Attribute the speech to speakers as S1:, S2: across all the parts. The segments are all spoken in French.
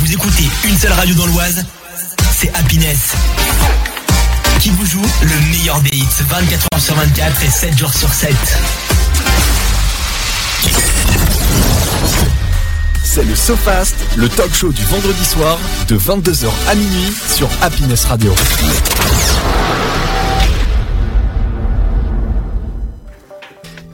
S1: vous écoutez une seule radio dans l'Oise, c'est Happiness. Qui vous joue le meilleur des hits 24h sur 24 et 7 jours sur 7.
S2: C'est le SoFast, le talk show du vendredi soir de 22h à minuit sur Happiness Radio.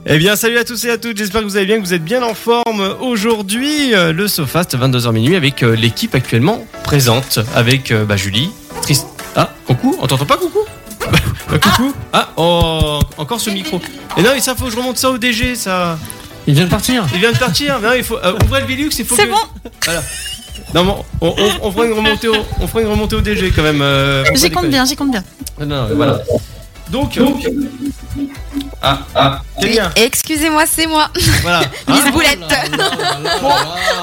S3: Eh bien, salut à tous et à toutes. J'espère que vous allez bien, que vous êtes bien en forme aujourd'hui. euh, Le SoFast 22h minuit avec euh, l'équipe actuellement présente avec euh, bah, Julie, Trist. Ah, coucou. On t'entend pas, coucou. Bah, bah, coucou. Ah, oh, encore ce micro. Et non, et ça faut que je remonte ça au DG. Ça,
S4: Il vient de partir.
S3: il vient de partir. Non, il faut euh, ouvrez le Velux. Il faut.
S5: C'est
S3: que-
S5: bon,
S3: Voilà. Non, mais on, on, on fera une remontée au, on fera une remontée au DG quand même. euh, faut
S5: j'y
S3: pas
S5: compte bien, j'y compte bien.
S3: déconner. Non, non, mais voilà. Donc, ah, ah, c'est bien.
S5: Excusez-moi, c'est moi.
S3: Voilà.
S5: Miss
S3: Hein
S5: Boulette.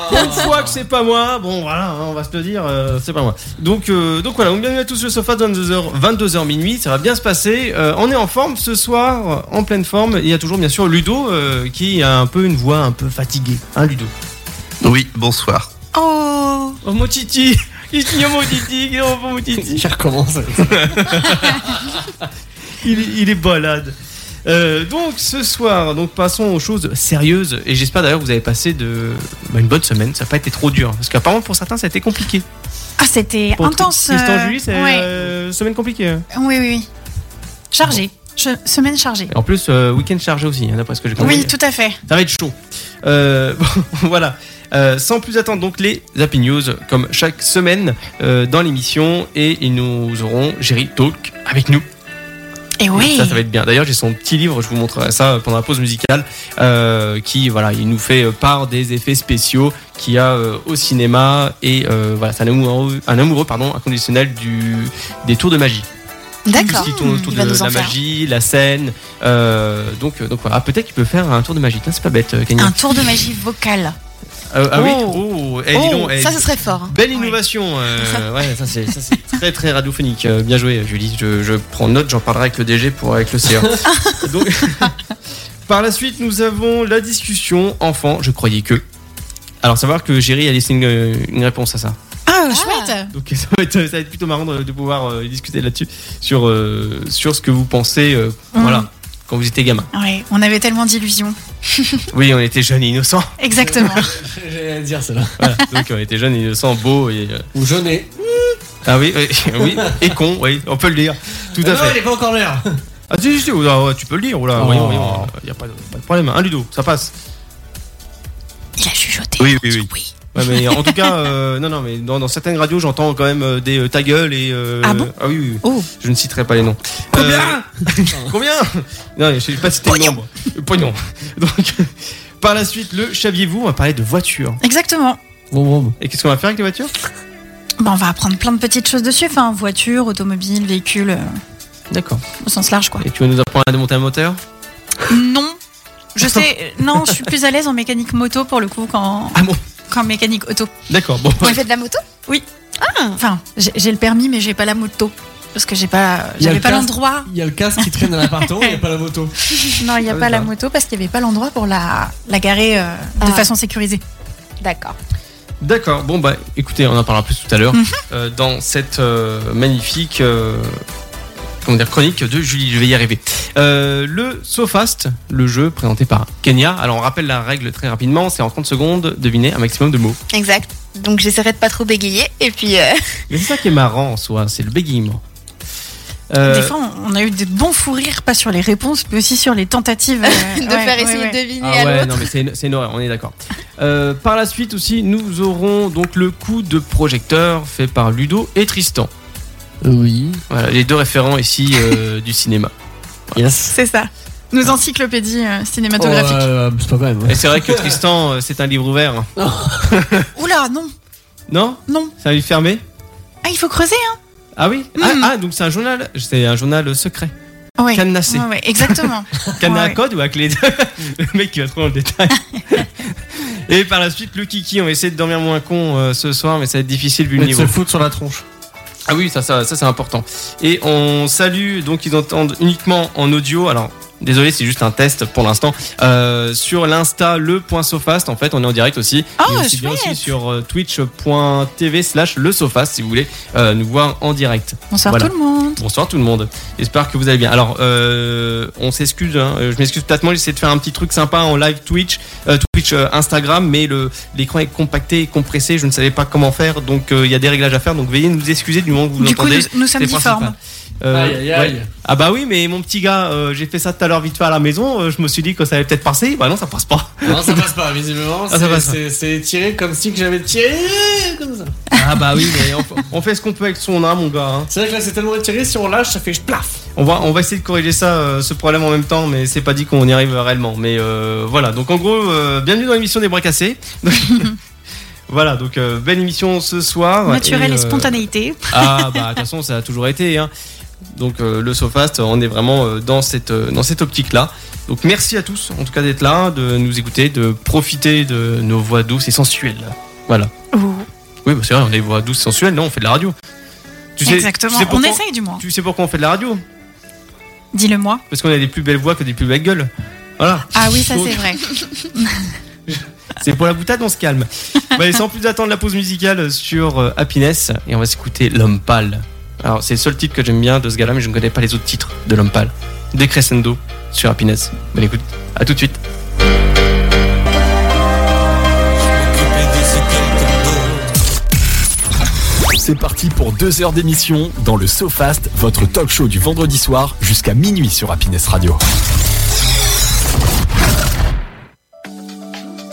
S3: Pour une fois que c'est pas moi, bon voilà, hein, on va se le dire, euh, c'est pas moi. Donc, euh, donc voilà, donc bienvenue à tous sur le sofa 22h, 22h minuit, ça va bien se passer. Euh, on est en forme ce soir, en pleine forme. Il y a toujours bien sûr Ludo euh, qui a un peu une voix un peu fatiguée, hein Ludo.
S6: Oui, bonsoir.
S5: Oh,
S3: Oh mon titi, il signe mon titi, il est en forme, mon titi.
S4: Il recommence.
S3: Il, est- il est balade. Euh, donc ce soir, donc passons aux choses sérieuses et j'espère d'ailleurs que vous avez passé de bah, une bonne semaine. Ça n'a pas été trop dur hein, parce qu'apparemment pour certains ça a été compliqué.
S5: ah, c'était
S3: Pour
S5: intense.
S3: Tristan
S5: euh,
S3: Julie, c'est euh, une
S5: ouais.
S3: semaine compliquée.
S5: Oui, oui, oui. Chargé. Je- Semaine chargée.
S3: En plus, euh, week-end chargé aussi, hein, d'après ce que j'ai compris.
S5: Oui, tout à fait.
S3: Ça va être chaud. Euh, bon, voilà. Euh, sans plus attendre, donc les Happy News, comme chaque semaine euh, dans l'émission, et ils nous auront Jerry Talk avec nous.
S5: Et oui.
S3: Ça, ça va être bien. D'ailleurs, j'ai son petit livre, je vous montrerai ça pendant la pause musicale, euh, qui, voilà, il nous fait euh, part des effets spéciaux qu'il y a euh, au cinéma, et euh, voilà, c'est un amoureux, un amoureux pardon, inconditionnel du, des tours de magie.
S5: D'accord.
S3: Tout ce qui tourne autour
S5: Il
S3: de
S5: va nous en
S3: la
S5: faire.
S3: magie, la scène. euh, donc, donc voilà. Ah, peut-être qu'il peut faire un tour de magie. Tiens, c'est pas bête, euh, Kenya.
S5: Un tour de magie vocale.
S3: Euh, ah oui.
S5: Oh.
S3: Oh, eh, dis donc, eh,
S5: ça, ce serait fort. hein.
S3: Belle
S5: Oui.
S3: innovation. euh, ouais, ça c'est, ça, c'est très très radiophonique. Euh, bien joué, Julie. Je, je prends note. J'en parlerai avec le DG pour avec le CA. donc, par la suite, nous avons la discussion enfant. Je croyais que. Alors, savoir que Jerry a laissé une, euh, une réponse à ça.
S5: Ah, chouette.
S3: Donc ça va être, ça va être plutôt marrant de, de pouvoir euh, discuter là-dessus sur euh, sur ce que vous pensez. euh,
S5: Mhm.
S3: Voilà, quand vous étiez gamin.
S5: Ouais, on avait tellement d'illusions.
S3: Oui, on était jeunes et innocents.
S5: Exactement.
S4: J'allais dire cela.
S3: Voilà. Donc on était jeunes, innocents, beaux et euh,
S4: Ou jaune et.
S3: ah oui, oui, oui, et con, oui, on peut le dire. Tout à
S4: non, il
S3: fait.
S4: est pas encore l'air.
S3: Ah si, si, si, oh, ah, ouais, tu peux le dire. Oh là,
S4: Oh.
S3: voyons, voyons, il y a pas de, pas de problème. Hein, Ludo, ça passe.
S5: Il a chuchoté.
S6: Oui, oui, oui.
S3: Ouais, mais en tout cas, euh, non, non, mais dans, dans certaines radios, j'entends quand même euh, des euh, ta gueule et euh,
S5: Ah bon
S3: oui, oui, oui.
S5: Oh.
S3: Je ne citerai pas les noms. Combien Combien Non, je sais pas citer le nombre. Euh, Pognon. Donc, par la suite, le saviez-vous On va parler de voitures.
S5: Exactement.
S4: Bon, bon.
S3: Et qu'est-ce qu'on va faire avec les voitures
S5: Bah, on va apprendre plein de petites choses dessus. Enfin, voiture, automobile, véhicule, euh,
S3: D'accord.
S5: au sens large, quoi.
S3: Et tu vas nous apprendre à démonter un moteur
S5: Non. Je sais, euh, non, je suis plus à l'aise en mécanique moto pour le coup qu'en
S3: Ah bon
S5: qu'en mécanique auto.
S3: D'accord, bon. bah,
S7: On fait de la moto
S5: Enfin, j'ai j'ai le permis, mais j'ai pas la moto. Parce que j'ai pas,
S4: Il y a
S5: j'avais
S4: le
S5: pas
S4: casque.
S5: l'endroit.
S4: Il y a le casque qui traîne dans l'appartement, il n'y a pas la moto.
S5: Non, il n'y a
S3: Ah oui,
S5: pas la
S3: bah.
S5: moto parce qu'il n'y avait pas l'endroit pour la, la garer euh, de
S7: Ah.
S5: façon sécurisée.
S7: D'accord.
S3: D'accord, bon bah écoutez, on en parlera plus tout à l'heure
S5: Mhm.
S3: euh, dans cette euh, magnifique euh, comment dire, chronique de Julie, je vais y arriver. Euh, le SoFast, le jeu présenté par Kenya. Alors on rappelle la règle très rapidement, c'est en 30 secondes, devinez un maximum de mots.
S7: Exact. Donc j'essaierai de pas trop bégayer et puis euh,
S3: Mais c'est ça qui est marrant en soi, c'est le bégaiement.
S5: Des
S3: Euh,
S5: fois, on- on a eu des bons fous rires, pas sur les réponses, mais aussi sur les tentatives. euh,
S7: de
S5: ouais,
S7: faire
S5: ouais,
S7: essayer
S5: ouais.
S7: de deviner
S3: Ah
S7: à
S3: ouais,
S7: l'autre.
S3: non mais c'est une, c'est une horreur, on est d'accord. Euh, par la suite aussi, nous aurons donc le coup de projecteur fait par Ludo et Tristan.
S4: Oui.
S3: Voilà, les deux référents ici euh, du cinéma.
S4: Yes.
S5: C'est ça. Nos encyclopédies euh, cinématographiques.
S4: Oh, euh, c'est pas mal.
S3: Et c'est vrai que Tristan, euh, c'est un livre ouvert.
S5: Oula, non,
S3: Non
S5: non.
S3: C'est un livre fermé
S5: Ah, il faut creuser,
S3: Ah oui ah,
S7: Mm.
S5: Mhm.
S3: ah, donc c'est un journal C'est un journal secret.
S5: hein Ouais.
S3: Cadenassé.
S5: Ouais, ouais, exactement.
S3: Cadenas à
S5: ouais.
S3: code ou à clé de- Le mec qui va trop dans le détail. Et par la suite, le kiki, on va essayer de dormir moins con euh, ce soir, mais ça va être difficile vu le niveau.
S4: se foutre sur la tronche.
S3: Ah oui, ça, ça, ça c'est important. Et on salue, donc ils entendent uniquement en audio. Alors, Désolé, c'est juste un test pour l'instant. Euh, sur l'Insta, le point Sofast, en fait, on est en direct aussi.
S5: Oh,
S3: mais aussi bien
S5: chouette.
S3: aussi sur euh, twitch.tv slash le Sofast si vous voulez euh, nous voir en direct.
S5: Bonsoir
S3: Voilà.
S5: tout le monde.
S3: Bonsoir tout le monde. J'espère que vous allez bien. Alors, euh, on s'excuse. hein. Euh, Je m'excuse platement. J'essaie de faire un petit truc sympa en live Twitch, euh, Twitch euh, Instagram, mais le l'écran est compacté et compressé. Je ne savais pas comment faire, donc euh, il y a des réglages à faire. Donc veuillez nous excuser du moment que vous
S5: du coup,
S3: l'entendez.
S5: nous, nous sommes
S3: C'est principal.
S5: difformes.
S3: Euh,
S4: Aïe, aïe,
S3: ouais.
S4: aïe.
S3: Ah bah oui, mais mon petit gars, euh, j'ai fait ça tout à l'heure vite fait à la maison. euh, je me suis dit que ça allait peut-être passer. Bah non, ça passe pas.
S4: Non, Ah, ça passe pas, visiblement.
S3: ça
S4: C'est-
S3: passe pas.
S4: c'est- C'est tiré comme si que j'avais tiré comme ça.
S3: Ah bah oui, mais on, on fait ce qu'on peut avec ce qu'on a, mon gars. hein.
S4: C'est vrai que là, c'est tellement étiré, si on lâche, ça fait plaf.
S3: On va, on va essayer de corriger ça, euh, ce problème en même temps, mais c'est pas dit qu'on y arrive réellement. Mais euh, voilà, donc en gros, euh, bienvenue dans l'émission des bras cassés. Donc, voilà, donc euh, belle émission ce soir.
S5: Naturel et,
S3: euh,
S5: spontanéité.
S3: Ah bah de toute façon, ça a toujours été. hein. Donc euh, le Sofast, on est vraiment euh, dans cette, euh, dans cette optique-là. Donc merci à tous, en tout cas d'être là, de nous écouter, de profiter de nos voix douces et sensuelles. Voilà.
S5: Ouh.
S3: Oui, bah, c'est vrai, on a des voix douces et sensuelles, non, on fait de la radio. Tu sais-
S5: Exactement.
S3: Tu sais
S5: On
S3: pourquoi,
S5: essaye du moins.
S3: tu sais pourquoi on fait de la radio
S5: Dis-le-moi.
S3: parce qu'on a des plus belles voix que des plus belles gueules. Voilà.
S5: Ah oui, ça
S3: Donc,
S5: c'est vrai.
S3: C'est pour la boutade, on se calme. Bon, allez, sans plus attendre la pause musicale sur euh, Happiness, et on va s'écouter L'homme pâle. Alors, c'est le seul titre que j'aime bien de ce gars-là, mais je ne connais pas les autres titres de L'homme pâle. Décrescendo sur Happiness. Bonne écoute, à tout de suite.
S2: C'est parti pour deux heures d'émission dans le SoFast, votre talk show du vendredi soir jusqu'à minuit sur Happiness Radio.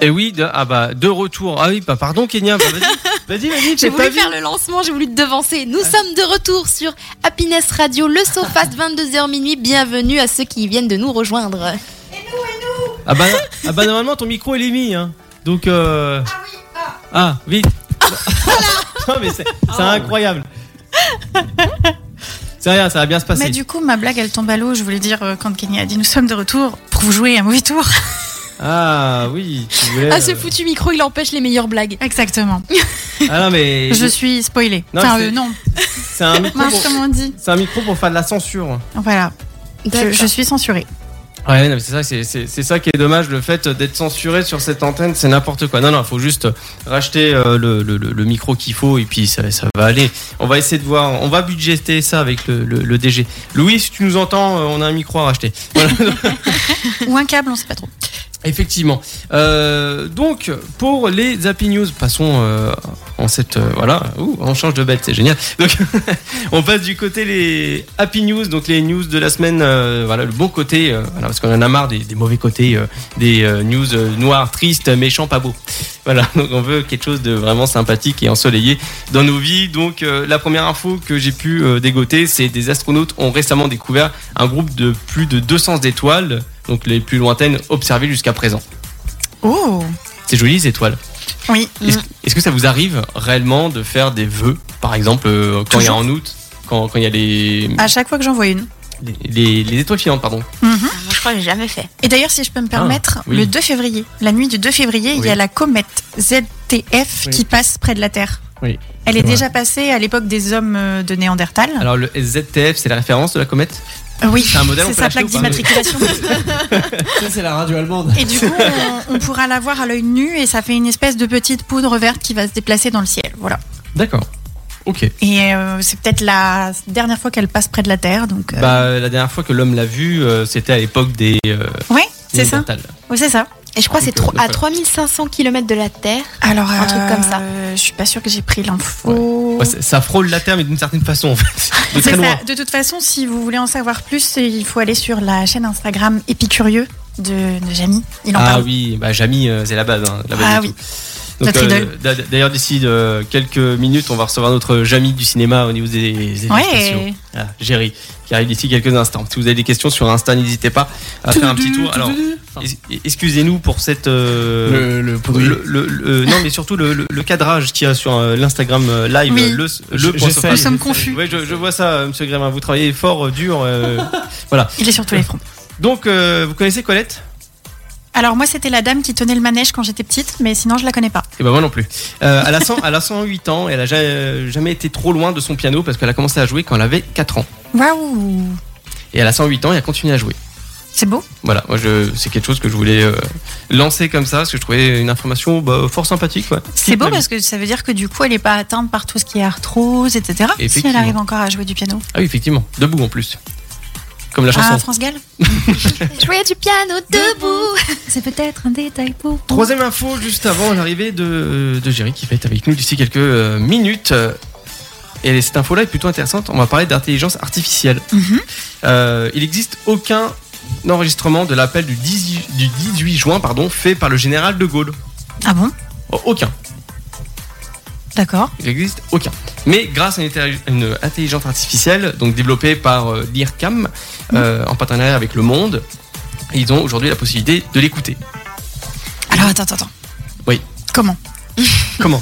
S3: Et oui, de, ah bah, de retour. Ah oui, bah, pardon, Kenya. bah, vas-y, vas-y, vas-y,
S7: J'ai Ah.
S3: t'es pas
S7: voulu
S3: vu.
S7: faire le lancement, j'ai voulu te devancer. Nous sommes de retour sur Happiness Radio, le SoFast, 22h minuit. Bienvenue à ceux qui viennent de nous rejoindre.
S3: Euh. Ah bah, ah bah, normalement, ton micro, il est mis. hein. Donc, euh... Ah oui, ah. vite. non, mais c'est c'est incroyable. C'est rien, ça va bien se passer.
S5: Mais du coup, ma blague, elle tombe à l'eau. Je voulais dire, euh, quand Kenny a dit nous sommes de retour pour vous jouer un mauvais tour.
S3: Ah oui, tu voulais.
S7: Ah, ce
S3: euh,
S7: foutu micro, il empêche les meilleures blagues.
S5: Exactement.
S3: Ah non, mais
S5: Je suis spoilée.
S3: Non,
S5: enfin,
S3: c'est-
S5: euh, non.
S3: c'est un micro.
S5: Mince,
S3: pour-
S5: comment on dit
S3: C'est un micro pour faire de la censure.
S5: Voilà. Je,
S7: D'accord.
S5: je suis censurée.
S3: Ouais, non, mais c'est ça, c'est- c'est c'est ça qui est dommage, le fait d'être censuré sur cette antenne, c'est n'importe quoi. Non, non, faut juste racheter euh, le, le- le- le micro qu'il faut et puis ça, ça va aller. On va essayer de voir, on va budgéter ça avec le, le- le DG. Louis, si tu nous entends, euh, on a un micro à racheter. Voilà.
S5: Ou un câble, on sait pas trop.
S3: Effectivement. Euh, donc, pour les Happy News, passons euh, en cette. euh, voilà, Ouh, on change de bête, c'est génial. Donc, on passe du côté les Happy News, donc les news de la semaine, euh, voilà, le bon côté, euh, voilà, parce qu'on en a marre des, des mauvais côtés, euh, des euh, news euh, noires, tristes, méchants, pas beaux. Voilà, donc on veut quelque chose de vraiment sympathique et ensoleillé dans nos vies. Donc, euh, la première info que j'ai pu euh, dégoter, c'est des astronautes ont récemment découvert un groupe de plus de 200 étoiles, donc les plus lointaines observées jusqu'à présent.
S5: Oh
S3: C'est joli les étoiles.
S5: Oui.
S3: Est-ce est-ce que ça vous arrive réellement de faire des vœux, par exemple euh, quand il y a en août, quand quand il y a les,
S5: À chaque fois que j'en vois une.
S3: les, les- les étoiles filantes, pardon
S5: Mhm.
S7: Moi, je crois que j'ai jamais fait.
S5: Et d'ailleurs, si je peux me permettre,
S3: Ah, oui.
S5: le 2 février, la nuit du 2 février, il y a la comète ZTF
S4: Oui.
S5: qui passe près de la Terre.
S4: Oui,
S5: Elle est,
S4: vrai.
S5: déjà passée à l'époque des hommes euh, de Néandertal.
S3: Alors le ZTF, c'est la référence de la comète
S5: Euh, oui,
S3: c'est un modèle, on
S5: c'est
S3: peut
S5: sa
S3: l'acheter
S5: plaque
S3: ou pas
S5: d'immatriculation.
S4: Ça, c'est la radio allemande.
S5: et du coup, on, on pourra la voir à l'œil nu et ça fait une espèce de petite poudre verte qui va se déplacer dans le ciel. Voilà.
S3: D'accord. Ok.
S5: Et euh, c'est peut-être la dernière fois qu'elle passe près de la Terre. Donc, euh,
S3: Bah la dernière fois que l'homme l'a vu, euh, c'était à l'époque des. euh,
S5: ouais, c'est ça.
S3: Néandertals.
S5: Oui, c'est ça.
S7: Et je crois que c'est
S3: Donc,
S7: tro-
S3: euh,
S7: à
S3: voilà.
S7: 3500 km de la Terre.
S5: Alors,
S7: Un truc comme ça.
S5: euh, Je suis pas sûre que j'ai pris l'info.
S3: Ouais, c'est- ça frôle la Terre, mais d'une certaine façon en fait. De
S5: C'est
S3: très
S5: ça.
S3: loin.
S5: De toute façon, si vous voulez en savoir plus, il faut aller sur la chaîne Instagram Épicurieux de, de Jamy. Il en
S3: Ah
S5: parle.
S3: oui, bah Jamy, euh, c'est la base. hein, la base
S5: Ah
S3: de
S5: oui.
S3: tout. Donc,
S5: Notre
S3: euh, d'a- D'ailleurs, d'ici euh, quelques minutes, on va recevoir notre Jamy du cinéma au niveau des, des effets spéciaux.
S5: Ouais.
S3: Ah, Jerry, qui arrive d'ici quelques instants. Si vous avez des questions sur Insta, n'hésitez pas à faire un petit tour. Alors, es- excusez-nous pour cette. euh,
S4: le, le poudrier.
S3: le, le- le- non, mais surtout le, le- le cadrage qu'il y a sur euh, l'Instagram euh, live.
S5: Oui.
S3: euh, Le, le
S4: Je-
S3: point
S4: j'essaye.
S3: sauvage.
S5: Nous sommes confus.
S3: Ouais, je, je vois ça, euh, monsieur Grémin. Vous travaillez fort, euh, dur. euh.
S5: Il est sur tous les fronts.
S3: Donc, euh, vous connaissez Colette
S5: Alors moi, c'était la dame qui tenait le manège quand j'étais petite, mais sinon je la connais pas.
S3: Et ben moi non plus. Euh, elle, a 100 elle a 108 ans, elle a ja- euh, jamais été trop loin de son piano parce qu'elle a commencé à jouer quand elle avait 4 ans.
S5: Waouh
S3: Et elle a 108 ans et elle continue à jouer.
S5: C'est beau.
S3: Voilà, moi je, c'est quelque chose que je voulais euh, lancer comme ça parce que je trouvais une information bah, fort sympathique. ouais. Ah
S5: C'est beau
S3: Très bien.
S5: parce que ça veut dire que du coup, elle n'est pas atteinte par tout ce qui est arthrose, etc. Si elle
S3: Effectivement.
S5: arrive encore à jouer du piano.
S3: Ah oui, effectivement, debout en plus. Comme la chanson.
S5: Ah, France Gall
S7: Jouer du piano debout.
S5: C'est peut-être un détail pour.
S3: Troisième info juste avant l'arrivée de, de Jerry qui va être avec nous d'ici quelques euh, minutes. Euh, Et cette info-là est plutôt intéressante. On va parler d'intelligence artificielle.
S5: Mhm.
S3: Euh, il n'existe aucun enregistrement de l'appel du 18, du 18 juin pardon, fait par le général de Gaulle. Oh,
S5: Ah bon
S3: Aucun.
S5: D'accord.
S3: Il n'existe aucun. Mais grâce à une, intelli- une intelligence artificielle, donc développée par euh, l'IRCAM, euh, en partenariat avec Le Monde, ils ont aujourd'hui la possibilité de l'écouter.
S5: Alors attends, attends, attends.
S3: Oui.
S5: Comment
S3: Comment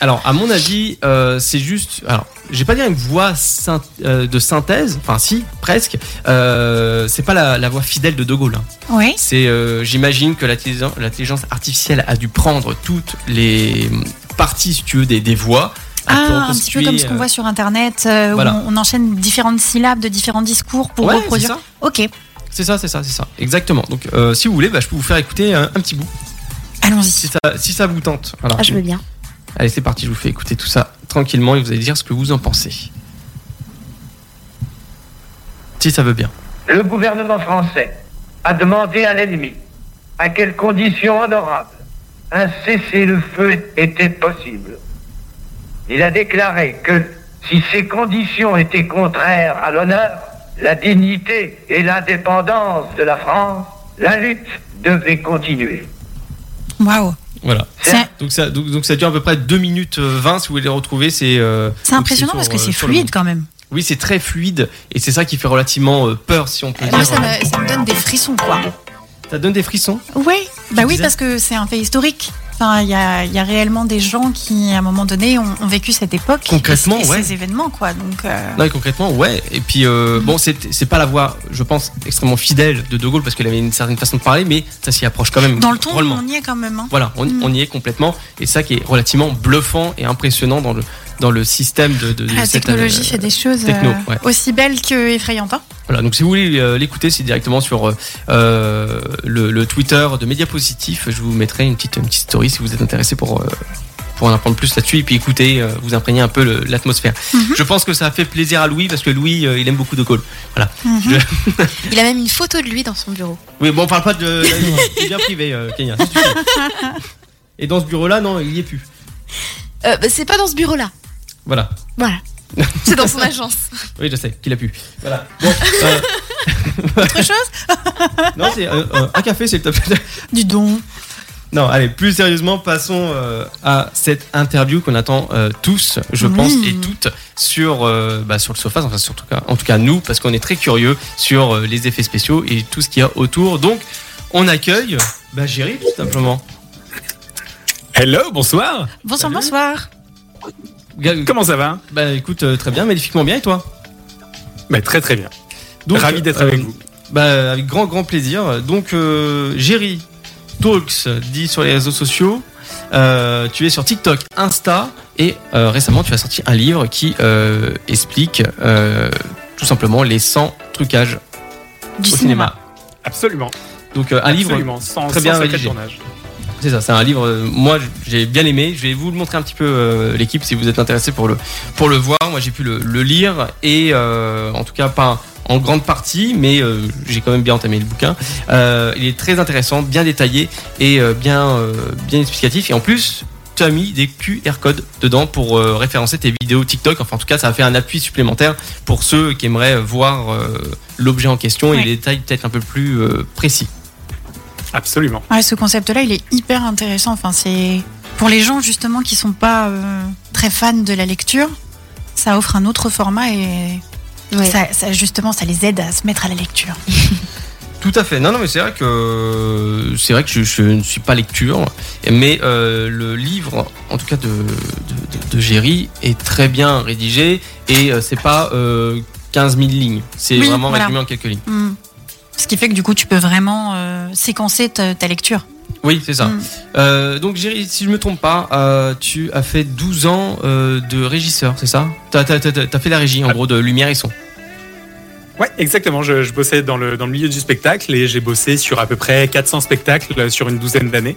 S3: Alors, à mon avis, euh, c'est juste. Alors, j'ai pas dire une voix synth- euh, de synthèse, enfin, si, presque. Euh, c'est pas la, la voix fidèle de De Gaulle. hein.
S5: Oui.
S3: C'est, euh, j'imagine que l'intelligence l'intelligence artificielle a dû prendre toutes les hum, parties, si tu veux, des, des voix. a pu
S5: Ah, un petit peu
S3: reconstituer,
S5: comme ce qu'on
S3: euh,
S5: voit sur Internet, euh,
S3: voilà.
S5: où on, on enchaîne différentes syllabes de différents discours pour
S3: ouais,
S5: reproduire.
S3: c'est ça.
S5: Ok,
S3: C'est ça, c'est ça, c'est ça. Exactement. Donc, euh, si vous voulez, bah, je peux vous faire écouter un, un petit bout, si
S5: allons-y.
S3: ça, si ça vous tente. Alors,
S7: Ah, je veux bien.
S3: Allez, c'est parti, je vous fais écouter tout ça tranquillement et vous allez dire ce que vous en pensez. Si ça veut bien.
S8: Le gouvernement français a demandé à l'ennemi à quelles conditions honorables un cessez-le-feu était possible. Il a déclaré que si ces conditions étaient contraires à l'honneur, la dignité et l'indépendance de la France, la lutte devait continuer.
S5: Waouh.
S3: Voilà.
S5: C'est
S3: Donc ça, donc, donc ça dure à peu près 2 minutes euh, 20 si vous voulez les retrouver. C'est euh,
S5: c'est
S3: donc
S5: impressionnant
S3: sur,
S5: parce que
S3: euh,
S5: c'est
S3: sur le
S5: fluide
S3: monde.
S5: quand même.
S3: Oui, c'est très fluide et c'est ça qui fait relativement euh, peur si on peut
S5: Moi,
S3: dire.
S5: Eh Ah, ben, ça me, ça me donne des frissons, quoi.
S3: Ça donne des frissons.
S5: Oui, bah oui,
S3: disais
S5: parce que c'est un fait historique. Enfin, il y a, il y a réellement des gens qui, à un moment donné, ont, ont vécu cette époque.
S3: Concrètement,
S5: et, et
S3: ouais.
S5: ces événements, quoi. Donc, euh,
S3: Non, et concrètement, ouais. Et puis, euh, bon, c'est c'est pas la voix, je pense, extrêmement fidèle de De Gaulle parce qu'il avait une certaine façon de parler, mais ça s'y approche quand même.
S5: dans le ton,
S3: drôlement.
S5: on y est quand même. hein.
S3: Voilà, on,
S5: Mm.
S3: on y est complètement. Et ça qui est relativement bluffant et impressionnant dans le, dans le système de, de, de
S5: La
S3: cette,
S5: technologie
S3: euh,
S5: fait des choses
S3: techno,
S5: euh,
S3: ouais.
S5: aussi belles que effrayantes. hein.
S3: Voilà, donc si vous voulez euh, l'écouter, c'est directement sur euh, euh, le, le Twitter de Média Positif. Je vous mettrai une petite, une petite story si vous êtes intéressé pour, euh, pour en apprendre plus là-dessus. Et puis écoutez, euh, vous imprégner un peu le- l'atmosphère.
S5: Mhm.
S3: Je pense que ça a fait plaisir à Louis parce que Louis, euh, il aime beaucoup De Gaulle.
S7: Il a même une photo de lui dans son bureau.
S3: Oui, bon, on parle pas de. C'est bien privé, euh, Kenya. c'est sûr. Et dans ce bureau-là, non, il y est plus.
S7: Euh, bah, c'est pas dans ce bureau-là.
S3: Voilà.
S7: Voilà. C'est dans son agence.
S3: Oui, je sais, qu'il a pu. Voilà. Bon, euh,
S5: Autre chose
S3: non, c'est euh, euh, un café, c'est le top.
S5: Du don.
S3: Non, allez, plus sérieusement, passons euh, à cette interview qu'on attend euh, tous, je
S5: Oui.
S3: pense, et toutes, sur, euh, bah, sur le sofa, enfin, sur tout cas, en tout cas nous, parce qu'on est très curieux sur euh, les effets spéciaux et tout ce qu'il y a autour. Donc, on accueille bah, Jerry, tout simplement.
S2: Hello, bonsoir.
S5: Bonsoir,
S3: Salut.
S5: bonsoir.
S3: Ga-
S2: Comment ça va
S3: Bah écoute, euh, très bien, magnifiquement bien, et toi
S2: bah, Très très bien.
S3: Donc,
S2: Ravi d'être
S3: euh,
S2: avec vous.
S3: Bah, avec grand, grand plaisir. Donc, euh, Jerry Talks, dit sur les réseaux sociaux, euh, tu es sur TikTok, Insta, et euh, récemment, tu as sorti un livre qui euh, explique euh, tout simplement les 100 trucages
S5: Du
S3: au
S5: cinéma.
S3: cinéma.
S9: Absolument.
S3: Donc, euh, un livre,
S9: absolument, sans,
S3: très
S9: sans
S3: bien
S9: secret de
S3: rédigé.
S9: tournage.
S3: c'est ça, c'est un livre, euh, moi, j'ai bien aimé. Je vais vous le montrer un petit peu, euh, l'équipe, si vous êtes intéressé pour le, pour le voir. Moi, j'ai pu le, le lire, et euh, en tout cas, pas en grande partie, mais euh, j'ai quand même bien entamé le bouquin. Euh, il est très intéressant, bien détaillé et euh, bien, euh, bien explicatif. Et en plus, tu as mis des QR codes dedans pour euh, référencer tes vidéos TikTok. Enfin, en tout cas, ça a fait un appui supplémentaire pour ceux qui aimeraient voir euh, l'objet en question et
S5: Ouais.
S3: les détails peut-être un peu plus euh, précis.
S9: Absolument.
S5: Ouais, ce concept-là, il est hyper intéressant. Enfin, c'est pour les gens justement qui sont pas euh, très fans de la lecture, ça offre un autre format et ça, ça, justement, ça les aide à se mettre à la lecture.
S3: Tout à fait. Non, non, mais c'est vrai que euh, c'est vrai que je, je ne suis pas lecture, mais euh, le livre, en tout cas de de, de- de Géry, est très bien rédigé et euh, c'est pas euh, 15 000 lignes. C'est
S5: Oui,
S3: vraiment
S5: voilà.
S3: résumé en quelques lignes.
S5: Hmm. Ce qui fait que du coup, tu peux vraiment euh, séquencer ta, ta lecture.
S3: Oui, c'est ça.
S5: Mm.
S3: Euh, donc, Géry, si je me trompe pas, euh, tu as fait 12
S5: Ah.
S3: ans euh, de régisseur, c'est ça T'as as, fait la régie, en gros, de lumière et son.
S9: Ouais, exactement. Je, je bossais dans le, dans le milieu du spectacle et j'ai bossé sur à peu près 400 spectacles euh, sur une douzaine d'années.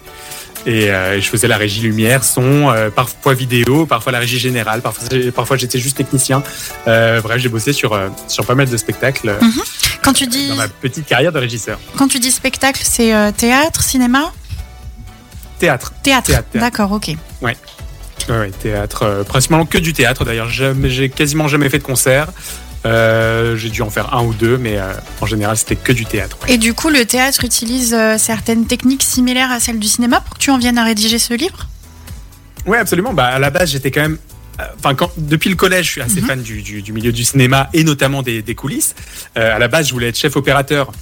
S9: Et euh, je faisais la régie lumière, son, euh, parfois vidéo, parfois la régie générale, parfois, parfois j'étais juste technicien. Euh, bref, j'ai bossé sur, euh, sur pas mal de spectacles euh,
S5: Quand tu dis,
S9: dans ma petite carrière de régisseur.
S5: quand tu dis spectacle, c'est euh, théâtre, cinéma
S9: Théâtre.
S5: Théâtre.
S9: Théâtre, théâtre.
S5: D'accord, ok.
S9: Ouais, ouais, théâtre, euh, principalement que du théâtre d'ailleurs. Jamais- J'ai quasiment jamais fait de concert. Euh, j'ai dû en faire un ou deux, mais euh, en général c'était que du théâtre. ouais.
S5: Et du coup, le théâtre utilise euh, certaines techniques similaires à celles du cinéma pour que tu en viennes à rédiger ce livre
S9: Ouais, absolument. Bah, à la base, j'étais quand même. euh, Enfin, quand, depuis le collège, je suis
S5: Mhm.
S9: assez fan du, du- du milieu du cinéma et notamment des, des coulisses. Euh, à la base, je voulais être chef opérateur.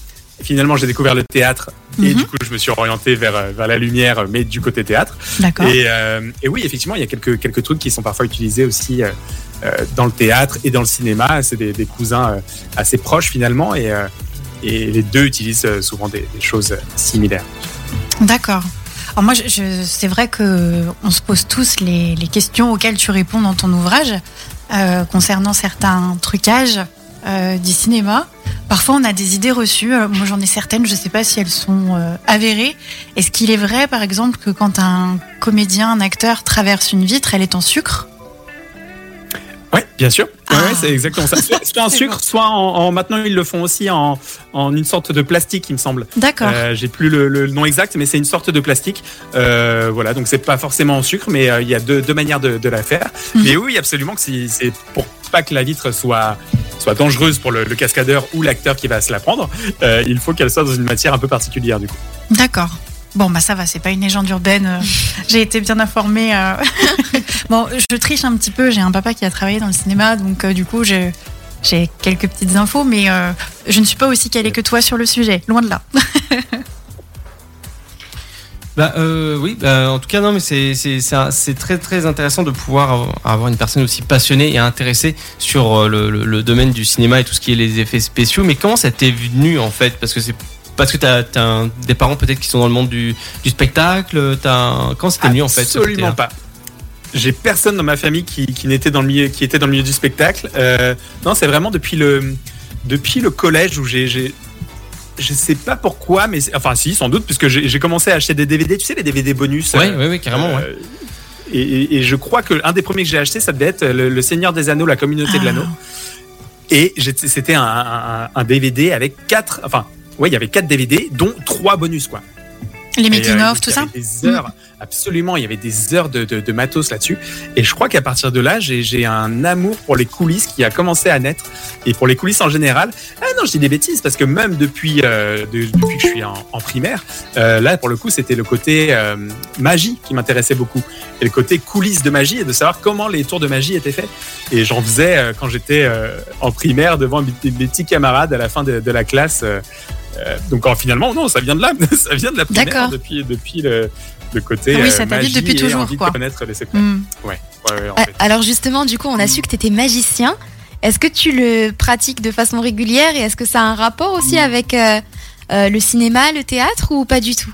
S9: Finalement, j'ai découvert le théâtre et
S5: Mhm.
S9: du coup, je me suis orienté vers, euh, vers la lumière, mais du côté théâtre.
S5: D'accord.
S9: Et, euh, et oui, effectivement, il y a quelques, quelques trucs qui sont parfois utilisés aussi euh, euh, dans le théâtre et dans le cinéma. C'est des, des cousins euh, assez proches finalement et, euh, et les deux utilisent euh, souvent des, des choses similaires.
S5: D'accord. Alors moi, je, je- c'est vrai que on se pose tous les, les questions auxquelles tu réponds dans ton ouvrage euh, concernant certains trucages euh, du cinéma. Parfois, on a des idées reçues. Euh, Moi, j'en ai certaines. Je ne sais pas si elles sont euh, avérées. Est-ce qu'il est vrai, par exemple, que quand un comédien, un acteur traverse une vitre, elle est en sucre
S9: Oui, bien sûr. Ouais,
S5: Ah.
S9: ouais, c'est exactement ça. Soit, soit en
S5: C'est
S9: sucre, soit en, en- maintenant ils le font aussi en, en une sorte de plastique, il me semble.
S5: D'accord.
S9: Euh, J'ai plus le, le nom exact, mais c'est une sorte de plastique. Euh, voilà, donc c'est pas forcément en sucre, mais euh, il y a deux, deux manières de, de la faire.
S5: Mhm.
S9: Mais oui, absolument que si- c'est pour pas que la vitre soit soit dangereuse pour le, le cascadeur ou l'acteur qui va se la prendre, euh, il faut qu'elle soit dans une matière un peu particulière du coup.
S5: D'accord. Bon, bah ça va, c'est pas une légende urbaine. euh, J'ai été bien informée. euh. bon, je triche un petit peu. J'ai un papa qui a travaillé dans le cinéma, donc euh, du coup, je- j'ai quelques petites infos, mais euh, je ne suis pas aussi calée que toi sur le sujet. Loin de là.
S3: Bah euh, oui, bah, en tout cas non, mais c'est c'est c'est un- c'est très très intéressant de pouvoir avoir- avoir une personne aussi passionnée et intéressée sur euh, le, le- le domaine du cinéma et tout ce qui est les effets spéciaux. Mais comment ça t'est venu en fait Parce que c'est parce que t'as t'as un- des parents peut-être qui sont dans le monde du, du spectacle. T'as un- comment c'était venu en fait ce
S9: Absolument
S3: côté-là
S9: pas. J'ai personne dans ma famille qui, qui n'était dans le milieu, qui était dans le milieu du spectacle. Euh, non, c'est vraiment depuis le depuis le collège où j'ai, j'ai je sais pas pourquoi, mais c'est- enfin si, sans doute, puisque j'ai, j'ai commencé à acheter des DVD. Tu sais les DVD bonus.
S3: Ouais,
S9: euh,
S3: ouais, ouais, carrément. ouais.
S9: euh, et, et- et je crois que un des premiers que j'ai acheté, ça devait être le, le Seigneur des Anneaux, la communauté
S5: Ah.
S9: de l'anneau. Et j'étais- c'était un, un- un DVD avec quatre, enfin ouais, il y avait quatre DVD, dont trois bonus quoi.
S5: Les
S9: Et, euh,
S5: making-of,
S9: donc,
S5: tout
S9: il y
S5: ça
S9: avait Des heures, absolument. Il y avait des heures de, de- de matos là-dessus. Et je crois qu'à partir de là, j'ai j'ai un amour pour les coulisses qui a commencé à naître et pour les coulisses en général. Ah non, je dis des bêtises parce que même depuis, euh, de- depuis que je suis en, en primaire, euh, là pour le coup, c'était le côté euh, magie qui m'intéressait beaucoup et le côté coulisses de magie et de savoir comment les tours de magie étaient faits. Et j'en faisais euh, quand j'étais euh, en primaire devant mes, mes petits camarades à la fin de, de la classe. euh, euh, donc en- finalement, non, ça vient de là, ça vient de la primaire
S5: D'accord. Ah
S9: depuis, depuis le, le côté.
S5: Oui,
S9: euh,
S5: ça t'habite
S9: magie
S5: depuis
S9: et
S5: toujours,
S9: envie de
S5: quoi.
S9: connaître les secrets.
S5: Hmm.
S9: Ouais, ouais, en
S7: Ah,
S9: fait.
S7: Alors justement, du coup, on a su que tu étais magicien. Est-ce que tu le pratiques de façon régulière et est-ce que ça a un rapport aussi avec euh, euh, le cinéma, le théâtre ou pas du tout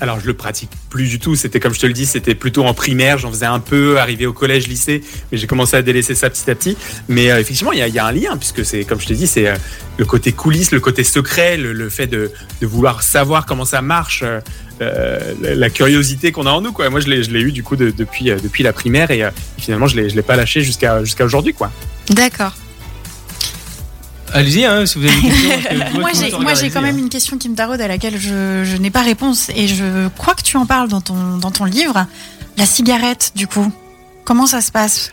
S9: Alors je le pratique plus du tout. C'était comme je te le dis, c'était plutôt en primaire. J'en faisais un peu, arrivé au collège, lycée, mais j'ai commencé à délaisser ça petit à petit. Mais euh, effectivement, il y a, il y a un lien puisque c'est comme je te dis, c'est euh, le côté coulisses, le côté secret, le, le fait de, de vouloir savoir comment ça marche, euh, euh, la, la curiosité qu'on a en nous. Quoi. Moi, je l'ai je l'ai eu du coup de- depuis euh, depuis la primaire et euh, finalement, je l'ai je l'ai pas lâché jusqu'à jusqu'à aujourd'hui, quoi.
S7: D'accord.
S3: Allez-y hein, si vous avez des questions. parce que je vois
S5: Ah, Moi,
S3: que
S5: j'ai-
S3: tout le
S5: moi,
S3: monde
S5: j'ai
S3: regarde, allez-y,
S5: quand
S9: hein
S5: même une question qui me taraude à laquelle je, je n'ai pas réponse et je crois que tu en parles dans ton, dans ton livre. La cigarette, du coup, comment ça se passe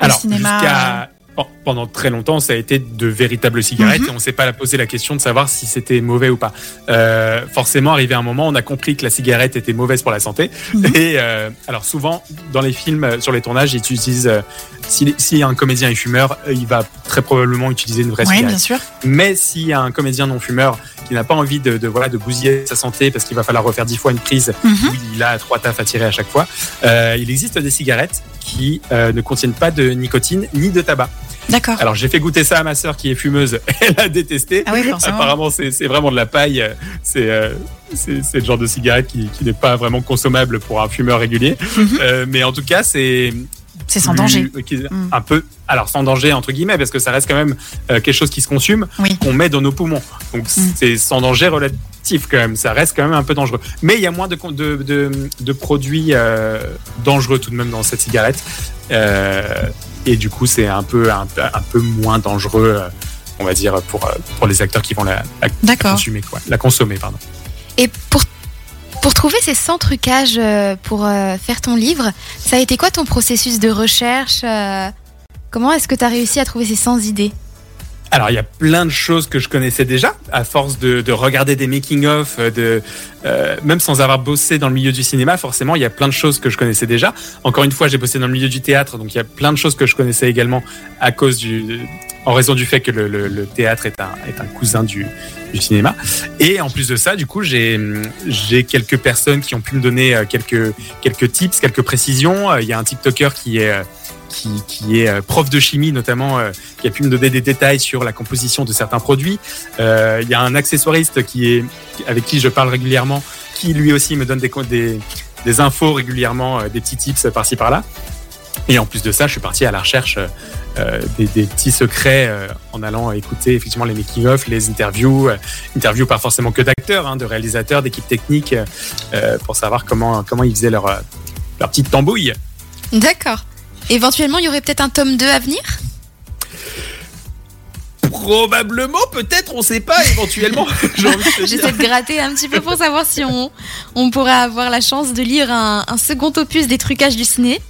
S5: au
S9: Alors,
S5: cinéma
S9: jusqu'à- pen- pendant très longtemps, ça a été de véritables cigarettes
S5: Mhm.
S9: et on ne s'est pas posé la question de savoir si c'était mauvais ou pas. Euh, forcément, arrivé à un moment, on a compris que la cigarette était mauvaise pour la santé.
S5: Mhm.
S9: Et euh, alors, souvent, dans les films, euh, sur les tournages, ils utilisent. euh, si, si un comédien est fumeur, euh, il va très probablement utiliser une vraie
S5: Oui,
S9: cigarette.
S5: bien sûr.
S9: Mais s'il y a un comédien non fumeur qui n'a pas envie de, de, voilà, de bousiller sa santé parce qu'il va falloir refaire dix fois une prise
S5: Mhm.
S9: où il a trois tafs à tirer à chaque fois, euh, il existe des cigarettes qui euh, ne contiennent pas de nicotine ni de tabac.
S5: D'accord.
S9: Alors j'ai fait goûter ça à ma sœur qui est fumeuse, elle a détesté.
S5: Ah oui, forcément.
S9: Apparemment c'est c'est vraiment de la paille, Euh, c'est euh, c'est c'est le genre de cigarette qui, qui n'est pas vraiment consommable pour un fumeur régulier.
S5: Mhm.
S9: Euh, mais en tout cas c'est
S5: C'est sans
S9: plus-
S5: danger.
S9: euh, qui-
S5: Mm.
S9: Un peu, alors sans danger entre guillemets, parce que ça reste quand même euh, quelque chose qui se consume,
S5: Oui. Mm.
S9: qu'on met dans nos poumons. Donc c'est sans danger relatif quand même, ça reste quand même un peu dangereux. Mais il y a moins de, con- de, de, de produits euh, dangereux tout de même dans cette cigarette. Euh, et du coup c'est un peu, un, peu- un peu moins dangereux, euh, on va dire, pour, euh, pour les acteurs qui vont la, la
S5: D'accord.
S9: consumer. Quoi. La consommer, pardon.
S7: Et pour, pour trouver ces 100 trucages euh, pour euh, faire ton livre, ça a été quoi ton processus de recherche euh, Comment est-ce que tu as réussi à trouver ces 100 idées
S9: Alors, il y a plein de choses que je connaissais déjà, à force de, de regarder des making-of, euh, de, euh, même sans avoir bossé dans le milieu du cinéma, forcément, il y a plein de choses que je connaissais déjà. Encore une fois, j'ai bossé dans le milieu du théâtre, donc il y a plein de choses que je connaissais également à cause du, en raison du fait que le, le- le théâtre est un, est un cousin du, du cinéma. Et en plus de ça, du coup, j'ai, hum, j'ai quelques personnes qui ont pu me donner euh, quelques, quelques tips, quelques précisions. Euh, Il y a un TikToker qui est, euh, qui, qui est euh, prof de chimie, notamment, euh, qui a pu me donner des détails sur la composition de certains produits. Euh, Il y a un accessoiriste qui est, avec qui je parle régulièrement, qui lui aussi me donne des, co- des, des infos régulièrement, euh, des petits tips par-ci par-là. Et en plus de ça, je suis parti à la recherche euh, euh, des, des petits secrets euh, en allant écouter effectivement les making-of, les interviews, euh, interviews pas forcément que d'acteurs, hein, de réalisateurs, d'équipes techniques, euh, euh, pour savoir comment, comment ils faisaient leur, euh, leur petite tambouille.
S7: D'accord. Éventuellement, il y aurait peut-être un tome 2 à venir
S9: Probablement, peut-être, on sait pas, éventuellement. j'ai envie de te dire.
S7: J'essaie de gratter un petit peu pour savoir si on, on pourra avoir la chance de lire un, un second opus des trucages du ciné.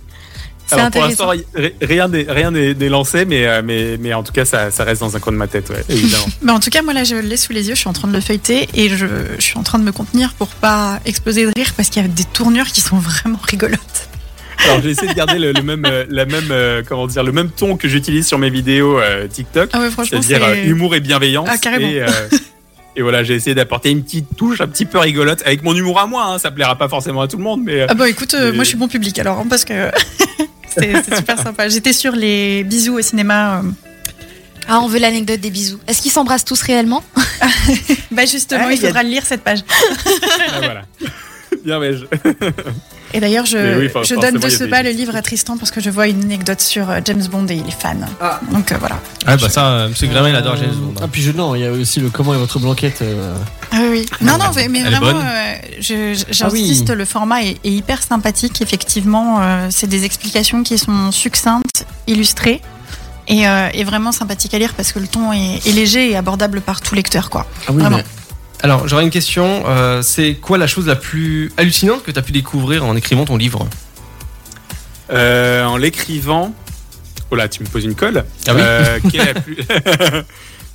S7: C'est
S9: Alors,
S7: intéressant.
S9: Pour l'instant, ri- rien n'est rien n'est- n'est lancé, mais, euh, mais, mais en tout cas, ça, ça reste dans un coin de ma tête, ouais, évidemment.
S5: Mais en tout cas, moi là, je l'ai sous les yeux, je suis en train de le feuilleter et je, je suis en train de me contenir pour pas exploser de rire parce qu'il y a des tournures qui sont vraiment rigolotes.
S9: Alors, j'ai essayé de garder le, le même, euh, la même, euh, comment dire, le même ton que j'utilise sur mes vidéos euh, TikTok,
S5: Ah ouais, franchement, c'est.
S9: c'est-à-dire euh, humour et bienveillance.
S5: Ah, carrément.
S9: Et, euh, et voilà, j'ai essayé d'apporter une petite touche un petit peu rigolote avec mon humour à moi. hein, ça plaira pas forcément à tout le monde, mais euh,
S5: Ah bah écoute, euh,
S9: Et-
S5: moi je suis bon public alors, hein, parce que c'est c'est super sympa. J'étais sur les bisous au cinéma. euh.
S7: Ah, on veut l'anecdote des bisous. Est-ce qu'ils s'embrassent tous réellement
S5: Bah justement,
S9: Ah,
S5: il
S9: il y a-
S5: faudra lire cette page.
S9: ah, voilà. Bien, mais je-
S5: Et d'ailleurs, je,
S9: Mais oui, enfin,
S5: je
S9: forcément,
S5: donne de
S9: il y a
S5: ce
S9: des-
S5: pas le livre à Tristan parce que je vois une anecdote sur euh, James Bond et il est fan.
S4: Ah.
S5: Donc euh, voilà.
S3: Ah bah ça, euh, Monsieur Gramin, il adore James Bond. hein.
S4: Ah, puis je, non, il y a aussi le comment et votre blanquette. euh,
S5: Ah oui. Non, non, mais, mais
S3: Elle est
S5: vraiment,
S3: bonne
S5: euh, je- je- j'insiste,
S4: Ah
S5: le format est, est hyper sympathique. Effectivement, euh, c'est des explications qui sont succinctes, illustrées et, euh, et vraiment sympathiques à lire parce que le ton est, est léger et abordable par tout lecteur, quoi.
S4: Ah oui,
S5: Vraiment.
S4: mais-
S3: Alors j'aurais une question, euh, c'est quoi la chose la plus hallucinante que t'as pu découvrir en écrivant ton livre
S9: Euh, en l'écrivant. Oh là, tu me poses une colle.
S3: Ah oui
S9: Euh, quelle est la, plus-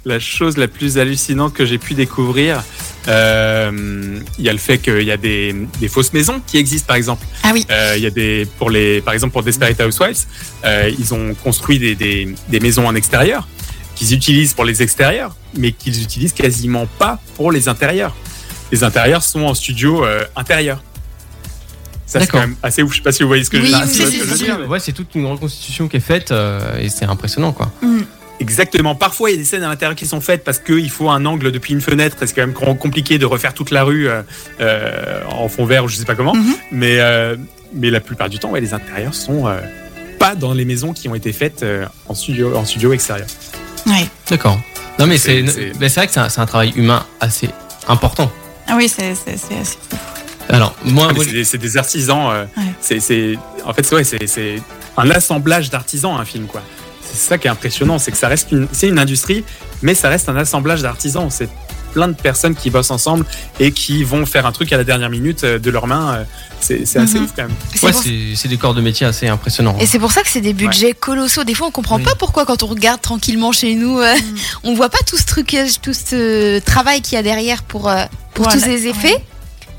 S9: la chose la plus hallucinante que j'ai pu découvrir Euh, Il y a le fait qu'il y a des, des fausses maisons qui existent, par exemple.
S5: Ah oui. Mm.
S9: Euh, Il y a des, pour les, par exemple, pour Desperate Housewives, euh, ils ont construit des, des, des maisons en extérieur qu'ils utilisent pour les extérieurs, mais qu'ils utilisent quasiment pas pour les intérieurs. Les intérieurs sont en studio euh, intérieur. Ça, c'est
S3: D'accord.
S9: quand même assez ouf. Je sais pas si vous voyez ce que
S7: Oui,
S9: je
S7: oui, oui,
S9: tu vois ce que
S7: oui,
S9: je veux
S7: oui.
S9: dire, mais-
S3: Ouais, c'est toute une reconstitution qui est faite euh, et c'est impressionnant quoi.
S9: Exactement. Parfois, il y a des scènes à l'intérieur qui sont faites parce qu'il faut un angle depuis une fenêtre. et C'est quand même com- compliqué de refaire toute la rue euh, euh, en fond vert ou je sais pas comment.
S5: Mhm.
S9: Mais euh, mais la plupart du temps, ouais, les intérieurs sont euh, pas dans les maisons qui ont été faites euh, en studio en studio extérieur.
S5: Ouais.
S3: D'accord. Non mais c'est
S9: C'est-
S3: mais
S9: c'est-
S3: c'est vrai que c'est un, c'est un travail humain assez important.
S5: Ah oui, c'est. c'est- c'est- c'est-
S3: Alors moi,
S9: Ah, Mais
S3: moi,
S9: c'est des- C'est des artisans. euh,
S5: Ah, Ouais.
S9: c'est- C'est en fait, c'est- ouais, c'est c'est un assemblage d'artisans un film quoi. C'est ça qui est impressionnant, c'est que ça reste une, c'est une industrie, mais ça reste un assemblage d'artisans. C'est plein de personnes qui bossent ensemble et qui vont faire un truc à la dernière minute euh, de leurs mains. euh, C'est c'est assez
S5: Mhm.
S9: ouf quand même.
S7: C'est
S3: ouais,
S7: pour-
S3: c'est c'est des corps de métier assez impressionnants.
S7: Et c'est pour ça que c'est des budgets colossaux. Des fois, on comprend
S3: Oui.
S7: pas pourquoi, quand on regarde tranquillement chez nous, euh,
S5: Mm.
S7: on voit pas tout ce trucage, tout ce travail qu'il y a derrière pour, euh, pour
S5: Voilà.
S7: tous ces effets.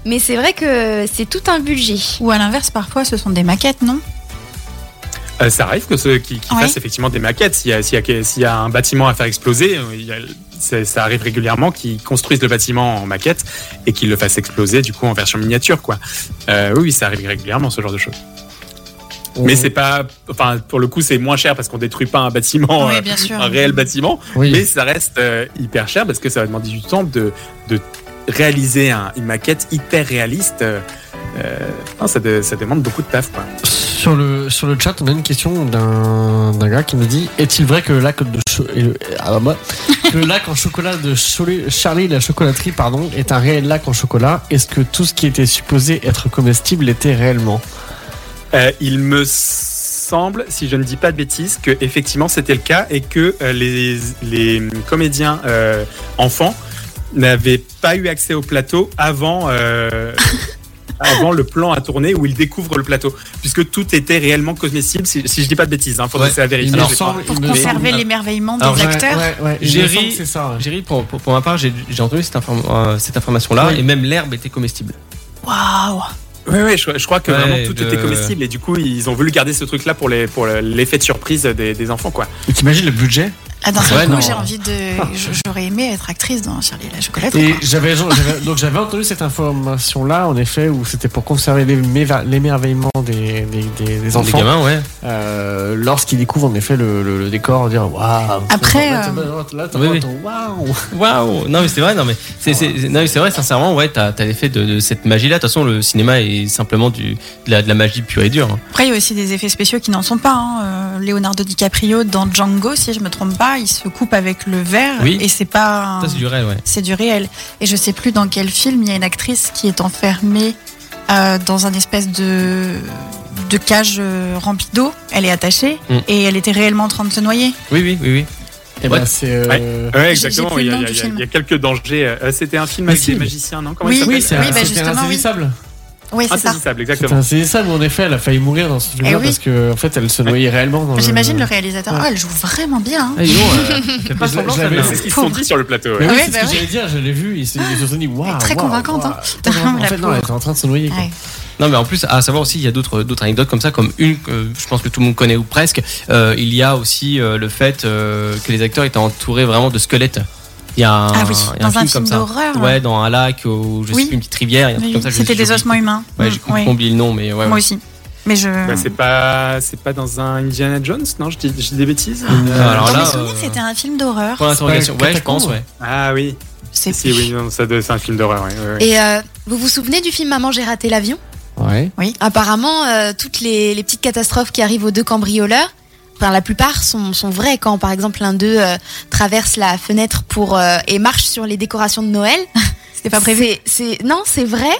S7: Mais c'est vrai que c'est tout un budget.
S5: Ou à l'inverse, parfois, ce sont des maquettes, non
S9: Euh, ça arrive que ceux qui, qui
S5: Ouais.
S9: fassent effectivement des maquettes, s'il y, a- s'il y a- s'il y a un bâtiment à faire exploser, euh, il y a- c'est- ça arrive régulièrement qu'ils construisent le bâtiment en maquette et qu'ils le fassent exploser du coup en version miniature quoi. Euh, oui, oui, ça arrive régulièrement ce genre de choses. Mais c'est pas, enfin pour le coup c'est moins cher parce qu'on détruit pas un bâtiment, euh,
S5: Oui, bien sûr.
S9: un réel bâtiment,
S3: Oui.
S9: mais ça reste euh, hyper cher parce que ça va demander du temps de, de réaliser un- une maquette hyper réaliste. euh, euh, non, ça, de- ça demande beaucoup de taf quoi.
S4: Sur le, sur le chat, on a une question d'un d'un gars qui nous dit Est-il vrai que le lac de cho- et le- ah, bah, que le lac en chocolat de Choli- Charlie la chocolaterie pardon est un réel lac en chocolat Est-ce que tout ce qui était supposé être comestible l'était réellement
S9: Euh, il me semble, si je ne dis pas de bêtises, que effectivement c'était le cas et que euh, les, les comédiens euh, enfants n'avaient pas eu accès au plateau avant, euh, avant le plan à tourner où ils découvrent le plateau, puisque tout était réellement comestible, si, si je ne dis pas de bêtises, hein, faudrait
S3: Ouais.
S9: c'est à vérifier.
S3: Alors,
S9: j'ai pas-
S5: Pour
S4: il me semble-
S5: conserver l'émerveillement des
S3: Alors,
S4: Ah Ouais,
S5: acteurs.
S4: ouais, ouais, il me
S3: Jerry-
S4: semble que c'est ça. ouais.
S3: J'ai ri pour, pour, pour ma part, j'ai j'ai entendu cette, inform- euh, cette information-là,
S4: Oui.
S3: et même l'herbe était comestible.
S5: Waouh
S9: Oui, oui, je, je crois que
S3: Ouais,
S9: vraiment tout
S3: de-
S9: était comestible et du coup ils ont voulu garder ce truc-là pour les pour le- l'effet de surprise des, des enfants quoi.
S4: Et T'imagines le budget
S5: Ah, D'un
S3: Ouais,
S5: seul
S3: non.
S5: coup, j'ai envie de. j- J'aurais aimé être actrice dans Charlie et la chocolaterie.
S4: Et
S5: quoi.
S4: j'avais j'avais- donc j'avais entendu cette information là en effet où c'était pour conserver l'émerve- l'émerveillement des, des, des- des enfants
S3: gamins, ouais.
S4: euh, lorsqu'ils découvrent en effet le, le- le décor dire waouh
S5: Après,
S4: là, t'as-
S5: euh,
S4: là, t'as
S3: Oui,
S4: pas
S3: oui.
S4: ton waouh
S3: Waouh Non, mais c'est vrai, non, mais c'est c'est- non, mais c'est vrai, sincèrement, ouais, t'as as, l'effet de, de cette magie-là. De toute façon, le cinéma est simplement du, de, la, de la magie pure et dure. hein.
S5: Après, il y a aussi des effets spéciaux qui n'en sont pas. hein. Euh, Leonardo DiCaprio dans Django, si je me trompe pas, il se coupe avec le verre
S3: Oui.
S5: et c'est pas. un-
S7: Ah.
S3: Ça, c'est du réel, ouais.
S5: c'est du réel. Et je sais plus dans quel film il y a une actrice qui est enfermée euh, dans un espèce de de cage euh, remplie d'eau. Elle est attachée
S3: Mm.
S5: et elle était réellement en train de se noyer.
S3: Oui, oui, oui, oui.
S4: et
S3: Ouais.
S4: ben c'est euh,
S9: Ouais,
S5: J'ai- j'ai
S9: exactement.
S5: plus
S9: Il
S5: le
S9: y, a,
S5: nom
S9: il y
S5: du
S9: a- il y a-
S5: film.
S9: il y a quelques dangers. Euh, C'était un film
S4: Mais
S9: avec
S4: si,
S9: des
S4: mais-
S9: magiciens, non Comment il
S5: Oui,
S9: s'appelle
S4: oui c'est
S5: Oui,
S4: un-
S5: bah,
S4: c'était
S5: justement, oui.
S4: insaisissable
S5: Oui, Ah, c'est ça.
S9: Insaisissable,
S4: c'est
S9: Ah, exactement.
S4: insaisissable en effet elle a failli mourir dans ce film là
S5: Eh oui.
S4: parce que en fait elle se noyait réellement dans
S3: Euh,
S5: J'imagine le réalisateur.
S4: Ouais.
S5: Ah, elle joue vraiment bien. hein.
S3: Ah, dis donc, euh, fais pas
S4: Je l'ai-
S3: semblant,
S4: je l'avais-
S3: celle-là.
S9: C'est ce qu'ils se sont dit sur le plateau. ouais.
S4: mais oui,
S5: Ouais,
S4: c'est
S5: bah
S4: ce que
S5: ouais.
S4: j'allais dire, je l'ai vu, ils se ils se sont dit waouh.
S5: Très
S4: waouh,
S5: convaincante, hein.
S4: waouh.
S5: La
S4: En fait, non,
S5: pauvre.
S4: elle était en train de se noyer. quoi.
S5: Ouais.
S3: Non, mais en plus, à savoir aussi, il y a d'autres d'autres anecdotes comme ça, comme une que euh, je pense que tout le monde connaît ou presque. Euh, il y a aussi euh, le fait euh, que les acteurs étaient entourés vraiment de squelettes. Il y a un,
S5: Ah oui,
S3: il y a
S5: dans un film
S3: comme ça.
S5: d'horreur.
S3: Ouais, dans un lac ou je
S5: Oui.
S3: sais plus, une petite rivière. il y a un truc
S5: Oui,
S3: comme ça, je- j'ai
S5: C'était des
S3: oublié.
S5: ossements humains.
S3: Ouais,
S5: Mm,
S3: j'ai
S5: ouais.
S3: oublié le nom, mais ouais.
S5: Moi
S3: ouais.
S5: aussi. Mais je.
S9: Bah, c'est pas, c'est pas dans un Indiana Jones, non je dis, je dis des bêtises.
S3: alors
S5: Dans
S3: là,
S5: mes souvenirs,
S3: euh,
S5: c'était un film d'horreur.
S3: Point d'interrogation.
S4: pas
S3: Ouais, je pense,
S4: Catacombe
S3: ouais.
S9: Ah oui.
S5: C'est
S9: Si, oui, non, ça doit- c'est un film d'horreur. ouais, ouais, ouais.
S7: Et euh, vous vous souvenez du film Maman, j'ai raté l'avion
S4: Ouais.
S7: Apparemment, euh, toutes les, les petites catastrophes qui arrivent aux deux cambrioleurs, enfin la plupart sont, sont vraies. Quand par exemple l'un d'eux euh, traverse la fenêtre pour euh, et marche sur les décorations de Noël,
S5: c'était pas prévu.
S7: C'est- c'est- non, c'est vrai.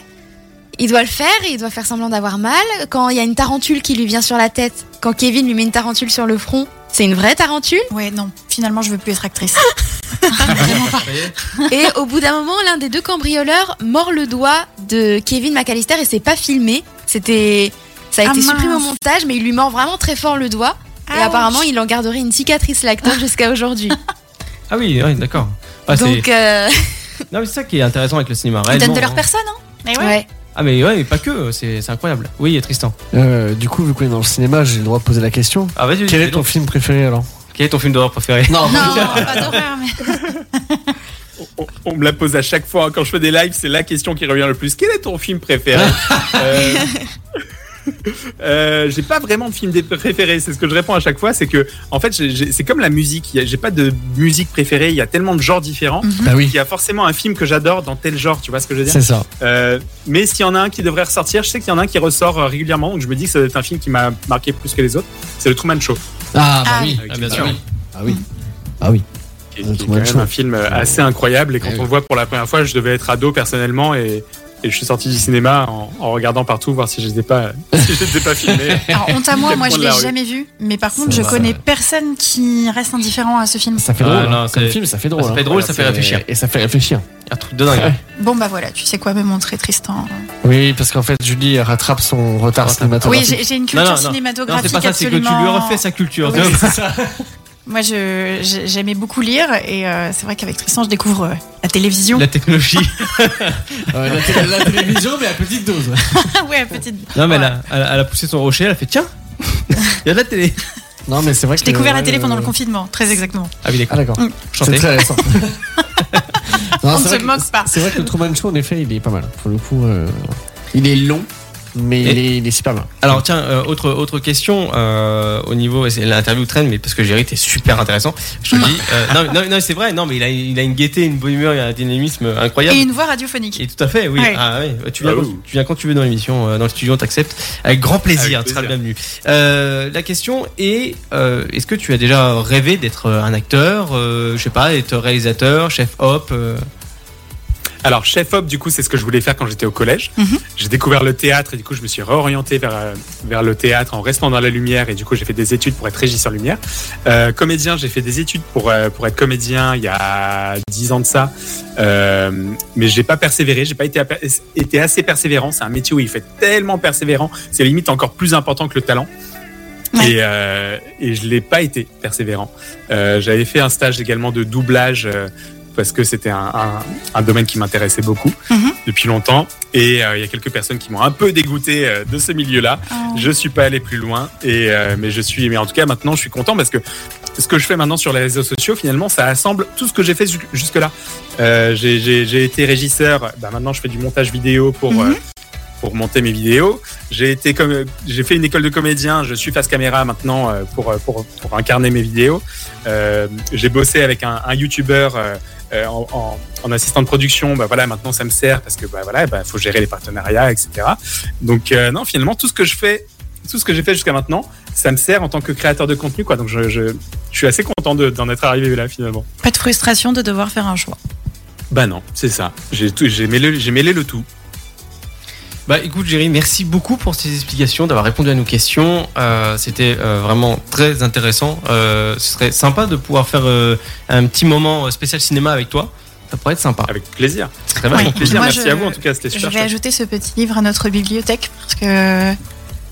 S7: Il doit le faire, il doit faire semblant d'avoir mal. Quand il y a une tarentule qui lui vient sur la tête, quand Kevin lui met une tarentule sur le front, c'est une vraie tarentule.
S5: Ouais, non. Finalement, je veux plus être actrice.
S7: Et au bout d'un moment, l'un des deux cambrioleurs mord le doigt de Kevin McAllister et c'est pas filmé. C'était, ça a
S5: Ah
S7: été supprimé au
S5: mince.
S7: montage, mais il lui mord vraiment très fort le doigt. et
S5: Ouch.
S7: apparemment, il en garderait une cicatrice l'acteur jusqu'à aujourd'hui.
S3: Ah oui, ouais, d'accord. Ah, c'est-
S7: Donc, euh,
S3: non, mais c'est ça qui est intéressant avec le cinéma.
S5: Ils donnent
S3: réellement,
S5: de leur
S3: hein.
S5: personne, hein. Mais ouais.
S7: ouais.
S3: Ah mais ouais, mais pas que. C'est c'est incroyable. Oui, et Tristan.
S4: Euh, du coup, vu qu'on est dans le cinéma, j'ai le droit de poser la question.
S3: Ah vas-y.
S4: Quel
S3: dis
S4: est ton
S3: donc.
S4: film préféré alors
S3: Quel est ton film d'horreur préféré
S5: Non, pas d'horreur, mais.
S9: On, on me la pose à chaque fois. hein. Quand je fais des lives, c'est la question qui revient le plus. Quel est ton film préféré Euh, euh, j'ai pas vraiment de film dé- préféré. C'est ce que je réponds à chaque fois. C'est que, en fait, j'ai- j'ai- c'est comme la musique. il y a- J'ai pas de musique préférée. Il y a tellement de genres différents.
S5: Mhm.
S4: Bah
S9: Il
S4: oui,
S9: y a forcément un film que j'adore dans tel genre. Tu vois ce que je veux dire
S4: c'est ça.
S9: Euh, mais s'il y en a un qui devrait ressortir, je sais qu'il y en a un qui ressort euh, régulièrement, donc je me dis que c'est un film qui m'a marqué plus que les autres. C'est le Truman Show.
S4: Ah bah
S5: Ah.
S4: oui,
S9: Avec
S3: Ah, bien
S9: Jim
S3: sûr.
S9: Carrey,
S4: ah oui. Ah oui.
S9: qui est-
S4: Le
S9: qui est
S4: Truman
S9: quand même
S4: Show.
S9: un film euh, assez incroyable. Et quand
S4: Ah oui.
S9: on le voit pour la première fois, je devais être ado personnellement et, et je suis sorti du cinéma en, en regardant partout voir si je n'étais pas, si je les ai pas filmé.
S5: Alors, honte à moi,
S9: Quel
S5: moi je
S9: point de la
S5: l'ai
S9: rue.
S5: jamais vu, mais par contre,
S4: Ça
S5: je
S4: va.
S5: connais personne qui reste indifférent à ce film.
S4: Ça fait
S3: Ah,
S4: drôle.
S3: non,
S4: hein.
S3: c'est-
S4: Comme film, ça fait drôle.
S3: ça fait
S4: hein.
S3: drôle, ça fait
S4: C'est-
S3: réfléchir.
S4: Et ça fait réfléchir.
S3: Un truc de dingue.
S5: Bon, bah voilà, tu sais quoi me montrer, Tristan.
S4: Oui, parce qu'en fait, Julie rattrape son retard
S3: Rattrape.
S5: Oui,
S4: cinématographique.
S5: j'ai j'ai une
S3: Non,
S5: culture
S3: non, non. Non,
S5: cinématographique
S3: c'est pas ça. C'est que tu
S5: absolument.
S3: lui refais sa culture.
S5: Oui,
S3: tu vois.
S5: Moi, je- j'ai- j'aimais beaucoup lire, et euh, c'est vrai qu'avec Tristan, je découvre euh, la télévision.
S3: La technologie.
S4: Ouais, la, télé- la télévision, mais à petite dose.
S5: Ah ouais, petite.
S3: Non mais elle
S5: Voilà.
S3: a, elle a- elle a poussé son rocher. Elle a fait tiens. Il y a de la télé.
S4: Non, mais c'est vrai que.
S5: J'ai découvert la
S4: ouais,
S5: télé pendant
S4: euh,
S5: le confinement, très exactement.
S3: Ah oui
S4: Ah
S3: d'accord.
S4: d'accord. C'est
S3: Chanté.
S4: très récent. Non,
S5: On
S4: c'est
S5: ne
S4: vrai
S5: se
S4: que-
S5: moque pas.
S4: C'est vrai que le Truman Show, en effet, il est pas mal. Pour le coup, euh, il est long. mais
S3: Et-
S4: il est, il est super bien.
S3: Alors tiens, euh, autre, autre question euh, au niveau, et c'est- l'interview traîne, mais parce que Jerry était super intéressant, je te le dis. Euh, non, non, non, c'est vrai, non, mais il a, il a une gaieté, une bonne humeur, il a un dynamisme incroyable.
S5: Et une voix radiophonique.
S3: Et tout à fait, oui.
S5: Ouais.
S3: Ah, oui. Tu, viens
S9: Ah
S3: quand,
S9: oui.
S3: tu viens quand tu veux dans l'émission, euh, dans le studio, on t'accepte. Avec grand plaisir, hein,
S9: Avec
S3: tu seras le
S9: plaisir.
S3: bienvenu. Euh, la question est euh, est-ce que tu as déjà rêvé d'être euh, un acteur, euh, je sais pas, être réalisateur, chef hop euh,
S9: Alors, chef op, du coup, c'est ce que je voulais faire quand j'étais au collège.
S5: Mhm.
S9: J'ai découvert le théâtre et du coup, je me suis réorienté vers, euh, vers le théâtre en restant dans la lumière et du coup, j'ai fait des études pour être régisseur lumière. Euh, comédien, j'ai fait des études pour, euh, pour être comédien il y a 10 ans de ça. Euh, mais j'ai pas persévéré, j'ai pas été, apé- été assez persévérant. C'est un métier où il fait tellement persévérant, c'est limite encore plus important que le talent.
S5: Ouais.
S9: Et, euh, et je l'ai pas été persévérant. Euh, J'avais fait un stage également de doublage euh, parce que c'était un, un- un domaine qui m'intéressait beaucoup
S5: Mhm.
S9: depuis longtemps. Et euh, il y a quelques personnes qui m'ont un peu dégoûté euh, de ce milieu-là.
S5: Oh.
S9: Je suis pas allé plus loin, et euh, mais je suis, mais en tout cas maintenant je suis content parce que ce que je fais maintenant sur les réseaux sociaux, finalement, ça assemble tout ce que j'ai fait jus- jusque-là. Euh, j'ai- j'ai j'ai été régisseur, bah, maintenant je fais du montage vidéo pour
S5: Mhm.
S9: euh, pour monter mes vidéos. J'ai été comme euh, j'ai fait une école de comédien, je suis face caméra maintenant euh, pour euh, pour pour incarner mes vidéos. Euh, j'ai bossé avec un, un youtubeur euh, euh, en, en- en assistant de production, bah voilà, maintenant ça me sert parce que bah voilà, bah faut gérer les partenariats, etc. Donc euh, non, finalement tout ce que je fais, tout ce que j'ai fait jusqu'à maintenant, ça me sert en tant que créateur de contenu, quoi. Donc je, je, je suis assez content de- d'en être arrivé là finalement.
S5: Pas de frustration de devoir faire un choix.
S9: Bah non, c'est ça. J'ai tout- j'ai mêlé, j'ai mêlé le tout.
S3: Bah écoute Jerry, merci beaucoup pour ces explications, d'avoir répondu à nos questions. Euh, C'était euh, vraiment très intéressant. Euh, ce serait sympa de pouvoir faire euh, un petit moment euh, spécial cinéma avec toi. Ça pourrait être sympa.
S9: Avec plaisir.
S3: Très
S5: Ouais.
S3: bien.
S9: Avec plaisir.
S5: Moi,
S9: Merci
S5: je-
S9: à vous en tout cas, c'était
S5: Je
S9: super.
S5: vais
S9: chouette.
S5: ajouter ce petit livre à notre bibliothèque parce que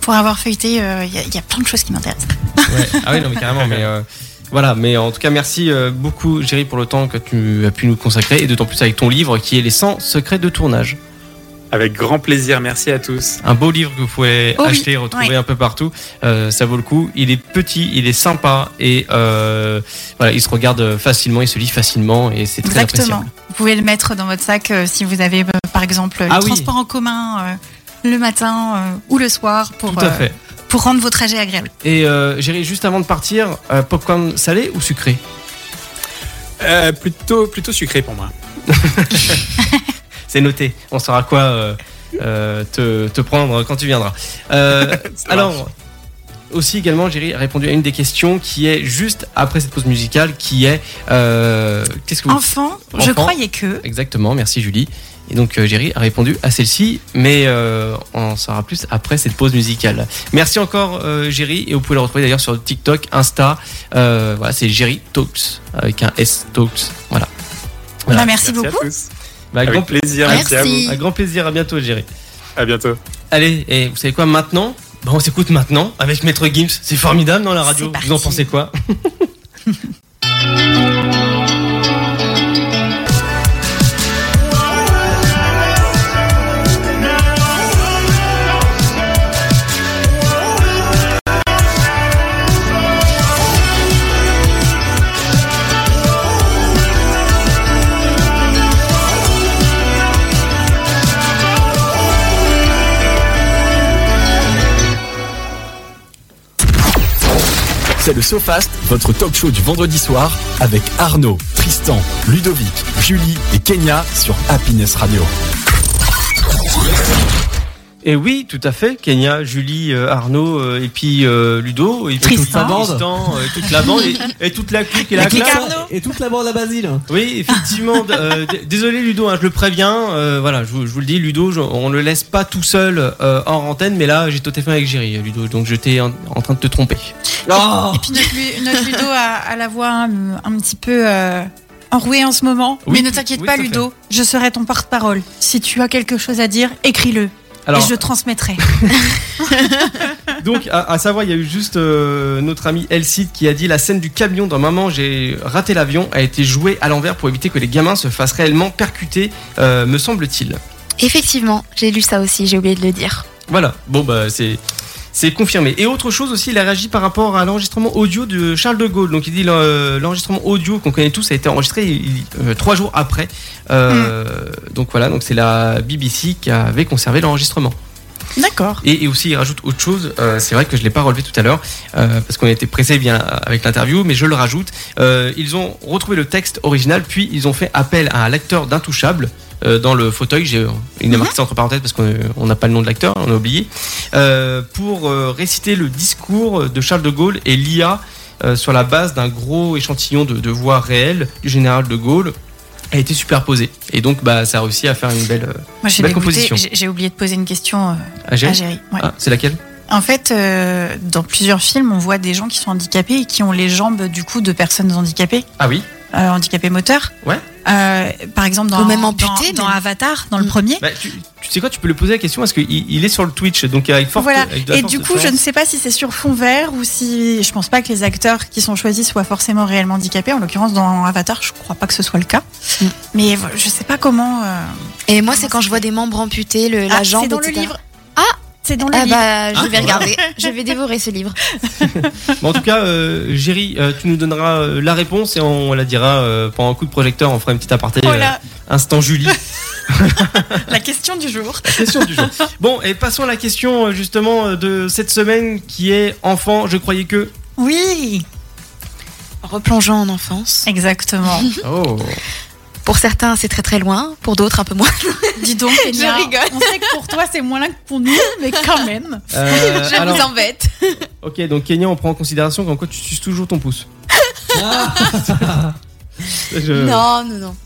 S5: pour avoir feuilleté, euh, il y, a- il y a plein de choses qui m'intéressent.
S3: Ouais. Ah oui, non, mais carrément. Mais, euh, voilà, mais en tout cas, merci euh, beaucoup, Géry, pour le temps que tu as pu nous consacrer, et d'autant plus avec ton livre qui est Les 100 secrets de tournage.
S9: Avec grand plaisir. Merci à tous.
S3: Un beau livre que vous pouvez
S5: Oh oui,
S3: acheter, retrouver
S5: ouais.
S3: un peu partout. Euh, ça vaut le coup. Il est petit, il est sympa, et euh, voilà, il se regarde facilement, il se lit facilement, et c'est très
S5: Exactement.
S3: appréciable.
S5: Vous pouvez le mettre dans votre sac euh, si vous avez, euh, par exemple,
S3: Ah
S5: le
S3: oui.
S5: transport en commun euh, le matin euh, ou le soir pour,
S3: Tout à
S5: euh,
S3: fait.
S5: pour rendre vos trajets agréables.
S3: Et euh, Géry, juste avant de partir, euh, popcorn salé ou sucré
S9: Euh, plutôt, plutôt sucré pour moi.
S3: C'est noté. On saura quoi euh, euh, te, te prendre quand tu viendras. Euh,
S9: Ça marche.
S3: alors, aussi également, j'ai répondu à une des questions qui est juste après cette pause musicale, qui est euh, qu'est-ce que vous
S5: Enfant, je
S3: Enfant.
S5: croyais que.
S3: Exactement, merci Julie. Et donc euh, Géry a répondu à celle-ci, mais euh, on en saura plus après cette pause musicale. Merci encore euh, Géry, et vous pouvez le retrouver d'ailleurs sur TikTok, Insta. Euh, voilà, c'est Géry Talks, avec un S Talks. Voilà. Voilà.
S5: Bah, merci, beaucoup.
S9: à tous.
S3: Bah,
S9: Avec
S3: grand,
S9: plaisir. Merci. à vous.
S7: Merci.
S3: un grand plaisir, à bientôt Géry.
S9: À bientôt.
S3: Allez, et vous savez quoi maintenant bah, On s'écoute maintenant avec Maître Gims. C'est formidable dans la radio.
S5: C'est parti.
S3: Vous en pensez quoi
S2: C'est le SoFast, votre talk show du vendredi soir avec Arnaud, Tristan, Ludovic, Julie et Kenya sur Happiness Radio.
S3: Et Eh oui, tout à fait. Kenya, Julie, euh, Arnaud, euh, et puis euh, Ludo, et puis
S5: Tristan.
S3: toute la bande, Tristan, euh, toute la bande, et, et toute la clique et la, classe.
S4: Et toute la bande à Basile.
S3: Oui, effectivement. d- euh, d- désolé Ludo, hein, je le préviens. euh, voilà, je vous, je vous le dis, Ludo, je- on le laisse pas tout seul euh, hors antenne, mais là, j'étais au téléphone avec Géry, euh, Ludo, donc j'étais en, en train de te tromper.
S5: Et puis notre, Lu- notre Ludo a, a la voix un, un petit peu euh, enrouée en ce moment.
S3: Oui,
S5: mais ne t'inquiète
S3: oui,
S5: pas,
S3: tout à
S5: Ludo, je serai ton porte-parole. Si tu as quelque chose à dire, écris-le et
S3: Alors,
S5: je le transmettrai.
S3: Donc, à, à savoir, il y a eu juste euh, notre ami Elcide qui a dit la scène du camion dans Maman, j'ai raté l'avion a été jouée à l'envers pour éviter que les gamins se fassent réellement percuter, euh, me semble-t-il.
S7: Effectivement, j'ai lu ça aussi, j'ai oublié de le dire.
S3: Voilà, bon, bah, c'est. C'est confirmé. Et autre chose aussi, il a réagi par rapport à l'enregistrement audio de Charles de Gaulle. Donc il dit l'en- l'enregistrement audio qu'on connaît tous a été enregistré il- euh, trois jours après. Euh, Donc voilà, donc c'est la BBC qui avait conservé l'enregistrement.
S5: D'accord.
S3: Et, et aussi, il rajoute autre chose. euh, c'est vrai que je l'ai pas relevé tout à l'heure euh, parce qu'on était pressé bien avec l'interview, mais je le rajoute. Euh, ils ont retrouvé le texte original, puis ils ont fait appel à l'acteur d'Intouchable. euh, dans le fauteuil, j'ai, il est marqué ça entre parenthèses parce qu'on on n'a pas le nom de l'acteur, on a oublié, euh, pour euh, réciter le discours de Charles de Gaulle et l'IA euh, sur la base d'un gros échantillon de, de voix réelles du général de Gaulle a été superposé. Et donc, bah, ça a réussi à faire une belle, euh,
S5: Moi, j'ai
S3: belle
S5: dégoûté.
S3: composition.
S5: J'ai- J'ai oublié de poser une question euh,
S3: Ah, j'ai-
S5: à Géry. Ouais.
S3: Ah, c'est laquelle
S5: En fait, euh, dans plusieurs films, on voit des gens qui sont handicapés et qui ont les jambes du coup de personnes handicapées,
S3: Ah oui.
S5: euh, handicapées moteurs.
S3: Ouais.
S5: Euh, par exemple, dans,
S7: Ou même
S5: dans-
S7: amputées,
S5: dans
S7: même.
S5: Avatar, dans le premier.
S3: Bah, tu, tu sais quoi, tu peux lui poser la question parce qu'il il est sur le Twitch, donc avec forte.
S5: voilà.
S3: avec de la
S5: Et
S3: forte
S5: du coup, je ne
S3: chance.
S5: sais pas si c'est sur fond vert ou si je pense pas que les acteurs qui sont choisis soient forcément réellement handicapés. En l'occurrence, dans Avatar, je crois pas que ce soit le cas.
S7: Mm.
S5: Mais voilà, je sais pas comment. euh,
S7: Et moi, Ah, c'est
S5: Comment
S7: quand
S5: ça
S7: je vois des membres amputés, le,
S5: Ah,
S7: la jambe.
S5: C'est dans le
S7: etc..
S5: livre.
S7: Ah
S5: c'est dans le
S7: Ah
S5: livre.
S7: bah, je vais
S3: Ah.
S7: regarder. Je vais dévorer ce livre.
S3: Bon, en tout cas, euh, Géry, euh, tu nous donneras euh, la réponse et on, la dira euh, pendant un coup de projecteur. On fera une petite aparté.
S5: Voilà,
S3: euh, instant Julie.
S5: la question du jour.
S3: La question du jour. Bon, et passons à la question euh, justement euh, de cette semaine qui est enfant. Je croyais que.
S5: Oui,
S7: Replongeant en enfance.
S5: exactement.
S3: Oh.
S7: Pour certains, c'est très très loin. Pour d'autres, un peu moins.
S5: Dis donc, Kenya,
S7: Je rigole.
S5: on sait que pour toi c'est moins là que pour nous, mais quand même.
S3: Euh, alors,
S7: embête.
S3: ok, donc Kenya, on prend en considération qu'en quoi tu suces toujours ton pouce. Je-
S7: Non, non, non.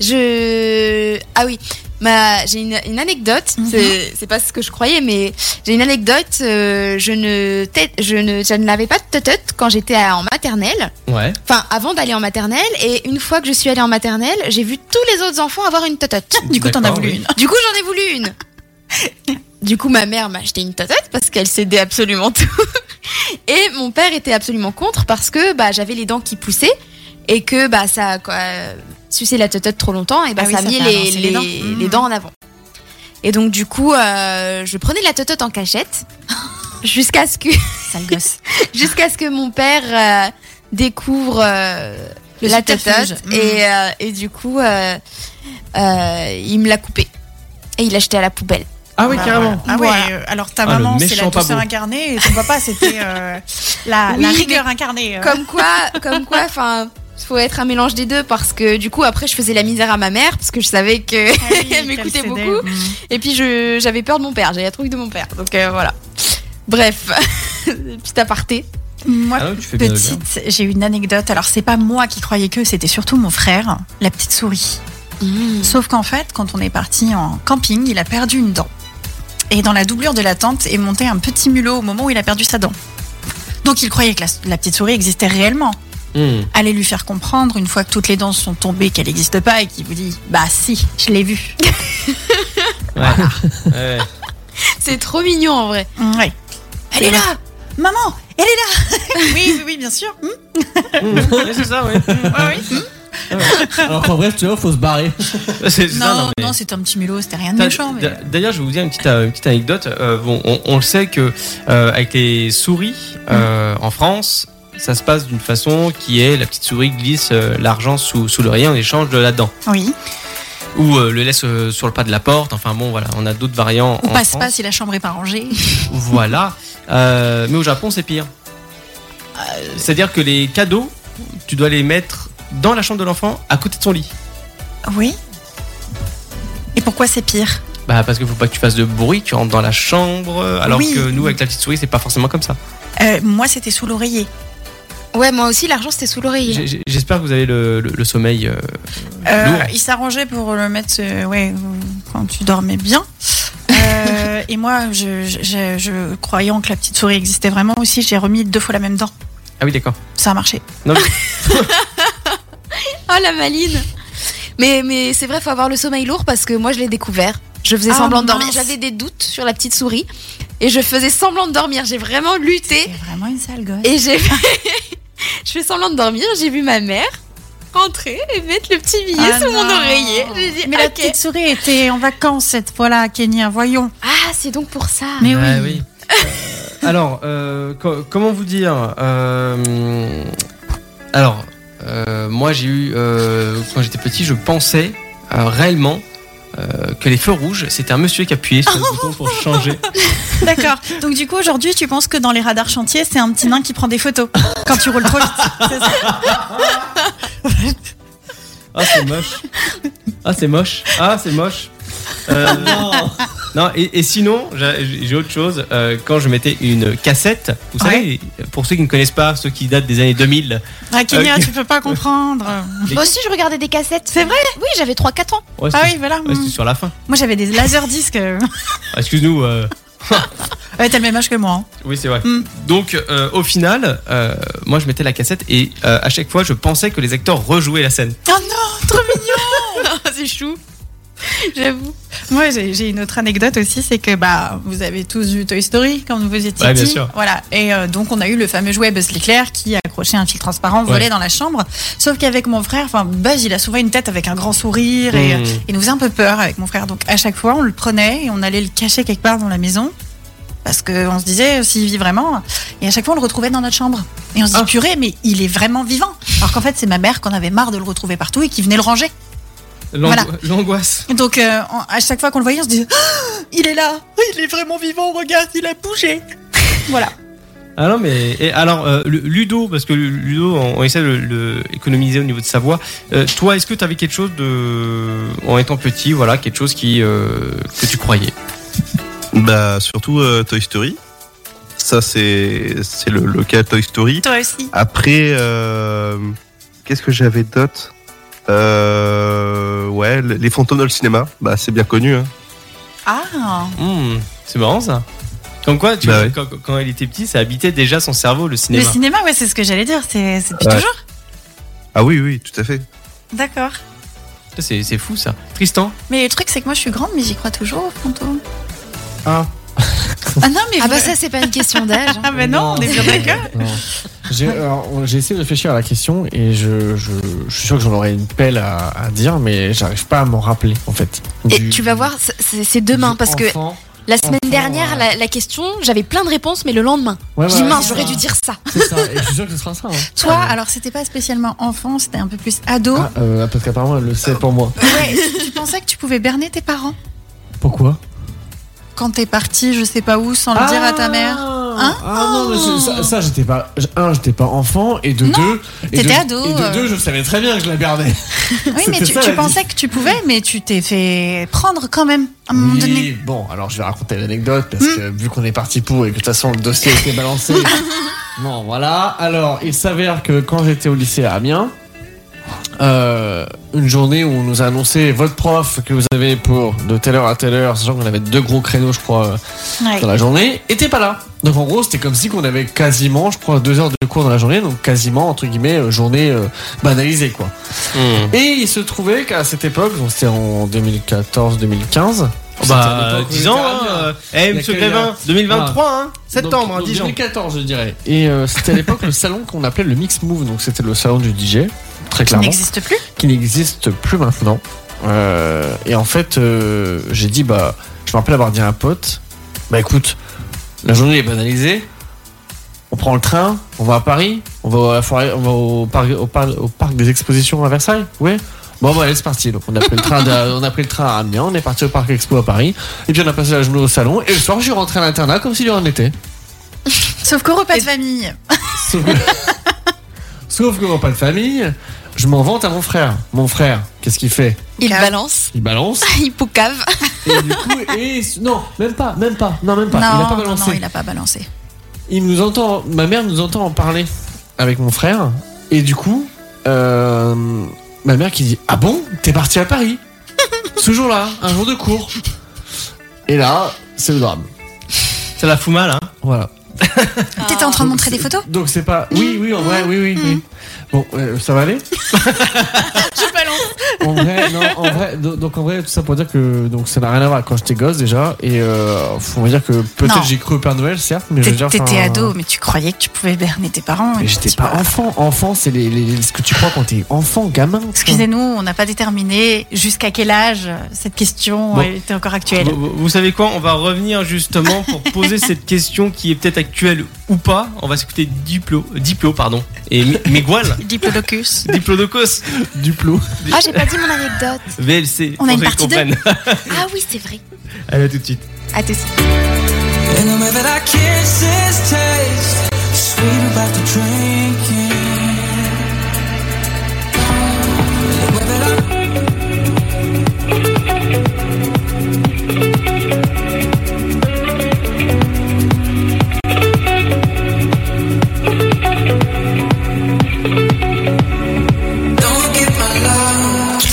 S7: Je. Ah oui, ma... j'ai une, une anecdote.
S5: Mhm.
S7: C'est- C'est pas ce que je croyais, mais j'ai une anecdote. euh, je ne t'ai- je ne je n'avais pas de tutut quand j'étais à- en maternelle.
S3: Ouais.
S7: Enfin, avant d'aller en maternelle. Et une fois que je suis allée en maternelle, j'ai vu tous les autres enfants avoir une tutut.
S5: Du coup, t'en as
S3: D'accord,
S5: voulu
S3: oui.
S5: une.
S7: Du coup, j'en ai voulu une. Du coup, ma mère m'a acheté une totote parce qu'elle cédait absolument tout. Et mon père était absolument contre parce que bah, j'avais les dents qui poussaient et que bah, ça, quoi, euh, sucer la totote trop longtemps, et bah,
S5: Ah oui,
S7: ça
S5: ça
S7: mis
S5: fait
S7: les,
S5: avancer les dents.
S7: les-
S5: Mmh.
S7: les dents en avant. Et donc, du coup, euh, je prenais la totote en cachette jusqu'à ce que
S5: Sale gosse.
S7: jusqu'à ce que mon père euh, découvre euh,
S5: Le
S7: la
S5: subterfuge.
S7: totote
S5: Mhm.
S7: et, euh, et du coup euh, euh, il me l'a coupée et il l'a jetée à la poubelle.
S3: Ah oui,
S5: Bah,
S3: carrément.
S5: voilà. Ah
S7: Voilà.
S5: ouais, euh, alors ta
S3: Ah, le
S5: maman c'est
S3: méchant
S5: la
S3: pas
S5: douceur
S3: beau.
S5: incarnée et ton papa c'était euh, la, la
S7: Oui,
S5: rigueur incarnée. euh.
S7: Comme quoi, comme quoi, enfin. Faut être un mélange des deux parce que du coup après je faisais la misère à ma mère parce que je savais que
S5: Ah oui,
S7: elle m'écoutait
S5: qu'elle cédait.
S7: beaucoup.
S5: Mm.
S7: et puis je j'avais peur de mon père j'avais la truc de mon père donc euh, voilà bref petit aparté
S5: Moi,
S3: Ah ouais, tu fais bien de le dire.
S5: petite, j'ai une anecdote. Alors, c'est pas moi qui croyais que, c'était surtout mon frère, la petite souris.
S7: Mmh.
S5: Sauf qu'en fait, quand on est parti en camping, il a perdu une dent. Et dans la doublure de la tente est monté un petit mulot au moment où il a perdu sa dent. Donc, il croyait que la, la petite souris existait réellement.
S3: Hmm.
S5: Allez lui faire comprendre, une fois que toutes les dents sont tombées, qu'elle n'existe pas et qu'il vous dit Bah, si, je l'ai vue.
S3: Ouais. Ouais.
S7: c'est trop mignon en vrai
S5: Ouais.
S7: elle est
S5: vrai.
S7: là
S5: Maman, elle est là Oui, oui, oui, bien sûr. Hmm
S3: Hmm. Ouais, c'est ça, ouais.
S5: Ouais, oui.
S4: Alors qu'en bref, tu vois, faut se barrer.
S3: C'est- c'est ça,
S5: Non,
S3: mais-
S5: non, c'est un petit mulot, c'était rien de méchant. mais-
S3: D'a- D'ailleurs, je vais vous dire une petite, euh, une petite anecdote. Euh, bon, on, on le sait que euh, avec les souris euh,
S5: Mm.
S3: en France, ça se passe d'une façon qui est la petite souris glisse euh, l'argent sous, sous l'oreiller en échange de la dent,
S5: Oui.
S3: ou euh, le laisse euh, sur le pas de la porte. Enfin bon, voilà, on a d'autres variants.
S5: On
S3: en
S5: passe
S3: France.
S5: pas si la chambre est pas rangée.
S3: Voilà. Euh, mais au Japon, c'est pire. C'est-à-dire que les cadeaux, tu dois les mettre dans la chambre de l'enfant, à côté de son lit.
S5: Oui. Et pourquoi c'est pire
S3: Bah parce qu'il faut pas que tu fasses de bruit, tu rentres dans la chambre, euh, alors
S5: Oui.
S3: que nous avec la petite souris c'est pas forcément comme ça.
S5: Euh, Moi, c'était sous l'oreiller.
S7: ouais moi aussi l'argent c'était sous l'oreiller
S3: J'ai- j'ai- J'espère que vous avez le, le- le sommeil. euh,
S5: Euh,
S3: Lourd.
S5: il s'arrangeait pour le mettre, euh, ouais, quand tu dormais bien. Euh, et moi, je, je- je- je- croyant que la petite souris existait vraiment aussi, j'ai remis deux fois la même dent.
S3: Ah oui, d'accord.
S5: Ça a marché.
S7: Oh la maline Mais, mais c'est vrai, faut avoir le sommeil lourd parce que moi je l'ai découvert. Je faisais
S5: Ah,
S7: semblant de dormir.
S5: mince.
S7: J'avais des doutes sur la petite souris et je faisais semblant de dormir. J'ai vraiment
S5: C'est
S7: lutté
S5: vraiment une sale gosse.
S7: et j'ai Je fais semblant de dormir. J'ai vu ma mère rentrer et mettre le petit billet
S5: Ah
S7: sous mon
S5: non.
S7: oreiller. J'ai dit,
S5: Mais la
S7: ok.
S5: petite souris était en vacances cette fois-là à Kenya, voyons.
S7: Ah, c'est donc pour ça.
S5: Mais
S3: Ah
S5: oui.
S3: Euh, alors, euh, co- comment vous dire Euh, Alors, euh, moi j'ai eu, euh, quand j'étais petit, je pensais euh, réellement euh, que les feux rouges, c'était un monsieur qui appuyait sur le bouton pour changer.
S5: D'accord. Donc du coup aujourd'hui tu penses que dans les radars chantiers c'est un petit nain qui prend des photos quand tu roules trop vite. C'est ça
S3: Ah, c'est moche. Ah, c'est moche. Ah, c'est moche. Euh, non, et, et sinon, j'ai j'ai autre chose. Euh, quand je mettais une cassette, vous savez, pour ceux qui ne connaissent pas, ceux qui datent des années 2000,
S5: Ah Kenya
S3: Euh,
S5: tu peux pas comprendre.
S7: Moi aussi, je regardais des cassettes.
S5: C'est vrai
S7: Oui, j'avais 3-4 ans.
S3: ouais,
S5: Ah
S3: c'est-
S5: oui voilà.
S3: ouais, c'est sur la fin.
S5: Moi j'avais des laserdiscs. euh.
S3: Ah, Excuse-nous. euh,
S5: Ouais t'as le même âge que moi. hein.
S3: Oui, c'est vrai.
S5: Mm.
S3: Donc, euh, au final, euh, moi, je mettais la cassette et euh, à chaque fois, je pensais que les acteurs rejouaient la scène.
S5: Oh non trop mignon.
S7: Oh, c'est chou. J'avoue.
S5: Moi, j'ai j'ai une autre anecdote aussi, c'est que bah vous avez tous vu Toy Story quand vous étiez
S3: Ouais, bien
S5: petits.
S3: sûr.
S5: Voilà. Et euh, donc on a eu le fameux jouet Buzz l'éclair qui accrochait un fil transparent volait
S3: Ouais.
S5: dans la chambre. Sauf qu'avec mon frère, enfin Buzz, il a souvent une tête avec un grand sourire et, euh,
S3: Mm.
S5: il nous faisait un peu peur avec mon frère. Donc à chaque fois, on le prenait et on allait le cacher quelque part dans la maison. Parce qu'on se disait euh, s'il vit vraiment. Et à chaque fois, on le retrouvait dans notre chambre. Et on se dit,
S3: Ah.
S5: purée, mais il est vraiment vivant. Alors qu'en fait, c'est ma mère qu'on avait marre de le retrouver partout et qui venait le ranger.
S3: L'ango-
S5: Voilà.
S3: L'angoisse.
S5: Donc euh, on- à chaque fois qu'on le voyait, on se disait Ah, il est là, il est vraiment vivant, regarde, il a bougé. voilà.
S3: Ah non, mais et alors, euh, le- Ludo, parce que Ludo, on, on essaie de le économiser au niveau de sa voix. Euh, toi, est-ce que tu avais quelque chose de. En étant petit, voilà, quelque chose qui, euh, que tu croyais
S6: Bah, surtout euh, Toy Story. Ça, c'est c'est le, le cas Toy Story.
S5: Toi aussi.
S6: Après, euh, qu'est-ce que j'avais d'autre Euh, Ouais, le- les fantômes dans le cinéma. Bah, c'est bien connu. hein.
S5: Ah,
S3: Hmm, C'est marrant ça. Comme quoi, tu
S6: Bah
S3: vois,
S6: ouais.
S3: quand, quand il était petit, ça habitait déjà son cerveau, le
S5: le
S3: cinéma.
S5: cinéma, ouais, c'est ce que j'allais dire, c'est c'est depuis
S6: Ouais.
S5: toujours.
S6: Ah oui, oui, tout à fait.
S5: D'accord.
S3: C'est c'est fou ça. Tristan
S5: Mais le truc, c'est que moi, je suis grande, mais j'y crois toujours aux fantômes.
S4: Ah.
S5: ah non, mais
S7: Ah bah
S5: vous-
S7: ça, c'est pas une question d'âge. hein.
S5: Ah bah non, on est bien d'accord.
S4: Non. J'ai alors, on- j'ai essayé de réfléchir à la question et je, je, je suis sûr que j'en aurais une pelle à, à dire, mais j'arrive pas à m'en rappeler en fait.
S7: Et
S4: Du-
S7: tu vas voir, c'est- c'est c'est
S4: du
S7: demain parce que
S4: enfant.
S7: la semaine
S4: enfant,
S7: dernière,
S4: ouais.
S7: la, la question, j'avais plein de réponses, mais le lendemain,
S4: Ouais,
S7: j'ai dit
S4: ouais,
S7: mince,
S4: c'est
S7: j'aurais
S4: ça.
S7: dû dire Ah bah, ça.
S4: C'est ça, et je suis sûr que ce sera ça. hein.
S5: Toi, alors, c'était pas spécialement enfant, c'était un peu plus ado.
S4: Ah, euh, parce qu'apparemment, elle le sait pour moi.
S5: Ouais, tu pensais que tu pouvais berner tes parents
S4: Pourquoi
S5: quand t'es parti, je sais pas où, sans le dire à ta mère. Hein
S4: Ah non, mais c'est- ça, ça, j'étais pas. Un, j'étais pas enfant, et de
S5: Non,
S4: deux. et
S5: t'étais
S4: de-
S5: ado,
S4: Et
S5: euh.
S4: de deux, je savais très bien que je la perdais.
S5: Oui, mais
S4: C'était
S5: tu,
S4: ça,
S5: tu
S4: la vie.
S5: pensais que tu pouvais, mais tu t'es fait prendre quand même à un moment donné. Hmm.
S4: Oui, bon, alors je vais raconter l'anecdote parce que vu qu'on est parti pour et que de toute façon le dossier a été balancé. non, voilà. Alors, il s'avère que quand j'étais au lycée à Amiens, euh, une journée où on nous a annoncé votre prof que vous avez pour de telle heure à telle heure, sachant qu'on avait deux gros créneaux, je crois,
S5: Ouais.
S4: dans la journée, était pas là. Donc en gros, c'était comme si qu'on avait quasiment, je crois, deux heures de cours dans la journée, donc quasiment, entre guillemets, euh, journée euh, banalisée, quoi.
S3: Hmm.
S4: Et il se trouvait qu'à cette époque, donc c'était en 2014-2015,
S3: Bah,
S4: c'était à l'époque où
S3: 10
S4: j'étais
S3: ans,
S4: à Amiens.
S3: hein. Eh, monsieur
S4: L'accueil,
S3: Grévin,
S4: hein.
S3: 2023, hein.
S4: Donc,
S3: Septembre, hein,
S4: donc
S3: 10 ans.
S4: 2014, je dirais. Et euh, c'était à l'époque le salon qu'on appelait le Mix Move, donc c'était le salon du DJ, très
S5: Qui
S4: clairement,
S5: n'existe plus.
S4: qui n'existe plus maintenant. Euh, et en fait, euh, j'ai dit, bah, je me rappelle avoir dit à un pote, bah écoute, la journée est banalisée, on prend le train, on va à Paris, on va, à la forêt- on va au, parc, au, par- au parc des expositions à Versailles, ouais. Bon, bah, allez, c'est parti. Donc, on a, pris le train de- on a pris le train à Amiens, on est parti au parc Expo à Paris, et puis on a passé la journée au salon, et le soir, je suis rentré à l'internat comme s'il y en était.
S5: Sauf qu'au repas de famille.
S4: Sauf que, Sauf que mon pas de famille, je m'en vante à mon frère. Mon frère, qu'est-ce qu'il fait
S7: Il
S5: Cave.
S7: balance,
S4: Il balance.
S7: il poucave.
S4: Et du coup, et, non, même pas, même pas, non, même pas.
S5: non,
S4: Bah, il a pas
S5: non,
S4: balancé.
S5: non, il a pas balancé.
S4: il nous entend, ma mère nous entend en parler avec mon frère, et du coup, euh, ma mère qui dit Ah bon, t'es parti à Paris Ce jour-là, un jour de cours. Et là, c'est le drame.
S3: C'est la fouma
S4: hein.
S3: là.
S4: Voilà.
S5: T'étais en train de montrer des photos Hmm.
S4: Donc c'est pas. Oui, oui, en vrai, oui, oui. oui. Bon, euh, ça va aller
S5: Je balance.
S4: en vrai, non, en vrai, do- donc en vrai, tout ça pour dire que donc ça n'a rien à voir. Quand j'étais gosse déjà, et euh, faut- on va dire que
S5: Non.
S4: peut-être j'ai cru au Père Noël, certes, mais je veux dire.
S5: T'étais
S4: enfin,
S5: ado, mais tu croyais que tu pouvais berner tes parents.
S4: Mais
S5: Et
S4: j'étais
S5: tu
S4: pas
S5: vois.
S4: enfant. Enfant, c'est les, les- ce que tu crois quand t'es enfant, gamin. quoi.
S5: Excusez-nous, on n'a pas déterminé jusqu'à quel âge cette question
S3: Bon.
S5: elle était encore actuelle.
S3: Vous, vous- vous savez quoi On va revenir justement pour poser cette question qui est peut-être actuelle ou pas, on va s'écouter Diplo, Diplo pardon, et Mi- Miguel,
S5: Diplodocus.
S3: Diplodocus,
S4: Duplo.
S7: Ah, j'ai pas dit mon anecdote.
S3: VLC.
S5: On
S3: pour
S5: a une
S3: ceux qui
S5: partie deux.
S3: comprennent.
S7: Ah oui, c'est vrai.
S3: Allez, à tout de suite.
S7: À tout de suite.
S10: And the way that I kisses taste sweet about the drinking. And the way that I- Don't get my love.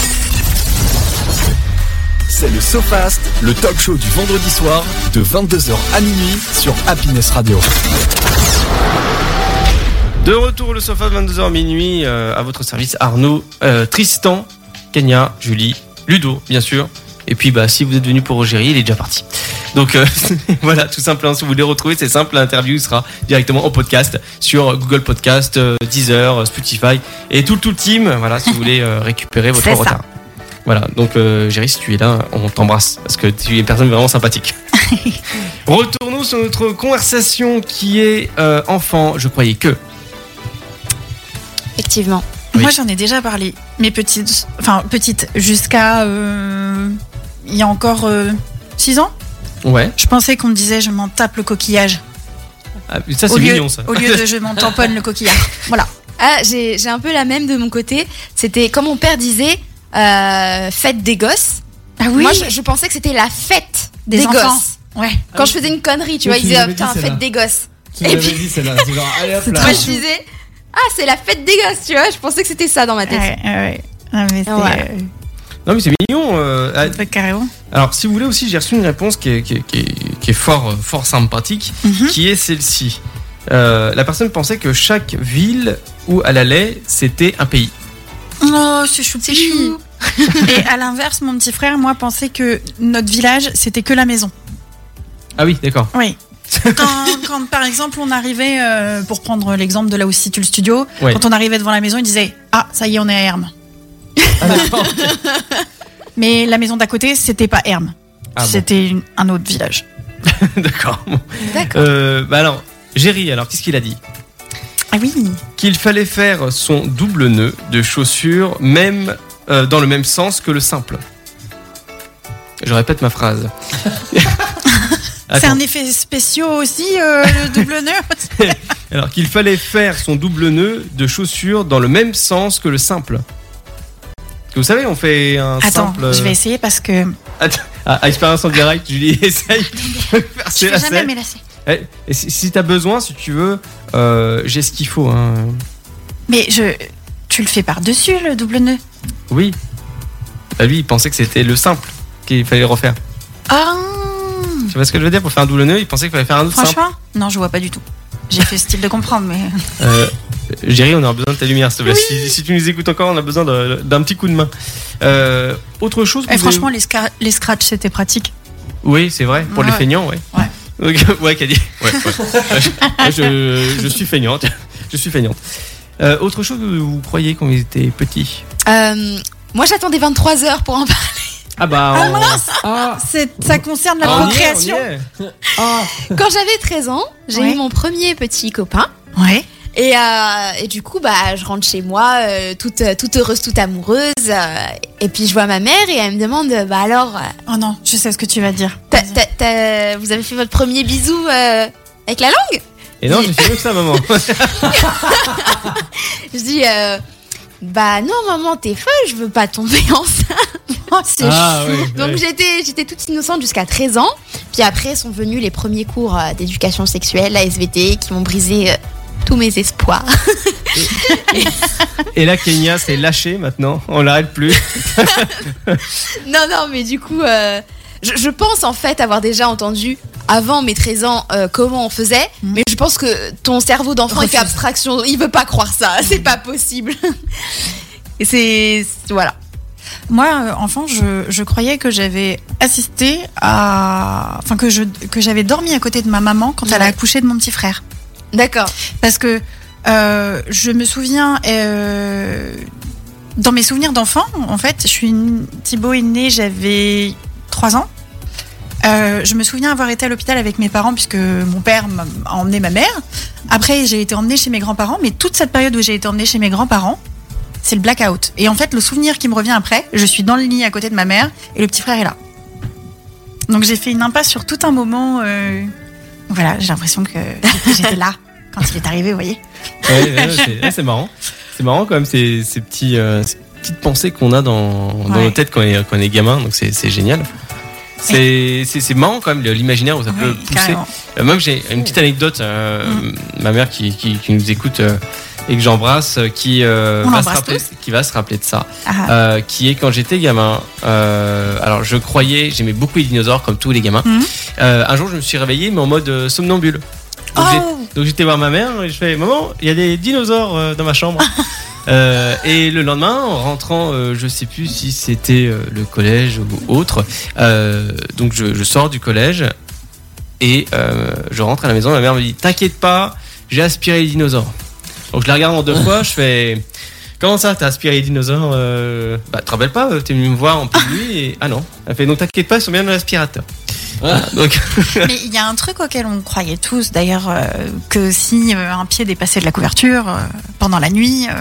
S2: C'est le SoFast, le talk show du vendredi soir de 22h à minuit sur Happiness Radio.
S3: De retour le sofa 22h minuit euh, à votre service Arnaud, euh, Tristan, Kenya, Julie, Ludo bien sûr. Et puis bah si vous êtes venu pour Rogéry, il est déjà parti. Donc euh, voilà, tout simplement si vous voulez retrouver, c'est simple, l'interview sera directement en podcast sur Google Podcast, euh, Deezer, euh, Spotify et tout tout le team, voilà si vous voulez euh, récupérer votre
S5: C'est ça.
S3: retard. Voilà, donc euh, Géry, si tu es là, on t'embrasse parce que tu es une personne vraiment sympathique. Retournons sur notre conversation qui est euh, enfant, je croyais que
S7: Effectivement.
S3: Oui.
S5: Moi, j'en ai déjà parlé. Mais petites, enfin petites, jusqu'à euh, il y a encore 6 ans,
S3: Ouais.
S5: je pensais qu'on me disait je m'en tape le coquillage
S3: Ah, mais ça,
S5: au
S3: c'est
S5: lieu,
S3: mignon, ça.
S5: au lieu de je m'en tamponne le coquillage. Voilà.
S7: Ah, j'ai j'ai un peu la même de mon côté. C'était comme mon père disait, euh, fête des gosses.
S5: Ah oui.
S7: Moi, je, je pensais que c'était la fête des,
S5: Des enfants.
S7: gosses.
S5: Ouais.
S7: Quand je faisais une connerie, tu
S4: Oui,
S7: vois,
S4: tu
S7: ils disaient, oh,
S4: nous l'avais dit,
S7: putain,
S4: celle-là.
S7: fête des gosses.
S4: Tu me
S7: Et
S4: l'avais
S7: puis-
S4: dit, celle-là. C'est genre, allez hop là.
S7: Moi, je disais, ah, c'est la fête des gosses, tu vois. Je pensais que c'était ça dans ma
S5: Ouais,
S7: tête.
S5: Ah ouais, ouais. Non, mais c'est
S7: Ouais.
S5: euh,
S3: Non, mais c'est mignon. euh, ah,
S5: un truc carrément.
S3: Alors, si vous voulez aussi, j'ai reçu une réponse qui est, qui est- qui est- qui est fort, euh, fort sympathique,
S5: Mhm.
S3: qui est celle-ci. Euh, la personne pensait que chaque ville où elle allait, c'était un pays.
S5: Oh, c'est chou,
S7: C'est chou.
S5: Et à l'inverse, mon petit frère, moi, pensait que notre village, c'était que la maison.
S3: Ah oui, d'accord.
S5: Oui. Quand, quand, par exemple, on arrivait, euh, pour prendre l'exemple de là où se situe le studio,
S3: Ouais.
S5: quand on arrivait devant la maison, il disait Ah, ça y est, on est à Hermes. Ah, Mais la maison d'à côté, c'était pas Hermes.
S3: Ah bon,
S5: c'était une- un autre village.
S3: d'accord. Bon.
S7: D'accord.
S3: Euh, bah alors, Géry, alors, qu'est-ce qu'il a dit
S5: Ah oui.
S3: Qu'il fallait faire son double nœud de chaussures, même euh, dans le même sens que le simple. Je répète ma phrase.
S5: C'est
S3: Attends.
S5: un effet spécial aussi, euh, le double nœud.
S3: Alors qu'il fallait faire son double nœud de chaussures dans le même sens que le simple. Parce que vous savez, on fait un
S5: Attends,
S3: simple.
S5: je vais essayer parce que
S3: Ah, à expérience en direct, Julie, essaye de faire
S5: je
S3: ses
S5: fais jamais
S3: lacets.
S5: mes lacets.
S3: Eh, et si, si t'as besoin, si tu veux, euh, j'ai ce qu'il faut. hein.
S5: Mais je, tu le fais par-dessus, le double nœud.
S3: Oui. Bah, lui, il pensait que c'était le simple qu'il fallait refaire.
S5: Ah
S3: Tu vois ce que je veux dire Pour faire un double nœud, il pensait qu'il fallait faire un autre simple.
S5: Franchement Non, je vois pas du tout. J'ai fait style de comprendre, mais.
S3: Euh, Géry, on a besoin de ta lumière, s'il te plaît. Si, si tu nous écoutes encore, on a besoin de- d'un petit coup de main. Euh, autre chose que
S5: Eh,
S3: vous avez-
S5: franchement, les, sca- les scratchs, c'était pratique.
S3: Oui, c'est vrai, pour les
S5: Ouais.
S3: feignants, ouais.
S5: Ouais.
S3: Donc, ouais, Caddy. Ouais, ouais. je, je suis feignante. Je suis feignante. Euh, autre chose que vous croyez quand vous étiez petit
S7: Euh, moi, j'attendais 23 heures pour en parler.
S3: Ah bah, on,
S4: Ah,
S5: C'est- Ça concerne la
S3: on y est, on y
S5: procréation.
S3: est.
S4: ah.
S7: Quand j'avais 13 ans, j'ai
S5: Ouais.
S7: eu mon premier petit copain.
S5: Ouais.
S7: Et, euh, et du coup, bah, je rentre chez moi, euh, toute, euh, toute heureuse, toute amoureuse. euh, et puis je vois ma mère et elle me demande, euh, bah alors, euh,
S5: Oh non, je sais ce que tu vas dire.
S7: t'as-
S5: Vas-y.
S7: t'as- t'as- vous avez fait votre premier bisou euh, avec la langue
S3: Et non, j'ai fait mieux que ça, maman.
S7: Je dis, euh, bah non maman, t'es folle, je veux pas tomber enceinte. C'est
S4: Ah,
S7: chou.
S4: ouais,
S7: Donc
S4: ouais.
S7: j'étais, j'étais toute innocente jusqu'à 13 ans. Puis après sont venus les premiers cours euh, d'éducation sexuelle, la SVT, qui m'ont brisé euh, tous mes espoirs.
S3: Et là, Kenya s'est lâchée maintenant. On l'arrête plus.
S7: Non, non, mais du coup, euh, je, je pense en fait avoir déjà entendu avant mes 13 ans euh, comment on faisait,
S5: Mhm.
S7: mais je pense que ton cerveau d'enfant il fait
S5: Refuse.
S7: abstraction, il veut pas croire ça, c'est pas possible. Et c'est. Voilà.
S5: Moi, euh, enfant, je, je croyais que j'avais assisté à. Enfin, que je que j'avais dormi à côté de ma maman quand elle a
S7: Ouais.
S5: accouché de mon petit frère.
S7: D'accord.
S5: Parce que euh, je me souviens. euh, dans mes souvenirs d'enfant, en fait, je suis. une- Thibaut est né, j'avais 3 ans. Euh, je me souviens avoir été à l'hôpital avec mes parents puisque mon père m'a a emmené ma mère. Après, j'ai été emmenée chez mes grands-parents, mais toute cette période où j'ai été emmenée chez mes grands-parents, c'est le blackout. Et en fait, le souvenir qui me revient après, je suis dans le lit à côté de ma mère et le petit frère est là. Donc j'ai fait une impasse sur tout un moment. euh, Voilà, j'ai l'impression que j'étais là quand il est arrivé, vous voyez.
S3: Ouais, ouais, ouais, c'est ouais, c'est marrant. C'est marrant quand même ces, ces petits, euh, ces petites pensées qu'on a dans, dans
S5: Ouais.
S3: nos têtes quand on est, quand on est gamin, donc c'est c'est génial. C'est c'est- c'est marrant quand même le- l'imaginaire où ça peut
S5: Oui,
S3: pousser.
S5: carrément.
S3: Euh, Même j'ai une petite anecdote, euh,
S5: Mm.
S3: ma mère qui, qui, qui nous écoute euh, et que j'embrasse, euh, qui, euh,
S5: On
S3: va se
S5: l'embrasse
S3: rappeler, qui va se rappeler de ça,
S5: Ah.
S3: Euh, qui est quand j'étais gamin. euh, alors je croyais, j'aimais beaucoup les dinosaures comme tous les gamins.
S5: Mhm.
S3: Euh, un jour je me suis réveillé mais en mode euh, somnambule. Donc, j'ai-
S5: Oh
S3: donc j'étais voir ma mère et je fais maman, il y a des dinosaures euh, dans ma chambre. Euh, et le lendemain, en rentrant, euh, je sais plus si c'était euh, le collège ou autre. euh, donc je, je sors du collège et euh, je rentre à la maison. Ma mère me dit t'inquiète pas, j'ai aspiré les dinosaures. Donc je la regarde en deux fois, je fais comment ça t'as aspiré les dinosaures euh, Bah tu te rappelles pas, euh, t'es venu me voir en plus et ah non. Elle fait donc t'inquiète pas, ils sont bien dans l'aspirateur. Voilà, donc
S5: Mais il y a un truc auquel on croyait tous, d'ailleurs, euh, que si euh, un pied dépassait de la couverture euh, pendant la nuit, euh,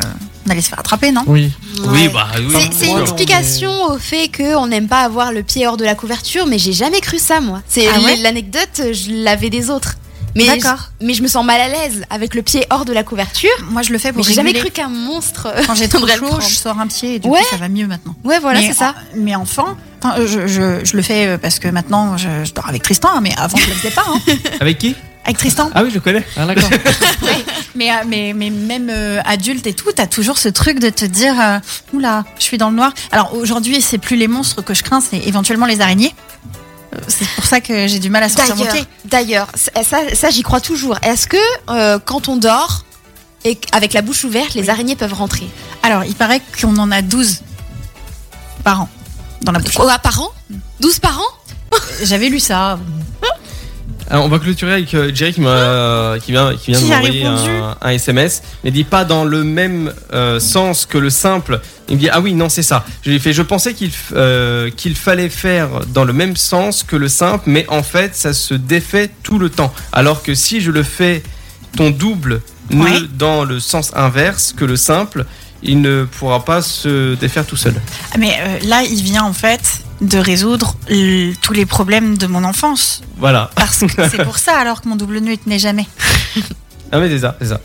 S5: on allait se faire attraper, non
S4: Oui.
S3: oui bah oui.
S7: C'est- C'est une
S4: Ouais.
S7: explication au fait qu'on n'aime pas avoir le pied hors de la couverture, mais j'ai jamais cru ça, moi. C'est
S5: Ah ouais
S7: l'anecdote, euh, je l'avais des autres. Mais
S5: D'accord.
S7: Je, mais je me sens mal à l'aise avec le pied hors de la couverture.
S5: Moi, je le fais
S7: Mais
S5: pour
S7: j'ai jamais
S5: réguler.
S7: cru qu'un monstre.
S5: Quand j'ai trop
S7: viendrait le
S5: chaud,
S7: prendre.
S5: je sors un pied et du
S7: Ouais.
S5: coup, ça va mieux maintenant.
S7: Ouais, voilà,
S5: Mais
S7: c'est ça.
S5: en- mais enfant, enfin, euh, je, je- je le fais euh, parce que maintenant, je, je dors avec Tristan, hein, mais avant, je le faisais pas. hein.
S3: Avec qui
S5: Avec Tristan.
S3: Ah oui je connais.
S4: Ah, d'accord.
S5: Mais, euh, mais, mais même euh, adulte et tout, t'as toujours ce truc de te dire euh, Oula, je suis dans le noir. Alors aujourd'hui, c'est plus les monstres que je crains, c'est éventuellement les araignées. Euh, C'est pour ça que j'ai du mal à sortir mon
S7: D'ailleurs,
S5: pied.
S7: d'ailleurs, ça, ça- ça, j'y crois toujours. Est-ce que euh, quand on dort et qu- avec la bouche ouverte, les araignées peuvent rentrer
S5: Alors, il paraît qu'on en a 12 par an dans la bouche.
S7: Quoi, par an 12 par an
S5: J'avais lu ça.
S3: Alors, on va clôturer avec euh, Jerry qui, m'a, euh, qui vient, qui vient
S5: Qui
S3: de
S5: a
S3: m'envoyer
S5: répondu.
S3: un, un SMS. Mais dit pas dans le même euh, sens que le simple. Il me dit Ah oui, non, c'est ça. Je lui ai fait Je pensais qu'il f- euh, qu'il fallait faire dans le même sens que le simple, mais en fait, ça se défait tout le temps. Alors que si je le fais ton double ne
S5: Ouais.
S3: dans le sens inverse que le simple, il ne pourra pas se défaire tout seul.
S5: Mais euh, là, il vient en fait de résoudre l- tous les problèmes de mon enfance.
S3: Voilà.
S5: Parce que c'est pour ça alors que mon double nœud il tenait jamais.
S3: Ah, mais c'est ça, c'est ça.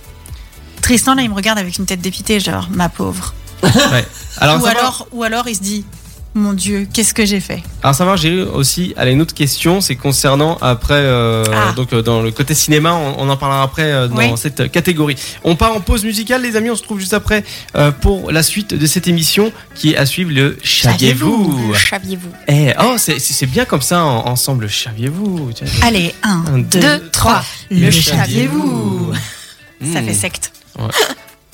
S5: Tristan, là, il me regarde avec une tête dépitée, genre, ma pauvre.
S3: Alors,
S5: ou,
S3: ça va
S5: alors, ou alors, il se dit, mon Dieu, qu'est-ce que j'ai fait
S3: Alors ça va, j'ai eu aussi elle a une autre question, c'est concernant après euh,
S5: Ah.
S3: donc euh, dans le côté cinéma, on, on en parlera après euh, dans
S5: Oui.
S3: cette catégorie. On part en pause musicale, les amis, on se trouve juste après euh, pour la suite de cette émission qui est à suivre le Chaviez-vous.
S7: Saviez-vous
S3: Eh oh c'est- c'est c'est bien comme ça en- ensemble, le Chaviez-vous. Tiens,
S5: Allez, 1,
S3: Un,
S5: 2, 3, le saviez-vous Ça
S3: Hmm.
S5: fait secte.
S3: Ouais.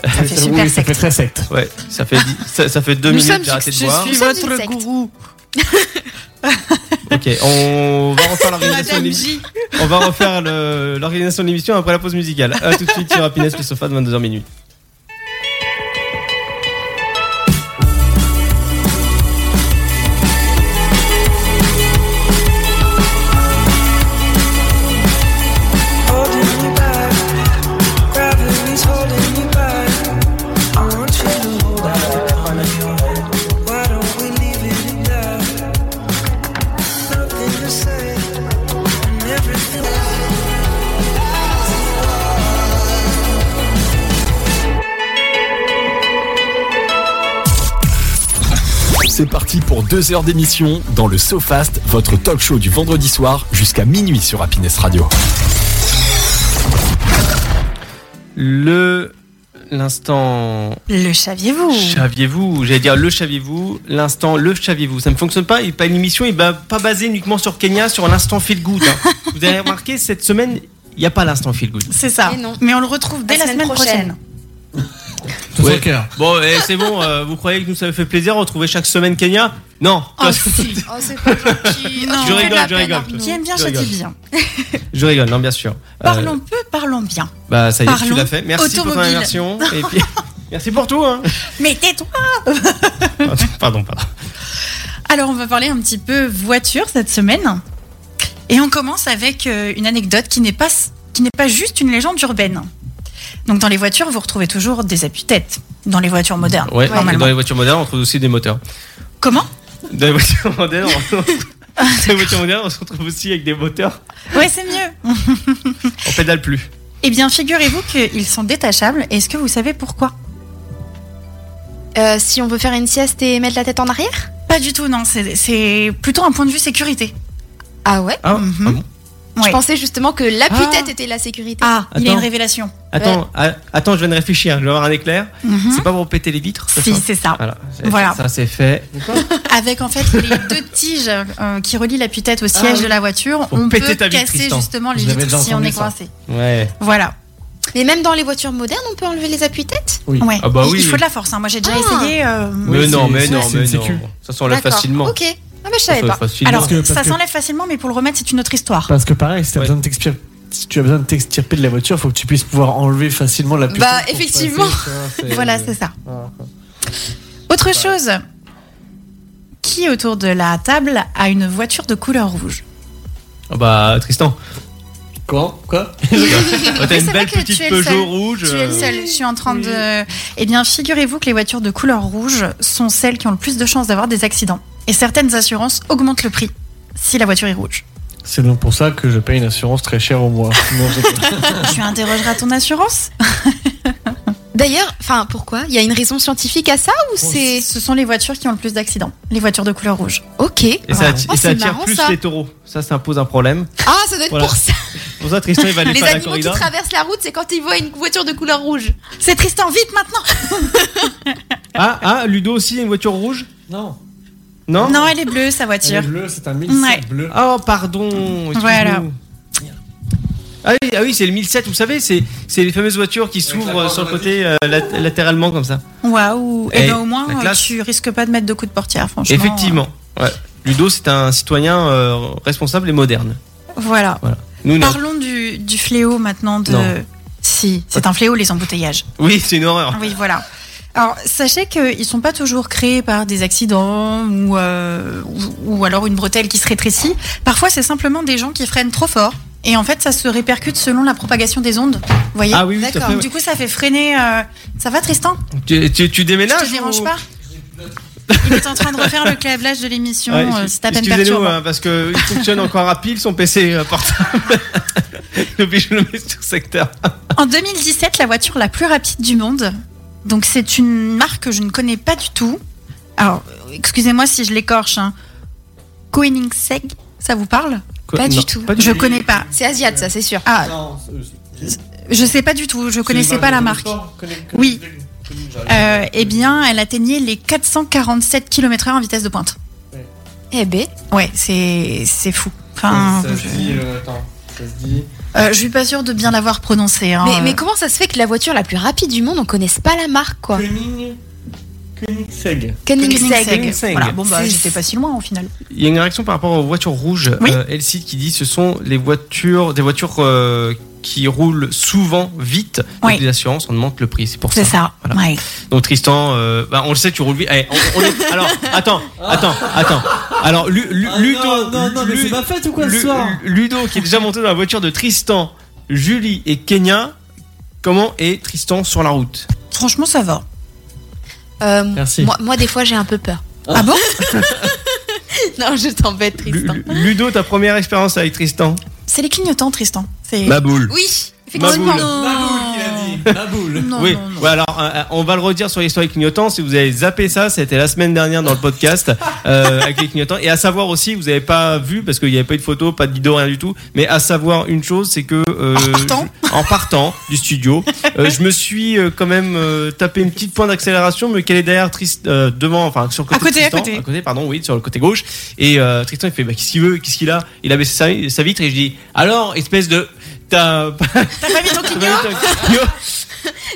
S5: Ça fait
S4: Oui,
S5: super
S4: ça fait
S5: secte.
S4: très secte.
S3: Ouais, ça fait dix- ça, ça fait deux
S7: Nous
S3: minutes
S7: sommes
S3: que j'ai arrêté de
S7: je
S3: boire.
S7: suis votre gourou.
S3: Ok, on va refaire l'organisation de l'émission. On va refaire le- l'organisation de l'émission après la pause musicale. A tout de suite sur Happiness le sofa de 22h minuit.
S10: Holding you back, gravity's holding you back. I want you to hold out the palm of your hand. Why don't we leave it at that? Nothing to say and everything.
S2: C'est parti pour deux heures d'émission dans le SoFast, votre talk show du vendredi soir jusqu'à minuit sur Happiness Radio.
S3: Le l'instant
S5: Le saviez-vous
S3: saviez-vous, j'allais dire le saviez-vous, l'instant le saviez-vous, ça ne fonctionne pas, et pas une émission est ba- pas basée uniquement sur Kenya, sur l'instant feel good. hein. Vous avez remarqué cette semaine, il n'y a pas l'instant feel good.
S5: C'est ça.
S7: Et non.
S5: Mais on le retrouve dès la, semaine, prochaine.
S4: Tout
S3: Ouais.
S4: au cœur.
S3: Bon, eh, c'est bon, euh, vous croyez que nous ça fait plaisir de retrouver chaque semaine Kenya Non.
S5: Oh, si.
S7: Oh, c'est pas gentil.
S5: Non.
S7: Oh,
S3: Je
S7: fais de
S3: rigole,
S7: la
S3: je
S7: peine,
S3: rigole.
S7: Arnaud.
S5: Qui aime bien,
S3: Je
S5: châtie
S3: rigole.
S5: bien.
S3: Je rigole, non bien sûr. Euh,
S5: Parlons peu, parlons bien.
S3: bah ça y est, tu
S5: parlons
S3: l'as fait. Merci pour ton
S5: automobile.
S3: inversion. et puis, merci pour tout. Hein.
S5: Mais tais-toi
S3: Pardon, pardon.
S5: Alors, on va parler un petit peu voiture cette semaine. Et on commence avec euh, une anecdote qui n'est pas, qui n'est pas juste une légende urbaine. Donc dans les voitures, vous retrouvez toujours des appuis-têtes. Dans les voitures modernes,
S3: Ouais, et
S5: normalement.
S3: dans les voitures modernes, on trouve aussi des moteurs.
S5: Comment
S3: Dans les voitures modernes, on, dans les voitures modernes, on se retrouve aussi avec des moteurs.
S5: Ouais, c'est mieux.
S3: On pédale plus.
S5: eh bien, figurez-vous qu'ils sont détachables. Est-ce que vous savez pourquoi
S7: Euh, si on veut faire une sieste et mettre la tête en arrière
S5: Pas du tout, non. C'est- C'est plutôt un point de vue sécurité.
S7: Ah ouais
S3: Ah,
S5: Mhm.
S3: ah bon
S5: Ouais.
S7: Je pensais justement que l'appui-tête était la sécurité.
S5: Ah, il a
S3: Attends.
S5: une révélation.
S3: Attends, a- attends, je viens de réfléchir. Je vais avoir un éclair.
S5: Mhm.
S3: C'est pas pour péter les vitres c'est
S5: Si,
S3: ça Ah.
S5: c'est ça.
S3: Voilà. c'est-
S5: Voilà.
S3: Ça, c'est fait.
S5: Avec en fait les deux tiges euh, qui relient l'appui-tête au siège de la voiture,
S3: Pour
S5: on peut
S3: Ah. péter ta vitre,
S5: casser
S3: Tristan.
S5: justement les
S4: Je l'avais
S5: vitres
S4: déjà
S5: si on
S4: entendu
S5: est
S4: ça.
S5: coincé.
S3: Ouais.
S5: Voilà.
S7: Mais même dans les voitures modernes, on peut enlever les appuis-têtes
S4: Oui.
S5: Ouais.
S3: Ah bah
S5: Il-
S3: oui.
S5: Il faut de la force. hein. Moi, j'ai déjà
S7: Ah.
S5: essayé. euh,
S3: mais
S4: Oui,
S3: non,
S4: c'est-
S3: mais
S4: c'est-
S3: non,
S4: c'est
S3: mais
S4: une
S3: non.
S4: sécu.
S3: Ça s'enlève
S7: D'accord.
S3: facilement.
S7: Ok. Ah bah je
S3: Ça
S7: savais
S3: s'enlève
S7: pas.
S3: facilement.
S5: Alors,
S4: Parce que-
S5: ça
S4: parce que-
S5: s'enlève facilement, mais pour le remettre, c'est une autre histoire.
S4: Parce que pareil, si t'as
S3: Ouais.
S4: besoin de t'expir- si tu as besoin de t'extirper de la voiture, faut que tu puisses pouvoir enlever facilement la putain
S7: Bah,
S4: pour
S7: effectivement.
S4: passer, tu vois, c'est-
S5: Voilà, c'est ça.
S4: Voilà.
S5: Autre chose. Qui autour de la table a une voiture de couleur rouge
S3: Ah bah, Tristan,
S4: Quoi Quoi
S3: Ah, t'as
S5: Mais
S3: une
S5: c'est
S3: belle
S5: vrai que tu
S3: petite
S5: es le seul.
S3: Peugeot rouge.
S5: Tu es le
S3: euh,
S5: seul, je suis en train de... Eh bien, figurez-vous que les voitures de couleur rouge sont celles qui ont le plus de chances d'avoir des accidents. Et certaines assurances augmentent le prix si la voiture est rouge.
S4: C'est donc pour ça que je paye une assurance très chère au mois. Non, je sais pas.
S5: tu interrogeras ton assurance
S4: Ah.
S7: D'ailleurs, enfin pourquoi Il y a une raison scientifique à ça ou c'est
S5: Ce sont les voitures qui ont le plus d'accidents, les voitures de couleur rouge.
S7: OK
S3: Et ça, atti-
S7: Oh,
S3: et ça
S7: c'est
S3: attire
S7: marrant,
S3: plus
S7: ça.
S3: les taureaux. Ça, ça impose un problème.
S7: Ah, ça doit être
S3: Voilà.
S7: pour ça.
S3: Pour ça, Tristan, il va aller
S7: Les
S3: faire la
S7: animaux qui
S3: corrida.
S7: traversent la route, c'est quand ils voient une voiture de couleur rouge.
S5: C'est Tristan, vite maintenant
S3: Ah, ah, Ludo aussi, il a une voiture rouge
S4: non.
S3: Non
S5: Non, elle est bleue, sa
S4: Elle est
S5: voiture.
S4: bleue, c'est un
S5: Ouais.
S4: 1007 bleu.
S3: Oh, pardon. excuse-nous.
S5: Voilà.
S3: Ah oui, ah oui c'est le 1007, vous savez, c'est c'est les fameuses voitures qui s'ouvrent sur le côté euh, lat- latéralement comme ça.
S5: Waouh Et
S3: Eh,
S5: bien au moins,
S3: la
S5: euh,
S3: classe.
S5: tu risques pas de mettre de coups de portière, franchement.
S3: Effectivement. Ouais. Ludo, c'est un citoyen euh, responsable et moderne.
S5: Euh, Voilà.
S3: Nous, non.
S5: Parlons du, du fléau maintenant de...
S3: Non. Ah.
S5: Si, c'est un fléau, les embouteillages.
S3: Oui, c'est une horreur.
S5: Oui, voilà. Alors, sachez qu'ils ne sont pas toujours créés par des accidents ou, euh, ou, ou alors une bretelle qui se rétrécit. Parfois, c'est simplement des gens qui freinent trop fort. Et en fait, ça se répercute selon la propagation des ondes. Vous voyez
S3: Ah oui, oui, tout à
S5: D'accord.
S3: fait, ouais.
S5: Du coup, ça fait freiner. euh, Ça va, Tristan
S3: Tu, tu- tu
S5: Je
S3: déménages
S5: te dérange
S3: ou-
S5: pas Il est en train de refaire le câblage de l'émission.
S3: Ouais,
S5: euh,
S3: excu-
S5: c'est à peine
S3: Excusez-nous,
S5: perturbant.
S3: hein, parce qu'il fonctionne encore à pile son PC euh, portable. Depuis, je le mets sur secteur.
S5: En 2017, la voiture la plus rapide du monde. Donc c'est une marque que je ne connais pas du tout. Alors, excusez-moi si je l'écorche. Hein. Koenigsegg, ça vous parle
S7: Pas du tout.
S5: Je connais pas.
S7: C'est asiat ça, c'est sûr.
S5: Ah,
S4: Non, c'est-
S5: je sais pas du tout. Je connaissais
S4: c'est
S5: pas la
S4: une
S5: marque.
S4: sport, connais-
S5: Oui.
S4: connais- j'arrive.
S5: Euh, eh bien, elle atteignait les 447 km/h en vitesse de pointe.
S7: Eh ben,
S5: Ouais, c'est c'est fou. Enfin,
S4: Ça se dit,
S5: je...
S4: euh, attends, ça se dit.
S5: Euh, je suis pas sûre de bien l'avoir prononcé. hein.
S7: mais, mais comment ça se fait que la voiture la plus rapide du monde, on connaisse pas la marque quoi
S4: Koenig. Koenigsegg.
S5: Koenigsegg.
S7: Koenigsegg.
S5: Voilà. Bon bah,
S7: C'est-
S5: j'étais pas si loin au final.
S3: Il y a une réaction par rapport aux voitures rouges.
S5: Oui.
S3: Euh, Elsie qui dit ce sont les voitures, des voitures euh, qui roulent souvent vite.
S5: Oui.
S3: Donc les assurances, on augmente le prix. C'est pour ça.
S5: C'est ça.
S3: Voilà.
S5: Ouais.
S3: Donc Tristan, euh, bah, on le sait, tu roules vite. Allez, on- on est- Alors, attends, attends, attends. Alors, Lu- Lu-
S4: Ah,
S3: Ludo,
S4: non, non, non, mais
S3: Lu-
S4: c'est ma fête ou quoi ce
S3: Lu-
S4: soir
S3: Ludo qui est déjà monté dans la voiture de Tristan, Julie et Kenya. Comment est Tristan sur la route
S5: Franchement, ça va.
S7: Euh,
S4: Merci.
S7: Moi, moi, des fois, j'ai un peu peur.
S5: Ah bon
S7: Oh. Non, je t'embête,
S3: Lu-
S7: Tristan.
S3: Lu- Ludo, ta première expérience avec Tristan
S5: C'est les clignotants, Tristan. C'est
S6: Ma boule.
S7: Oui,
S3: Ma boule.
S7: effectivement.
S4: La boule, il a dit. La boule.
S5: Non,
S3: oui,
S5: non, non.
S3: Ouais, alors euh, on va le redire sur l'histoire des clignotants. Si vous avez zappé ça, c'était la semaine dernière dans le podcast euh, avec les clignotants. Et à savoir aussi, vous n'avez pas vu parce qu'il n'y avait pas eu de photo, pas de vidéo, rien du tout. Mais à savoir une chose, c'est que euh,
S5: En partant.
S3: je- en partant du studio, euh, je me suis euh, quand même euh, tapé une petite pointe d'accélération, mais qu'elle est derrière Trist, euh, devant, enfin sur le côté,
S5: À côté,
S3: de
S5: à
S3: Tristan,
S5: côté.
S3: pardon, oui, sur le côté gauche. Et euh, Tristan, il fait bah, qu'est-ce qu'il veut, qu'est-ce qu'il a Il a baissé sa, sa vitre et je dis alors espèce de t'as
S5: T'as pas mis ton clignot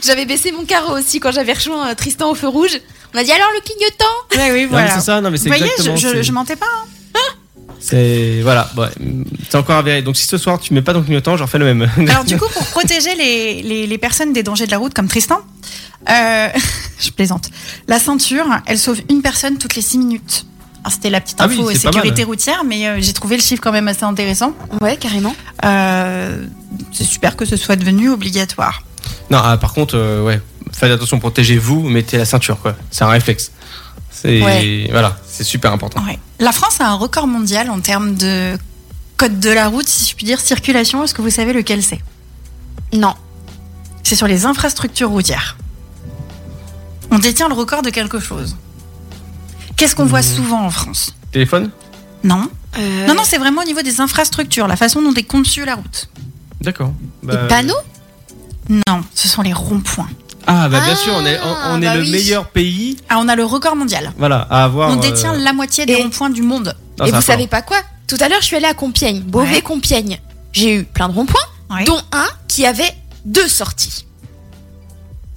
S7: J'avais baissé mon carreau aussi quand j'avais rejoint euh, Tristan au feu rouge. On a dit alors le clignotant
S5: Ouais, oui,
S3: Non, mais
S5: voilà.
S3: Ah c'est ça, non, mais
S5: Vous
S3: c'est
S5: voyez, je,
S3: exactement.
S5: je,
S3: c'est-
S5: je mentais pas. hein.
S3: C'est voilà, ouais, mm, c'est encore à verrer. Donc si ce soir tu mets pas ton clignotant, j'en refais le même.
S5: Alors, du coup, pour protéger les, les, les personnes des dangers de la route, comme Tristan, euh, je plaisante, la ceinture, elle sauve une personne toutes les 6 minutes. Alors, C'était la petite
S3: Ah oui,
S5: info
S3: c'est pas mal.
S5: sécurité routière, mais euh, j'ai trouvé le chiffre quand même assez intéressant.
S7: Ouais, carrément.
S5: Euh, c'est super que ce soit devenu obligatoire.
S3: Non, ah, par contre, euh, ouais, faites attention, protégez-vous, mettez la ceinture, quoi. C'est un réflexe. C'est
S5: Ouais.
S3: voilà, c'est super important.
S5: Ouais. La France a un record mondial en termes de code de la route, si je puis dire, circulation. Est-ce que vous savez lequel c'est
S7: Non.
S5: C'est sur les infrastructures routières. On détient le record de quelque chose. Qu'est-ce qu'on voit
S3: Mmh.
S5: souvent en France
S3: Téléphone
S5: Non
S7: Euh,
S5: Non, non, c'est vraiment au niveau des infrastructures, la façon dont est conçue la route.
S3: D'accord.
S7: Des
S3: Bah,
S7: panneaux
S5: Non, ce sont les ronds-points.
S3: Ah, bah bien
S7: Ah,
S3: sûr, on est, on, on
S7: bah
S3: est le
S7: oui.
S3: meilleur pays
S5: Ah, on a le record mondial.
S3: voilà, à avoir.
S5: on détient
S3: euh,
S5: la moitié des
S7: et-
S5: ronds-points du monde.
S3: non,
S7: Et
S3: c'est
S7: vous
S3: un
S7: savez pas quoi Tout à l'heure, je suis allée à Compiègne, Beauvais
S5: Ouais.
S7: Compiègne. J'ai eu plein de ronds-points,
S5: Ouais.
S7: dont un qui avait deux sorties.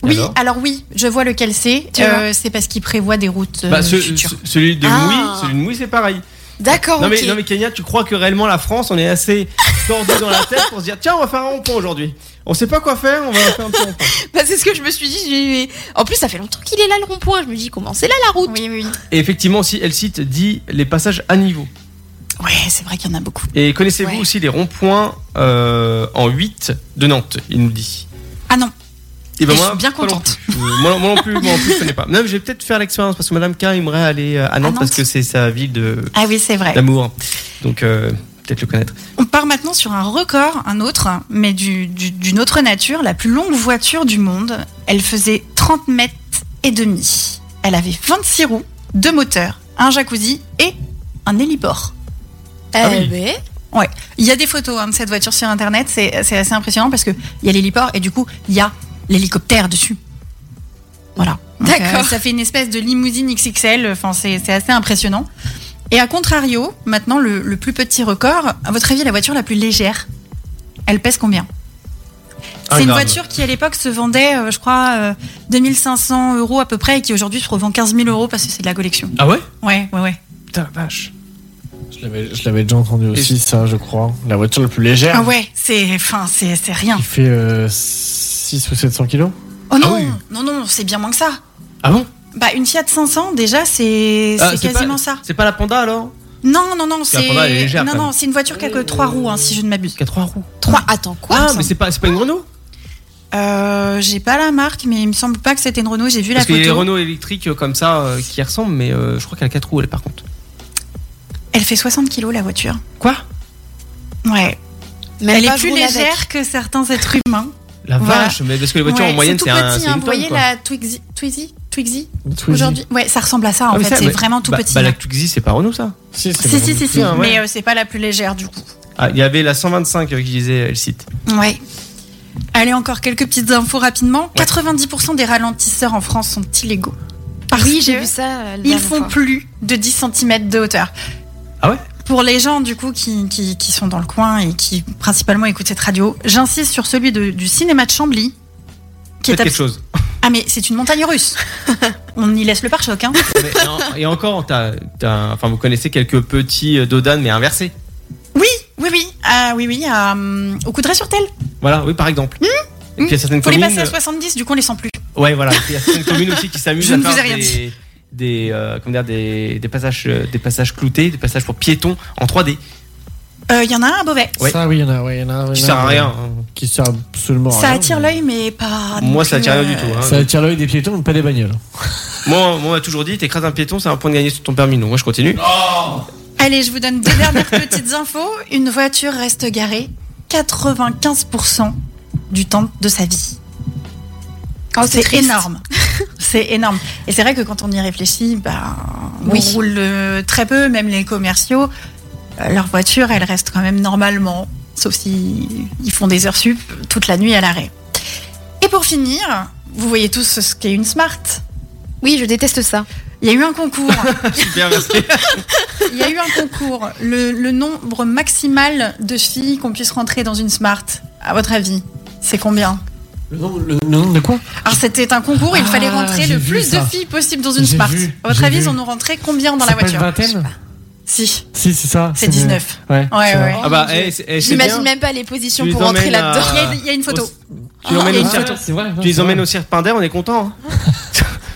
S5: oui,
S3: alors
S5: alors, oui, je vois lequel c'est.
S7: Tu
S5: Euh, c'est parce qu'il prévoit des routes euh,
S3: Bah, ce-
S5: futures.
S3: ce- celui de
S7: Ah.
S3: Moui, celui de Moui, c'est pareil.
S7: D'accord,
S3: Non
S7: ok.
S3: mais, non mais Kenya, tu crois que réellement la France, on est assez tordu dans la tête pour se dire tiens, on va faire un rond-point aujourd'hui. On sait pas quoi faire, on va faire un petit rond-point.
S7: Bah, c'est ce que je me suis dit. j'ai- En plus, ça fait longtemps qu'il est là le rond-point. Je me dis, comment c'est là la route
S5: Oui, oui, oui.
S3: Et effectivement, si elle cite dit les passages à niveau.
S5: Ouais, c'est vrai qu'il y en a beaucoup.
S3: Et connaissez-vous
S7: Ouais.
S3: aussi les ronds-points euh, en 8 de Nantes, il nous dit.
S5: Ah non,
S3: Et ben
S5: Et je
S3: moi,
S5: suis bien
S3: pas non
S5: contente.
S3: plus. Euh, moi, moi non plus, moi non plus, je connais pas. Non, mais je vais peut-être faire l'expérience parce que Madame K aimerait aller euh, à Nantes, parce
S5: Nantes.
S3: que c'est sa ville de
S5: ah oui, c'est vrai.
S3: d'amour. Donc euh, peut-être le connaître.
S5: On part maintenant sur un record, un autre, mais du- du- d'une autre nature, la plus longue voiture du monde. Elle faisait 30 mètres et demi. Elle avait 26 roues, deux moteurs, un jacuzzi et un hélibord.
S7: Eh
S3: Ah oui.
S7: ben,
S5: Il y a des photos hein, de cette voiture sur internet, c'est c'est assez impressionnant parce qu'il y a l'héliport et du coup, il y a l'hélicoptère dessus. Voilà. Donc, euh,
S7: D'accord.
S5: ça fait une espèce de limousine XXL, enfin, c'est c'est assez impressionnant. Et à contrario, maintenant, le, le plus petit record, à votre avis, la voiture la plus légère, elle pèse combien
S3: Un
S5: C'est une
S3: gramme.
S5: voiture qui à l'époque se vendait, euh, je crois, euh, 2500 euros à peu près et qui aujourd'hui se revend 15 000 euros parce que c'est de la collection.
S3: Ah ouais
S5: Ouais, ouais, ouais.
S3: Putain la vache.
S4: Je l'avais- je l'avais déjà entendu aussi, ça, je crois. La voiture la plus légère.
S5: Ah ouais, c'est enfin, c'est c'est rien.
S4: Qui fait 6 ou 700 kilos
S5: Oh non,
S3: Ah oui.
S5: non, non, c'est bien moins que ça.
S3: Ah bon
S5: Bah, une Fiat 500, déjà, c'est
S3: Ah,
S5: c'est
S3: c'est
S5: quasiment
S3: pas-
S5: ça.
S3: C'est pas la Panda alors
S5: Non, non, non, c'est.
S3: Panda, elle est légère,
S5: non,
S3: quand
S5: non,
S3: même.
S5: c'est une voiture qui a que 3 roues, hein, si je ne m'abuse.
S3: Qui a trois roues.
S7: trois. Attends, quoi
S3: Ah
S7: ça
S3: mais c'est pas c'est pas une Renault
S5: Euh, j'ai pas la marque, mais il me semble pas que c'était une Renault, j'ai vu
S3: Parce
S5: la
S3: qu'il y a les
S5: photo.
S3: Renault électriques euh, comme ça euh, qui y ressemblent, mais euh, je crois qu'elle a 4 roues, elle, par contre.
S5: Elle fait 60 kilos, la voiture.
S3: Quoi
S5: Ouais.
S7: Même
S5: Elle
S7: pas
S5: est
S7: je
S5: plus
S7: roule avec.
S5: légère que certains êtres humains.
S3: La
S5: Voilà.
S3: vache Mais parce que les voitures
S5: Ouais,
S3: en moyenne, c'est
S7: tout
S3: un.
S7: petit,
S3: c'est
S7: hein,
S3: une
S7: vous voyez
S3: tonne, quoi.
S7: la Twizy, Twizy, Twizy
S4: Twizy.
S7: aujourd'hui.
S5: Ouais, ça ressemble à ça, en
S3: Ah, mais
S5: fait.
S3: ça,
S5: C'est
S3: mais-
S5: vraiment tout
S3: bah-
S5: petit.
S3: Bah, la
S5: là.
S3: Tuxi, c'est pas Renault, ça.
S4: Si, c'est
S5: Si, si, si, si,
S3: Ah, ouais.
S5: mais euh, c'est pas la plus légère, du coup.
S3: Ah, il y avait la 125 euh, qui disait elle cite.
S5: Ouais. Allez, encore quelques petites infos rapidement. 90% des ralentisseurs en France sont illégaux. Parce
S7: Oui, j'ai
S5: que-
S7: vu ça. euh, la
S5: Ils
S7: dernière
S5: font
S7: fois.
S5: plus de 10 cm de hauteur.
S3: Ah ouais
S5: Pour les gens du coup qui, qui, qui sont dans le coin et qui principalement écoutent cette radio, j'insiste sur celui de- du cinéma de Chambly. Qui
S3: Faites
S5: est
S3: quelque
S5: abs-
S3: chose.
S5: Ah mais c'est une montagne russe. On y laisse le pare-choc. Hein.
S3: Mais, non, et encore, t'as- t'as- enfin, vous connaissez quelques petits euh, dodanes, mais inversés.
S5: Oui, oui, oui, ah, oui, oui, ah, hum, au coudray sur tel.
S3: Voilà, oui, par exemple. et puis il y a certaines
S5: Hmm Faut les
S3: communes.
S5: passer à 70, du coup on les sent plus.
S3: euh, Ouais, voilà. Et puis, Il y a certaines communes aussi qui s'amusent
S5: Je
S3: à
S5: ne vous ai
S3: faire
S5: rien
S3: des. Des, euh, comment dire, des, des passages, euh, des passages cloutés, des passages pour piétons en 3D
S5: Euh, Il y en a un à Beauvais.
S3: Ouais.
S4: Ça, oui, il y en a. ouais, il y en a
S3: qui
S4: il y en a,
S3: sert à
S4: euh,
S3: rien. hein.
S4: Qui sert absolument à
S5: ça
S4: rien.
S5: attire
S4: mais-
S5: l'œil mais pas. non
S3: Moi, ça
S5: plus,
S3: attire rien
S5: euh,
S3: du tout. hein.
S4: Ça attire l'œil des piétons, mais pas des bagnoles.
S3: Moi, moi, on m'a toujours dit, t'écrases un piéton, c'est un point de gagné sur ton permis. Donc moi, je continue.
S5: Allez, je vous donne deux dernières petites infos. Une voiture reste garée 95% du temps de sa vie.
S7: Oh, c'est
S5: c'est
S7: triste.
S5: énorme. c'est énorme. Et c'est vrai que quand on y réfléchit, bah,
S7: Oui.
S5: on roule euh, très peu, même les commerciaux. euh, leur voiture, elle reste quand même normalement, sauf si ils font des heures sup toute la nuit à l'arrêt. Et pour finir, vous voyez tous ce qu'est une smart.
S7: Oui, je déteste ça.
S5: Il y a eu un concours.
S3: Super, merci.
S5: Il y a eu un concours. Le, le nombre maximal de filles qu'on puisse rentrer dans une Smart, à votre avis, c'est combien
S4: Le nom, le, le nom de quoi
S5: Alors, c'était un concours, il
S4: Ah,
S5: fallait rentrer
S4: j'ai
S5: le
S4: vu
S5: plus
S4: ça.
S5: de filles possible dans une
S4: J'ai
S5: Smart.
S4: vu,
S5: à votre
S4: j'ai
S5: avis,
S4: vu.
S5: ils en ont rentré combien dans
S4: C'est
S5: la
S4: pas une
S5: voiture
S4: vingtaine
S5: Si,
S4: Si, c'est ça.
S5: c'est 19.
S4: Ouais.
S5: Ouais,
S4: c'est
S5: ouais,
S4: vrai.
S5: ouais.
S3: Ah bah, eh, c'est- eh, c'est
S7: J'imagine
S3: bien.
S7: même pas les positions
S3: Tu
S7: pour
S3: les
S7: rentrer
S3: emmènes à-
S7: là-dedans.
S5: Il y a- il y, a une photo.
S3: Tu les emmènes
S5: il y a
S3: au
S5: une
S3: cirque-
S5: photo.
S4: Ah, c'est vrai.
S3: tu les emmènes au cirque Pinder, on est content. hein.
S4: Ah.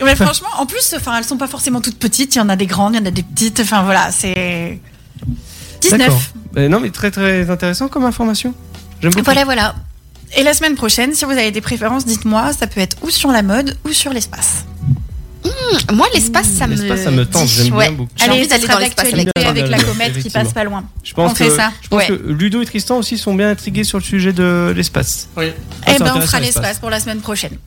S5: Mais franchement, en plus, enfin, elles sont pas forcément toutes petites. Il y en a des grandes, il y en a des petites. Enfin voilà, c'est 19.
S3: Euh, non, mais très très intéressant comme information. J'aime beaucoup.
S5: Voilà, voilà. Et la semaine prochaine, si vous avez des préférences, dites-moi. Ça peut être ou sur la mode ou sur l'espace.
S7: Moi, l'espace, ça me.
S3: L'espace, ça me tente,
S7: dit,
S3: j'aime bien
S7: ouais.
S3: beaucoup.
S7: J'ai envie
S5: Allez, ça
S7: d'aller
S5: sera
S7: dans l'espace avec
S5: d'actualité
S3: toi.
S5: avec la comète qui
S3: Effectivement.
S5: passe pas loin.
S3: Je pense,
S5: on fait
S3: que,
S5: ça.
S3: je pense
S7: Ouais.
S3: que Ludo et Tristan aussi sont bien intrigués sur le sujet de l'espace.
S4: Oui.
S3: Ah,
S5: Eh
S3: c'est
S5: ben, on
S3: intéressant,
S5: fera l'espace pour la semaine prochaine.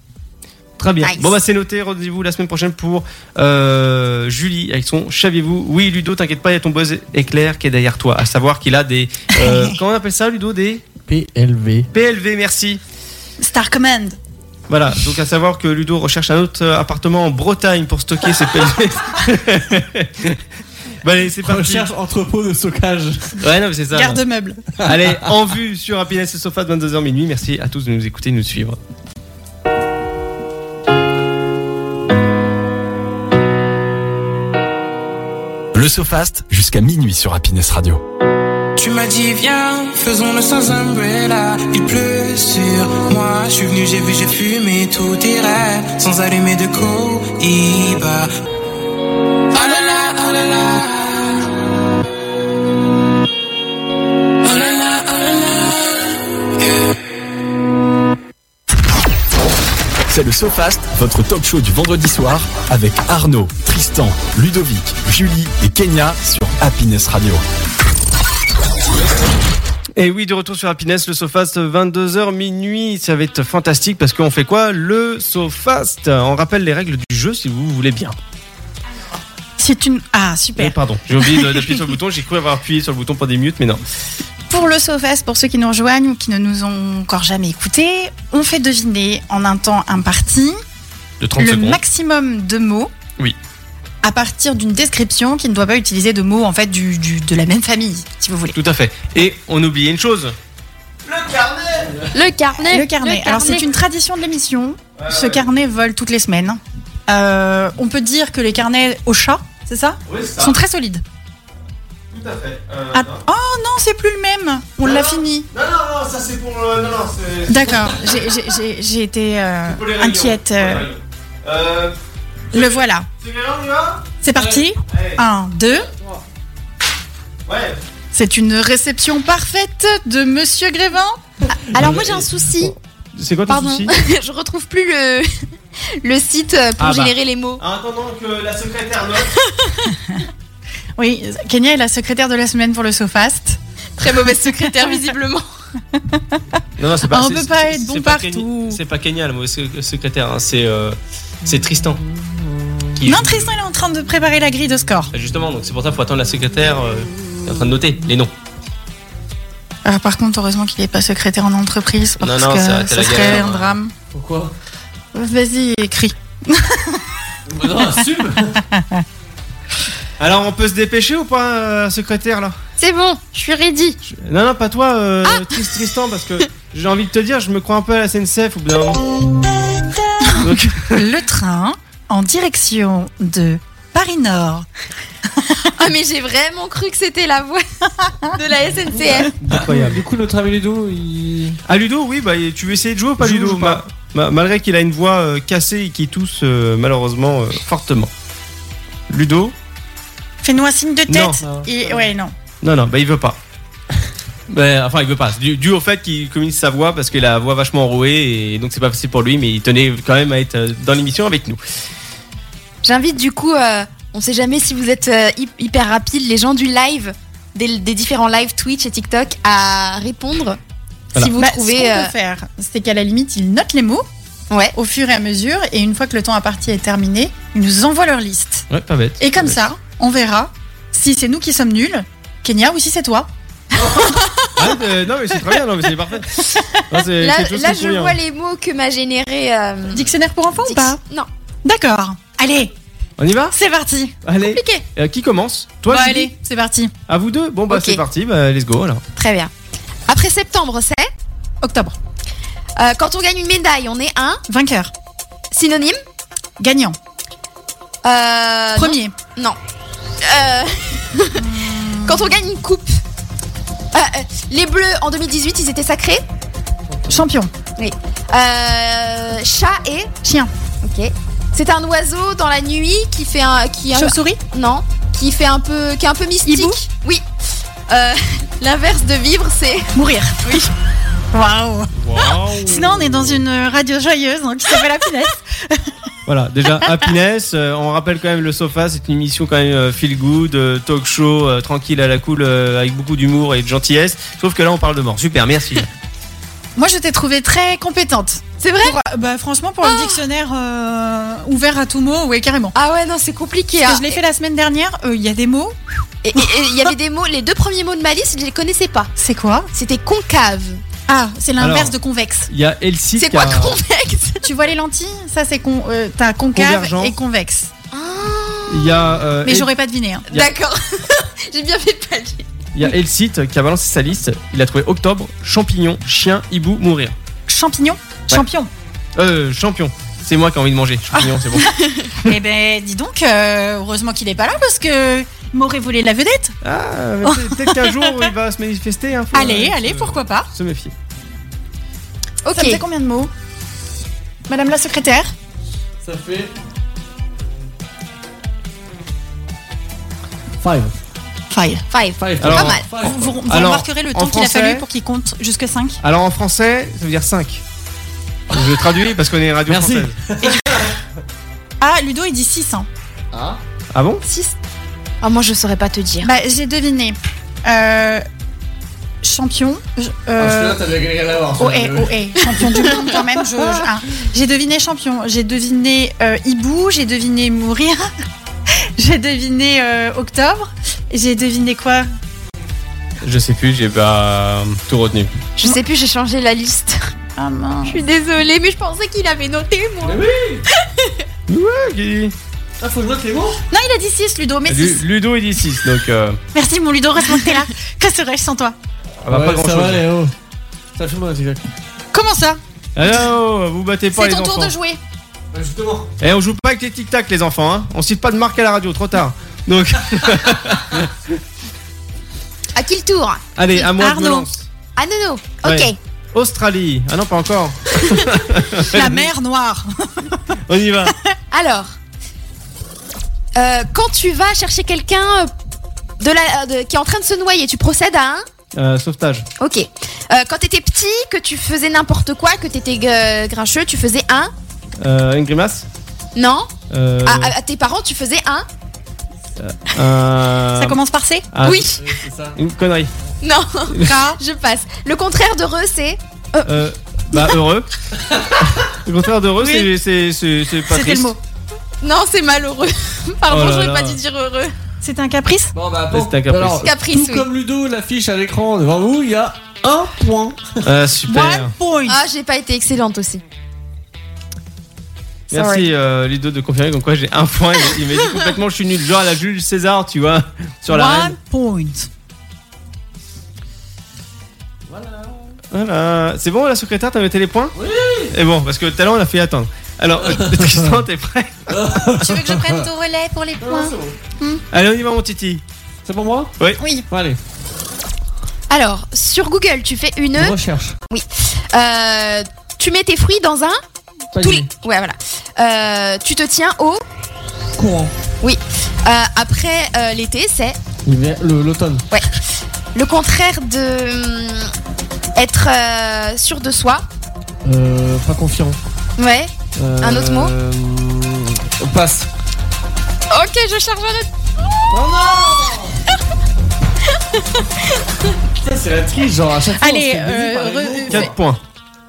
S3: Très bien.
S7: Nice.
S3: Bon, bah, c'est noté. Rendez-vous la semaine prochaine pour euh, Julie avec son Chaviez-vous. Oui, Ludo, t'inquiète pas, il y a ton buzz éclair qui est derrière toi. À savoir qu'il a des. euh, comment on appelle ça, Ludo Des
S4: PLV.
S3: PLV, merci.
S5: Star Command.
S3: Voilà, donc à savoir que Ludo recherche un autre euh, appartement en Bretagne pour stocker ses PLV. bah, allez, c'est parti.
S4: Recherche entrepôt de stockage.
S3: Ouais, non, mais c'est ça.
S5: Garde-meuble.
S3: Allez, en vue sur Happiness et Sofa de 22h minuit. Merci à tous de nous écouter et de nous suivre.
S2: Le SoFast jusqu'à minuit sur Happiness Radio.
S10: Tu m'as dit viens, faisons-le sans umbrella. Il pleut sur moi, je suis venu, j'ai vu, j'ai fumé tous tes rêves sans allumer de cohiba. Ah là là, ah là là. Ah là là, ah là là. Yeah.
S2: C'est le SoFast, votre talk show du vendredi soir avec Arnaud, Tristan, Ludovic, Julie et Kenya sur Happiness Radio.
S3: Et oui, de retour sur Happiness, le SoFast, 22h minuit. Ça va être fantastique parce qu'on fait quoi Le SoFast. On rappelle les règles du jeu si vous voulez bien.
S5: C'est une. Ah,
S3: Eh,
S5: super.
S3: pardon, j'ai oublié de- d'appuyer sur le bouton. J'ai cru avoir appuyé sur le bouton pendant des minutes, mais non.
S5: Pour le SoFest, pour ceux qui nous rejoignent ou qui ne nous ont encore jamais écoutés, on fait deviner en un temps imparti
S3: De 30
S5: le
S3: secondes.
S5: maximum de mots.
S3: Oui.
S5: À partir d'une description qui ne doit pas utiliser de mots en fait du, du- de la même famille, si vous voulez.
S3: Tout à fait. Et on oubliait une chose.
S7: Le carnet.
S5: Le carnet. Alors c'est une tradition de l'émission. Ce carnet vole toutes les semaines. Euh, on peut dire que les carnets au chat, c'est ça, Sont très solides.
S3: Tout à fait. Euh,
S5: Ah, oh non, c'est plus le même. On l'a fini.
S3: Non, non, non, ça c'est pour. euh, non, non, c'est.
S5: D'accord. J'ai- j'ai- J'ai j'ai été euh, inquiète. euh, le voilà.
S3: Euh, C'est on y va
S5: C'est parti. Un, deux.
S3: Ouais.
S5: C'est une réception parfaite de Monsieur Grévin.
S7: Alors
S3: Euh,
S7: moi j'ai un souci.
S3: C'est quoi ton
S7: Pardon.
S3: souci
S7: je retrouve plus le le site euh, pour
S3: Ah bah.
S7: générer les mots.
S3: En attendant que la secrétaire note.
S5: Oui, Kenya est la secrétaire de la semaine pour le SoFast.
S7: Très mauvaise secrétaire visiblement.
S3: Non, non, c'est pas.
S5: Ah, On
S3: c'est-
S5: peut pas
S3: c'est-
S5: être bon
S3: c'est pas
S5: partout.
S3: Kenny- C'est pas Kenya le mauvais sec- secrétaire, hein, c'est euh, c'est Tristan. Qui
S5: Non, Tristan, il est en train de préparer la grille de score.
S3: Justement, donc c'est pour ça qu'il faut attendre la secrétaire euh, qui est en train de noter les noms.
S5: Ah, par contre, heureusement qu'il n'est pas secrétaire en entreprise parce
S3: Non, non,
S5: que
S3: ça-
S5: ça,
S3: t'as la
S5: serait
S3: galère,
S5: un
S3: hein.
S5: drame.
S4: Pourquoi
S5: Vas-y, écris.
S4: Non, assume
S3: Alors on peut se dépêcher ou pas, euh, secrétaire là
S7: C'est bon, je suis ready.
S3: Je- Non, non, pas toi, euh,
S5: Ah
S3: Tris- Tristan, parce que j'ai envie de te dire, je me crois un peu à la SNCF au bout d'un moment. Donc,
S5: Le train en direction de Paris Nord.
S7: Ah mais j'ai vraiment cru que c'était la voix de la SNCF.
S3: incroyable.
S4: Du coup, notre ami Ludo, il.
S3: Ah, Ludo, oui, bah tu veux essayer de jouer ou pas,
S4: Je
S3: Ludo
S4: joue pas.
S3: Ma- ma- Malgré qu'il a une voix euh, cassée et qui tousse euh, malheureusement euh, fortement. Ludo
S5: Fais-nous un signe de
S3: Non.
S5: tête. Et- ouais, non.
S3: Non, non, bah il veut pas. Ben, enfin, il veut pas. C'est Dû, dû au fait qu'il communique sa voix parce qu'il a la voix vachement enrouée et donc c'est pas facile pour lui, mais il tenait quand même à être euh, dans l'émission avec nous.
S7: J'invite du coup, euh, on sait jamais si vous êtes euh, hy- hyper rapide, les gens du live, des, des différents lives Twitch et TikTok, à répondre.
S3: Voilà.
S7: Si vous
S5: Bah, ce
S7: trouvez.
S5: qu'on
S7: euh,
S5: peut faire, c'est qu'à la limite, ils notent les mots
S7: Ouais.
S5: au fur et à mesure, et une fois que le temps imparti est terminé, ils nous envoient leur liste.
S3: Ouais, pas bête.
S5: Et comme
S3: Ouais.
S5: ça, on verra si c'est nous qui sommes nuls, Kenya, ou si c'est toi.
S3: Ah, euh, non, mais c'est très bien, non, mais c'est parfait. Non, c'est-
S7: Là,
S3: c'est tout ce
S7: là,
S3: qui hein. me
S7: je
S3: convient.
S7: vois les mots que m'a généré. euh,
S5: Dictionnaire pour enfants ou
S7: Dix-
S5: pas
S7: Non,
S5: D'accord. Allez,
S3: On y va
S5: c'est parti.
S3: Allez,
S7: compliqué.
S3: euh, qui commence Toi,
S5: Bon,
S3: Julie
S5: allez, c'est parti.
S3: À vous deux Bon, bah
S7: Bah, Ok.
S3: c'est parti, bah, let's go alors.
S7: Très bien. Après septembre, c'est
S5: Octobre.
S7: euh, quand on gagne une médaille, on est un
S5: Vainqueur.
S7: synonyme.
S5: Gagnant.
S7: Euh,
S5: Premier.
S7: Non. non. Euh, quand on gagne une coupe. Euh, euh, les Bleus en 2018, ils étaient sacrés.
S5: Champion.
S7: Euh, chat et
S5: Chien.
S7: ok. C'est un oiseau dans la nuit qui fait un. qui
S5: Chauve-souris
S7: Non. Qui fait un peu. qui est un peu mystique.
S5: Hibou
S7: Oui. Euh, L'inverse de vivre, c'est.
S5: Mourir.
S7: Oui.
S5: Waouh.
S3: Waouh.
S5: Sinon, on est dans une radio joyeuse hein, qui s'appelle Happiness.
S3: Voilà, déjà Happiness, euh, on rappelle quand même le sofa, c'est une émission quand même euh, feel good, euh, talk show, euh, tranquille à la cool, euh, avec beaucoup d'humour et de gentillesse. Sauf que là on parle de mort. Super, merci.
S5: Moi, je t'ai trouvée très compétente.
S7: C'est vrai
S5: Pour, euh, bah, franchement, pour le dictionnaire euh, ouvert à tout mot, ouais, carrément.
S7: Ah ouais, non, c'est compliqué.
S5: Parce
S7: hein.
S5: que je l'ai fait la semaine dernière, euh, il y a des mots.
S7: Et- et- et Il y avait des mots, les deux premiers mots de ma liste, je les connaissais pas.
S5: C'est quoi
S7: C'était concave.
S5: Ah, c'est l'inverse
S3: Alors.
S5: de convexe.
S3: Il y a Elsie
S7: C'est
S3: qui
S7: quoi
S3: a...
S7: convexe
S5: tu vois les lentilles Ça, c'est con, euh, t'as concave
S3: Convergent.
S5: et convexe.
S3: Il y a, euh,
S5: Mais
S3: El-
S5: j'aurais pas deviné. hein.
S3: Y a-
S7: D'accord. J'ai bien fait de pas le dire.
S3: il y a Elsite qui a balancé sa liste. Il a trouvé octobre, champignon, chien, hibou, mourir.
S5: Champignon Champion.
S3: Euh, champion. C'est moi qui ai envie de manger. Champignon, c'est bon.
S5: eh ben, dis donc, euh, heureusement qu'il est pas là parce que il m'aurait volé la vedette.
S3: Ah, mais peut- peut-être qu'un jour il va se manifester. hein, faut-
S5: allez,
S3: euh,
S5: allez,
S3: se-
S5: pourquoi pas
S3: Se méfier.
S7: Ok.
S5: Ça me fait combien de mots Madame la secrétaire
S4: Ça fait. Five.
S5: File.
S7: Five.
S4: Five. Ah,
S3: Alors,
S7: Pas mal.
S5: Vous, vous- vous
S3: Alors,
S5: remarquerez le
S3: en
S5: temps qu'il a
S3: français-
S5: fallu pour qu'il compte jusque 5.
S3: Alors en français, ça veut dire 5. Je traduis parce qu'on est radio
S4: Merci.
S3: française.
S5: Ah, Ludo, il dit 6. hein.
S4: Ah.
S3: Ah bon
S7: Six. Ah, moi, je saurais pas te dire.
S5: Bah, j'ai deviné. Euh, champion. je- euh,
S4: t'as bien gagné à l'avoir.
S5: Oh, eh, oh, eh, champion du monde quand même. je- je- hein. J'ai deviné champion, j'ai deviné euh, hibou, j'ai deviné mourir, j'ai deviné euh, octobre, j'ai deviné quoi
S3: Je sais plus, j'ai pas euh, tout retenu.
S7: Je sais plus, j'ai changé la liste.
S5: Ah mince.
S7: Je suis désolée, mais je pensais qu'il avait noté, moi.
S4: Ah, faut que je note les mots
S5: Non, il a dit 6, Ludo, mais 6.
S3: Ludo est dit 6, donc euh,
S5: Merci, mon Ludo, reste monté là. Que serais-je sans toi
S3: on va pas grand
S4: Ça va,
S3: chose.
S4: Léo. Ça fait moi, exact.
S5: Comment ça
S3: Alors, vous battez pas
S5: C'est
S3: les
S5: ton tour
S3: enfants.
S5: de jouer.
S4: Justement.
S3: Et on joue pas avec les tic tac les enfants, hein. On cite pas de marque à la radio, trop tard. Donc,
S7: À qui le tour
S3: allez, à moi je me
S5: Arnaud.
S3: lance.
S7: Ah, non, non. Ok.
S3: Ouais. Australie. Ah non, pas encore.
S5: La mer noire.
S3: On y va.
S7: Alors, euh, quand tu vas chercher quelqu'un euh, de la, euh, de- qui est en train de se noyer, tu procèdes à un
S3: Euh, sauvetage.
S7: Ok. Euh, quand t'étais petit, que tu faisais n'importe quoi, que t'étais euh, grincheux, tu faisais un
S3: Euh, une grimace.
S7: Non
S3: Euh,
S5: Ah.
S7: à, à- à tes parents, tu faisais un
S3: un- Ah.
S5: Ça commence par C
S3: un-
S7: Oui.
S4: C'est ça.
S3: Une connerie.
S7: Non. Je passe. Le contraire d'heureux, c'est
S3: Euh, bah, heureux. le contraire d'heureux,
S5: Oui.
S3: c'est- c'est c'est- c'est pas
S5: C'était le
S3: triste.
S5: mot.
S7: Non, c'est malheureux. Pardon,
S3: Oh là
S7: j'aurais
S3: là.
S7: pas dû dire heureux.
S5: C'était un caprice
S4: Bon, bah,
S3: Ouais,
S4: bon.
S3: c'est un caprice.
S4: Alors,
S7: Caprice,
S4: tout
S7: oui.
S4: comme Ludo l'affiche à l'écran devant vous, il y a un point.
S3: Ah, super.
S5: One point.
S7: Ah, j'ai pas été excellente aussi. Sorry.
S3: Merci euh, Ludo de confirmer comme quoi j'ai un point. Il- Il m'a dit complètement je suis nul. Genre à la Jules César, tu vois, sur la reine.
S5: One point.
S3: Voilà. C'est bon la secrétaire, t'as noté les points Oui Et bon, parce que tout à l'heure on a fait attendre. Alors, euh, Tristan, t'es prêt
S7: Tu veux que je prenne ton relais pour les points
S3: Allez, on y va mon titi.
S4: C'est pour moi
S7: Oui.
S4: Bon, allez,
S7: Alors, sur Google, tu fais une.
S4: recherche.
S7: euh, tu mets tes fruits dans un. Tous les...
S4: Panier.
S7: Ouais, voilà. Euh, tu te tiens au.
S4: Courant.
S7: Euh, après euh, l'été, c'est
S4: L'hiver- le- L'automne.
S7: le contraire de. hum, être euh, sûr de soi.
S4: Euh, pas confiant.
S7: Ouais.
S4: Euh,
S7: Un autre mot
S4: euh, Passe.
S7: Ok, je charge un autre.
S4: Oh non Ça, c'est la triche, genre à chaque fois.
S5: Allez,
S4: on se fait baiser
S5: euh,
S4: par les
S5: re-
S4: mots, quoi.
S3: 4 points.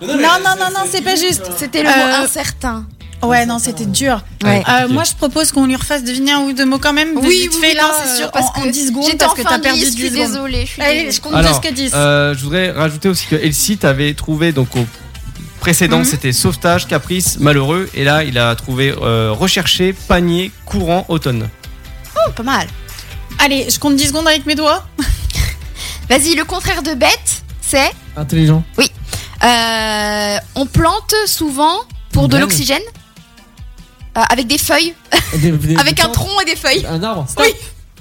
S5: Non, non, non, non, c'est pas juste.
S7: C'était le
S5: Euh,
S7: mot incertain.
S5: Ouais, non, c'était dur.
S7: Ouais.
S5: Euh, moi, je propose qu'on lui refasse deviner un ou deux mots quand même. de
S7: Oui,
S5: vite
S7: oui,
S5: fait,
S7: oui,
S5: là, euh,
S7: non, c'est sûr, parce
S5: en,
S7: que
S5: en 10 secondes,
S7: J'étais
S5: parce
S7: en
S5: que
S7: fin
S5: t'as
S7: de
S5: perdu
S7: liste, je
S5: 10
S7: suis
S5: secondes.
S7: désolée. Je suis
S5: Allez,
S7: désolée.
S5: je compte
S3: Alors,
S5: jusqu'à 10.
S3: Euh, je voudrais rajouter aussi que Elsie t'avait trouvé donc au précédent
S5: Mhm.
S3: c'était sauvetage, caprice, malheureux et là il a trouvé euh, recherché, panier, courant, automne.
S7: Oh, pas mal.
S5: Allez, je compte 10 secondes avec mes doigts.
S7: Vas-y, le contraire de bête, c'est
S4: Intelligent.
S7: euh, on plante souvent pour de
S3: Mmh.
S4: Belle.
S7: l'oxygène euh, avec des feuilles,
S4: Des- des-
S7: avec
S4: des
S7: un
S4: plantes.
S7: tronc et des feuilles.
S4: Un arbre.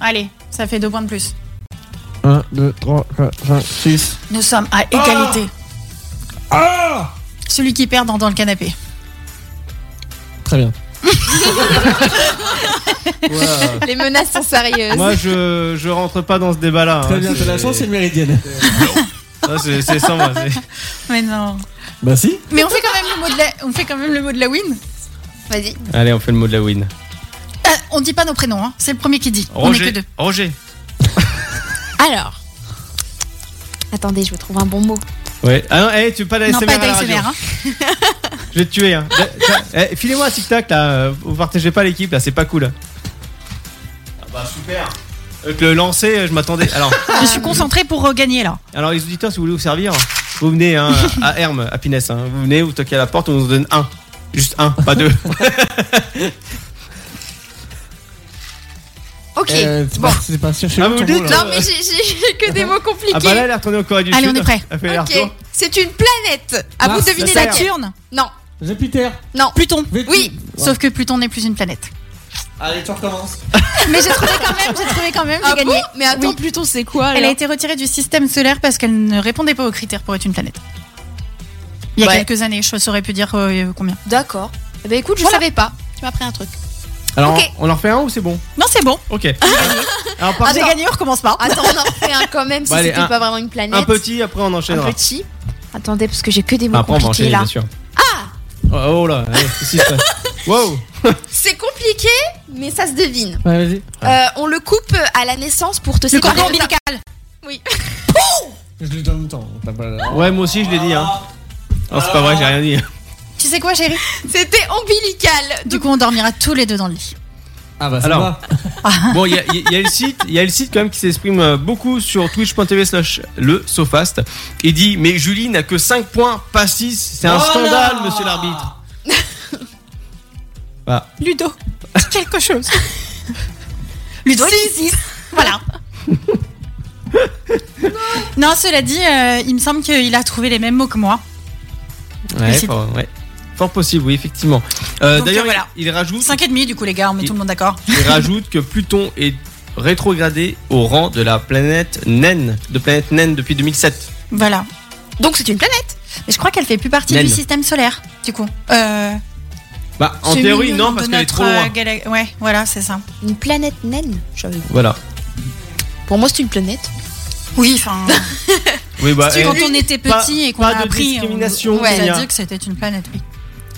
S5: Allez, ça fait 2 points de plus.
S4: 1, 2, 3, 4, 5, 6.
S5: Nous sommes à égalité.
S3: Ah
S5: Ah Celui qui perd dans, dans le canapé.
S4: Très bien.
S3: Ah.
S7: Les menaces sont sérieuses.
S3: Moi, je, je rentre pas dans ce débat-là.
S4: Très
S3: hein.
S4: bien, t'as la chance, c'est
S3: C'est
S4: le Méridienne.
S3: Ah, c'est- c'est sans moi. c'est-
S5: Mais non.
S4: Bah si.
S5: Mais on fait quand même le mot de la, on fait quand même le mot de la win.
S7: Vas-y.
S3: Allez, on fait le mot de la win.
S5: Ah, on dit pas nos prénoms, hein. c'est le premier qui dit. On est
S3: Roger.
S5: que deux.
S3: Roger.
S7: Alors. Attendez, je vais trouver un bon mot.
S3: Ouais. Ah non, eh, tu veux pas
S5: non,
S3: d'ASMR
S5: pas
S3: à la radio.
S5: d'ASMR. Hein.
S3: Je vais te tuer. Hein. Tiens, tiens, eh, Filez-moi un tic-tac là. euh, Vous partagez pas l'équipe là, c'est pas cool. Ah bah super. Avec le lancer, euh, je m'attendais. Alors,
S5: Je suis concentrée pour euh, gagner là.
S3: alors, les auditeurs, si vous voulez vous servir, vous venez hein, à Herme, à Pinesse. hein. Vous venez, vous toquez à la porte, on vous donne un. Juste un, pas deux.
S7: Ok.
S4: Euh, c'est
S7: bon.
S4: pas- c'est pas sûr. je sais
S3: Ah,
S4: pas
S3: vous
S4: ton
S3: dites,
S4: mot, là.
S7: Non, mais j'ai- j'ai que des mots compliqués.
S3: Ah bah là, elle est retournée au Corée du
S5: Allez,
S3: Sud.
S5: on est prêt.
S3: Elle fait les
S7: ok.
S3: retours.
S7: C'est une planète. À
S4: Mars,
S7: vous de deviner
S3: la
S7: laquelle.
S5: Saturne,
S7: Non,
S4: Jupiter.
S7: non.
S5: Pluton.
S4: Vénus.
S7: Oui.
S5: Sauf que Pluton n'est plus une planète.
S4: Allez, tu recommences.
S5: Mais j'ai trouvé quand même, j'ai trouvé quand même, j'ai
S7: Ah
S5: gagné.
S7: bon Mais attends,
S5: Oui.
S7: Pluton, c'est quoi
S5: Elle a
S7: alors
S5: été retirée du système solaire parce qu'elle ne répondait pas aux critères pour être une planète. Il y a
S7: Ouais.
S5: quelques années, je saurais plus dire euh, combien.
S7: D'accord. Eh ben écoute, je
S5: Voilà.
S7: savais pas. Tu m'as appris un truc.
S3: Alors,
S7: Ok.
S3: on en refait un ou c'est bon
S5: Non, c'est bon.
S3: Ok. Alors, par
S5: J'ai
S3: contre,
S5: gagné, on recommence pas.
S7: Attends, Ah, on en refait un quand même si
S3: Bah, allez,
S7: c'était
S3: un-
S7: pas vraiment une planète.
S3: un petit, après on
S7: Un
S3: enchaînera.
S7: petit. Attendez, parce que j'ai que des mots
S3: Après, on va
S7: compliqués
S3: enchaîner,
S7: là.
S3: bien sûr. Ah Oh, oh là, allez, qu'est-ce qui se passe Wow
S7: C'est compliqué, mais ça se devine.
S4: Ouais, vas-y.
S7: Euh, on le coupe à la naissance pour te
S5: Le
S7: séparer.
S5: cordon
S7: de ta-
S5: ombilical.
S4: Je l'ai dit en même temps.
S3: Ouais, moi aussi je l'ai dit. Hein. Non, c'est pas vrai, j'ai rien dit.
S5: Tu sais quoi, chérie
S7: C'était ombilical.
S5: Du coup, on dormira tous les deux dans le lit.
S4: Ah bah ça
S3: Alors.
S4: va.
S3: Bon, il y a, il y a le site, il y a le site quand même qui s'exprime euh, beaucoup sur twitch.tv slash le sofast. Il dit mais Julie n'a que 5 points, pas 6 C'est un scandale, monsieur l'arbitre.
S5: Ludo, quelque chose. Ludo, il- voilà. non, cela dit, euh, il me semble qu'il a trouvé les mêmes mots que moi.
S3: Ouais,
S5: site.
S3: fort, ouais. Fort possible, oui, effectivement. Euh,
S5: Donc,
S3: D'ailleurs,
S5: euh, voilà.
S3: il, il rajoute,
S5: 5,5 et demi, du coup, les gars, on met
S3: Et-
S5: tout le monde d'accord.
S3: il rajoute que Pluton est rétrogradé au rang de la planète naine, de planète naine depuis 2007.
S5: Voilà.
S7: Donc c'est une planète.
S5: Mais je crois qu'elle fait plus partie
S3: Naine.
S5: du système solaire, du coup. Euh,
S3: Bah, en
S5: ce
S3: théorie,
S5: milieu
S3: non,
S5: de
S3: parce qu'elle est
S5: notre,
S3: trop loin.
S5: euh, gala- Ouais, voilà, c'est ça.
S7: Une planète naine. j'avais-
S3: Voilà.
S7: Pour moi, c'est une planète.
S5: Oui, enfin.
S3: Oui, bah, eh,
S5: quand on était petit
S3: pas-
S5: et qu'on
S3: pas
S5: a
S3: de
S5: appris,
S3: discrimination,
S5: on, on nous
S3: Kenya.
S5: a dit que c'était une planète. Oui.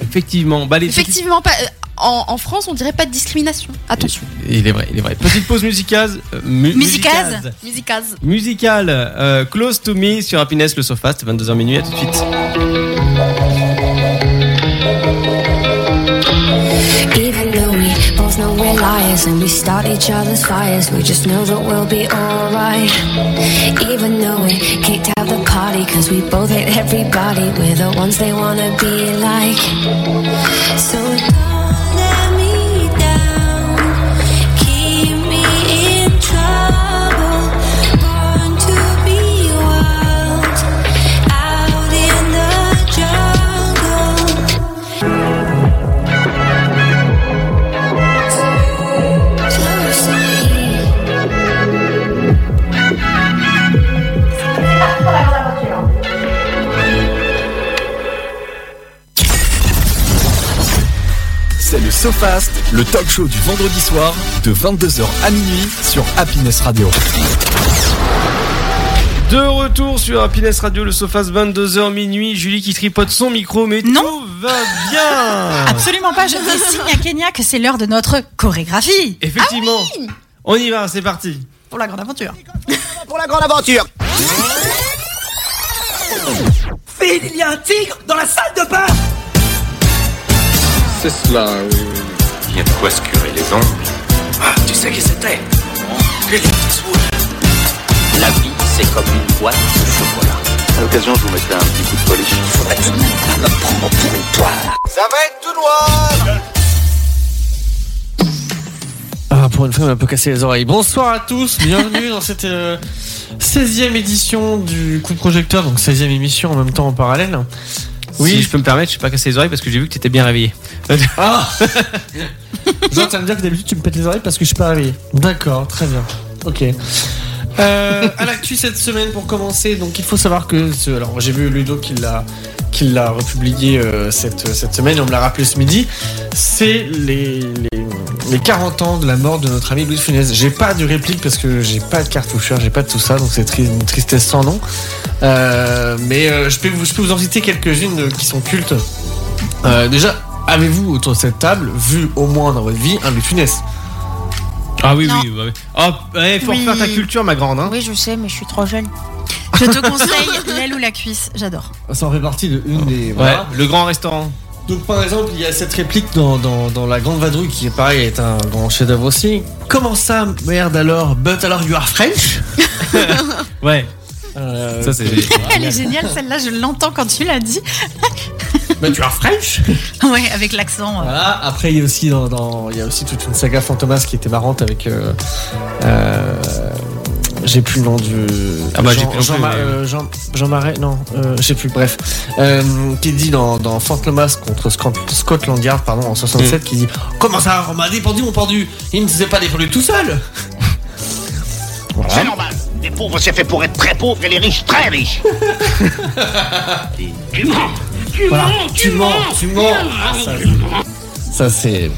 S3: effectivement. Bah, les petites-
S7: Effectivement, pas. euh, En, en France, on dirait pas de discrimination. Attention.
S3: Il est vrai, il est vrai. Petite pause musicale. euh, mu-
S5: Musicase.
S3: musicase.
S7: Musicase.
S3: Musicale. euh, Close to me sur Happiness le Sofast, 22h minuit, à tout de suite.
S11: Even though we both know we're liars and we start each other's fires, we just know that we'll be alright. Even though we kicked out the party, cause we both hate everybody, we're the ones they wanna be like. So don't let me down, keep me in trouble. Born to be wild, out in the jungle.
S2: C'est le SoFast, le talk show du vendredi soir de 22h à minuit sur Happiness Radio.
S3: De retour sur Happiness Radio, le Sofast, 22h minuit. Julie qui tripote son micro, mais
S5: Non. Ah
S3: tout va bien.
S5: Absolument pas, je fais signe à Kenya que c'est l'heure de notre chorégraphie
S3: Effectivement. On y va, c'est parti.
S5: pour la grande aventure.
S10: Pour la grande aventure Il y a un tigre dans la salle de bain
S12: C'est cela, Il y a de quoi se curer les ongles. Ah, tu sais qui c'était La vie, c'est comme une boîte de chocolat. À l'occasion, je vous mettrai un petit coup de polish. Faudrait tout de même pas me prendre pour une toile.
S10: Ça va être tout noir
S4: Ah, pour une fois, on m'a un peu cassé les oreilles. Bonsoir à tous, bienvenue dans cette euh, 16e édition du coup de projecteur, donc 16e émission en même temps en parallèle.
S3: Oui,
S4: Oui.
S3: je peux me permettre, je vais pas casser les oreilles parce que j'ai vu que t'étais bien réveillé.
S4: Ah Genre, t'as me dire que d'habitude, tu me pètes les oreilles parce que je suis pas réveillé. D'accord, très bien. Ok. Euh, à l'actu cette semaine pour commencer, donc il faut savoir que. ce- Alors, j'ai vu Ludo qui l'a. qui qui l'a republié euh, cette, cette semaine, et on me l'a rappelé ce midi, c'est les, les, les 40 ans de la mort de notre ami Louis de Funès. J'ai pas de réplique parce que j'ai pas de cartoucheur, j'ai pas de tout ça, donc c'est tri- une tristesse sans nom. Euh, mais euh, je, peux vous, je peux vous en citer quelques-unes euh, qui sont cultes. Euh, déjà, avez-vous autour de cette table vu au moins dans votre vie un Louis de Funès
S3: Ah oui, oui, oui. Oh, eh, faut
S5: Oui.
S3: refaire ta culture, ma grande. Hein.
S5: Oui, je sais, mais je suis trop jeune. Je te conseille l'aile ou la cuisse, j'adore.
S4: Ça en fait partie de une des.
S3: Ouais,
S4: voilà.
S3: le grand restaurant.
S4: Donc par exemple, il y a cette réplique dans, dans, dans La Grande Vadrouille qui est pareil, est un grand chef-d'œuvre aussi. Comment ça, merde alors But alors you are French Euh,
S3: Ouais.
S4: ça
S3: c'est
S5: Elle est géniale, celle-là, je l'entends quand tu l'as dit.
S4: But you are French
S5: Ouais, avec l'accent. euh.
S4: Voilà. Après, il y a aussi dans, dans- il y a aussi toute une saga Fantomas qui était marrante avec. euh, euh, j'ai plus le nom du.
S3: Ah bah,
S4: Jean-
S3: j'ai plus non
S4: Jean
S3: plus,
S4: Ma-
S3: mais-
S4: euh, Jean Jean Marais, non, euh, j'ai plus. Bref, Euh, qui dit dans, dans Fantomas contre Scott, Scotland Yard, pardon, en
S3: Mm.
S4: 67, qui dit comment ça, on m'a dépendu, mon pendu, il ne s'est pas dépendu tout seul.
S13: C'est normal. Les pauvres, c'est fait pour être très pauvres et les riches, très riches. tu mens. Tu
S4: Voilà.
S13: mens.
S4: Tu mens, tu mens. Ah, ça, Ça c'est.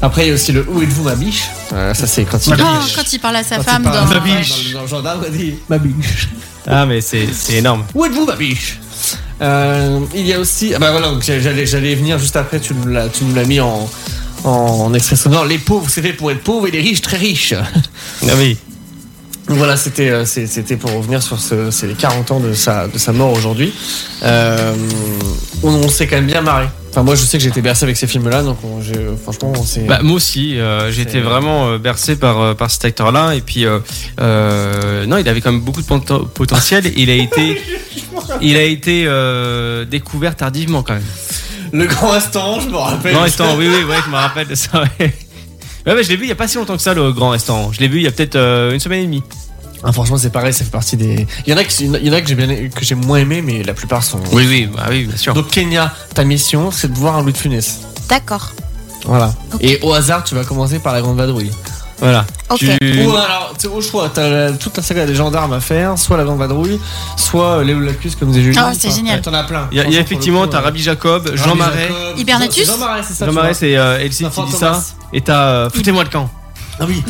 S4: Après, il y a aussi le Où êtes-vous, ma biche Euh, Ça c'est quand il.
S5: Oh, quand il parle à sa
S4: Quand
S5: femme
S4: il parle-
S5: dans.
S4: dans- dans- dans le gendarme, il dit ma biche.
S3: Ah, mais c'est c'est énorme.
S4: Où êtes-vous, ma biche Euh, Il y a aussi. Ah bah voilà, donc j'allais, j'allais venir juste après, tu nous l'as, tu nous l'as mis en, en, en extrait sonore. Les pauvres, c'est fait pour être pauvres et les riches, très riches.
S3: Ah oui.
S4: Donc Voilà, c'était, euh, c'est- c'était pour revenir sur ce, c'est les 40 ans de sa, de sa mort aujourd'hui. Euh, on, on s'est quand même bien marré. Enfin, moi, je sais que j'étais bercé avec ces films-là, donc on- j'ai- franchement, on s'est.
S3: Bah, moi aussi, euh, j'étais vraiment euh, bercé par, euh, par cet acteur-là. Et puis, euh, euh, non, il avait quand même beaucoup de pento- potentiel. et Il a été, il a été euh, découvert tardivement quand même.
S4: Le grand instant, je me rappelle.
S3: Grand restaurant, oui, oui, ouais, je me rappelle de ça. Ouais. Ouais, ouais, je l'ai vu il n'y a pas si longtemps que ça, le grand restaurant. Je l'ai vu il y a peut-être euh, une semaine et demie.
S4: Ah, franchement, c'est pareil, ça fait partie des. Il y en a, qui, il y en a que, j'ai bien, que j'ai moins aimé, mais la plupart sont.
S3: Oui, oui, bah oui, bien sûr.
S4: Donc, Kenya, ta mission, c'est de voir un Louis de Funès.
S7: D'accord.
S4: Voilà. Et au hasard, tu vas commencer par la grande vadrouille.
S3: Voilà.
S7: Ok.
S3: Tu-
S4: Ou alors, tu sais, au choix, t'as la- toute la saga des gendarmes à faire, soit la grande vadrouille, soit euh, Léo Lacus, comme disait Julien.
S5: Ah, c'est
S4: Enfin,
S5: génial.
S4: T'en as plein.
S3: Il y a, il y a effectivement, t'as Rabbi Jacob, Jean Marais.
S5: Hibernatus
S4: euh, Jean Marais, c'est ça.
S3: Jean
S4: tu
S3: Marais,
S4: vois.
S3: c'est euh, Elsie qui
S4: Vincent
S3: dit ça.
S4: Thomas.
S3: Et t'as euh, Foutez-moi le camp.
S4: Ah oui.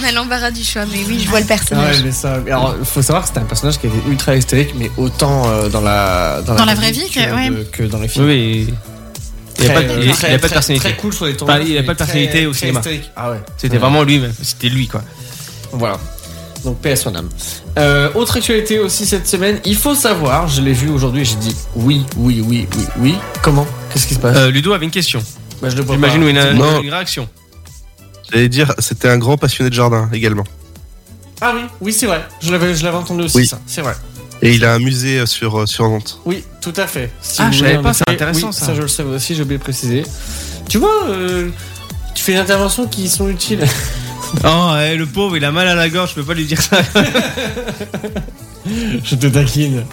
S7: On a l'embarras du choix, mais oui, je vois le
S4: Ah ouais,
S7: personnage.
S4: mais ça. mais Alors, faut savoir que c'était un personnage qui était ultra hystérique, mais autant euh, dans la
S7: Dans la vraie vie,
S4: que,
S7: ouais.
S4: de- que dans les films.
S3: Oui, oui. Il n'y a,
S4: Très,
S3: pas de- il
S4: euh,
S3: y a- il y a
S4: très,
S3: pas de
S4: très,
S3: personnalité.
S4: Très cool sur les
S3: Enfin,
S4: tournages.
S3: il n'y a
S4: mais
S3: pas de
S4: très-
S3: personnalité au
S4: très
S3: cinéma.
S4: hystérique. Ah ouais.
S3: C'était
S4: Ouais.
S3: vraiment lui-même. C'était lui, quoi.
S4: Voilà. Donc paix à son âme. Euh, autre actualité aussi cette semaine, il faut savoir, je l'ai vu aujourd'hui, j'ai dit oui, oui, oui, oui, oui. Comment Qu'est-ce qui se passe
S3: Euh, Ludo avait une question.
S4: Bah, je le vois
S3: J'imagine
S4: pas.
S3: ou une,
S6: Non.
S3: une réaction.
S6: J'allais dire, c'était un grand passionné de jardin également.
S4: Ah oui, oui c'est vrai. Je l'avais, je l'avais entendu aussi
S6: Oui.
S4: ça. C'est vrai.
S6: Et il a un musée euh, sur, euh, sur Nantes.
S4: Oui, tout à fait. Si
S3: Ah,
S4: vous
S3: je
S4: voulez
S3: savais
S4: en
S3: pas, c'est
S4: effet,
S3: intéressant,
S4: oui,
S3: ça.
S4: Ça, je le savais aussi, j'ai oublié de préciser. Tu vois, euh, tu fais des interventions qui sont utiles.
S3: Oh, eh, le pauvre, il a mal à la gorge, je peux pas lui dire ça.
S4: je te taquine.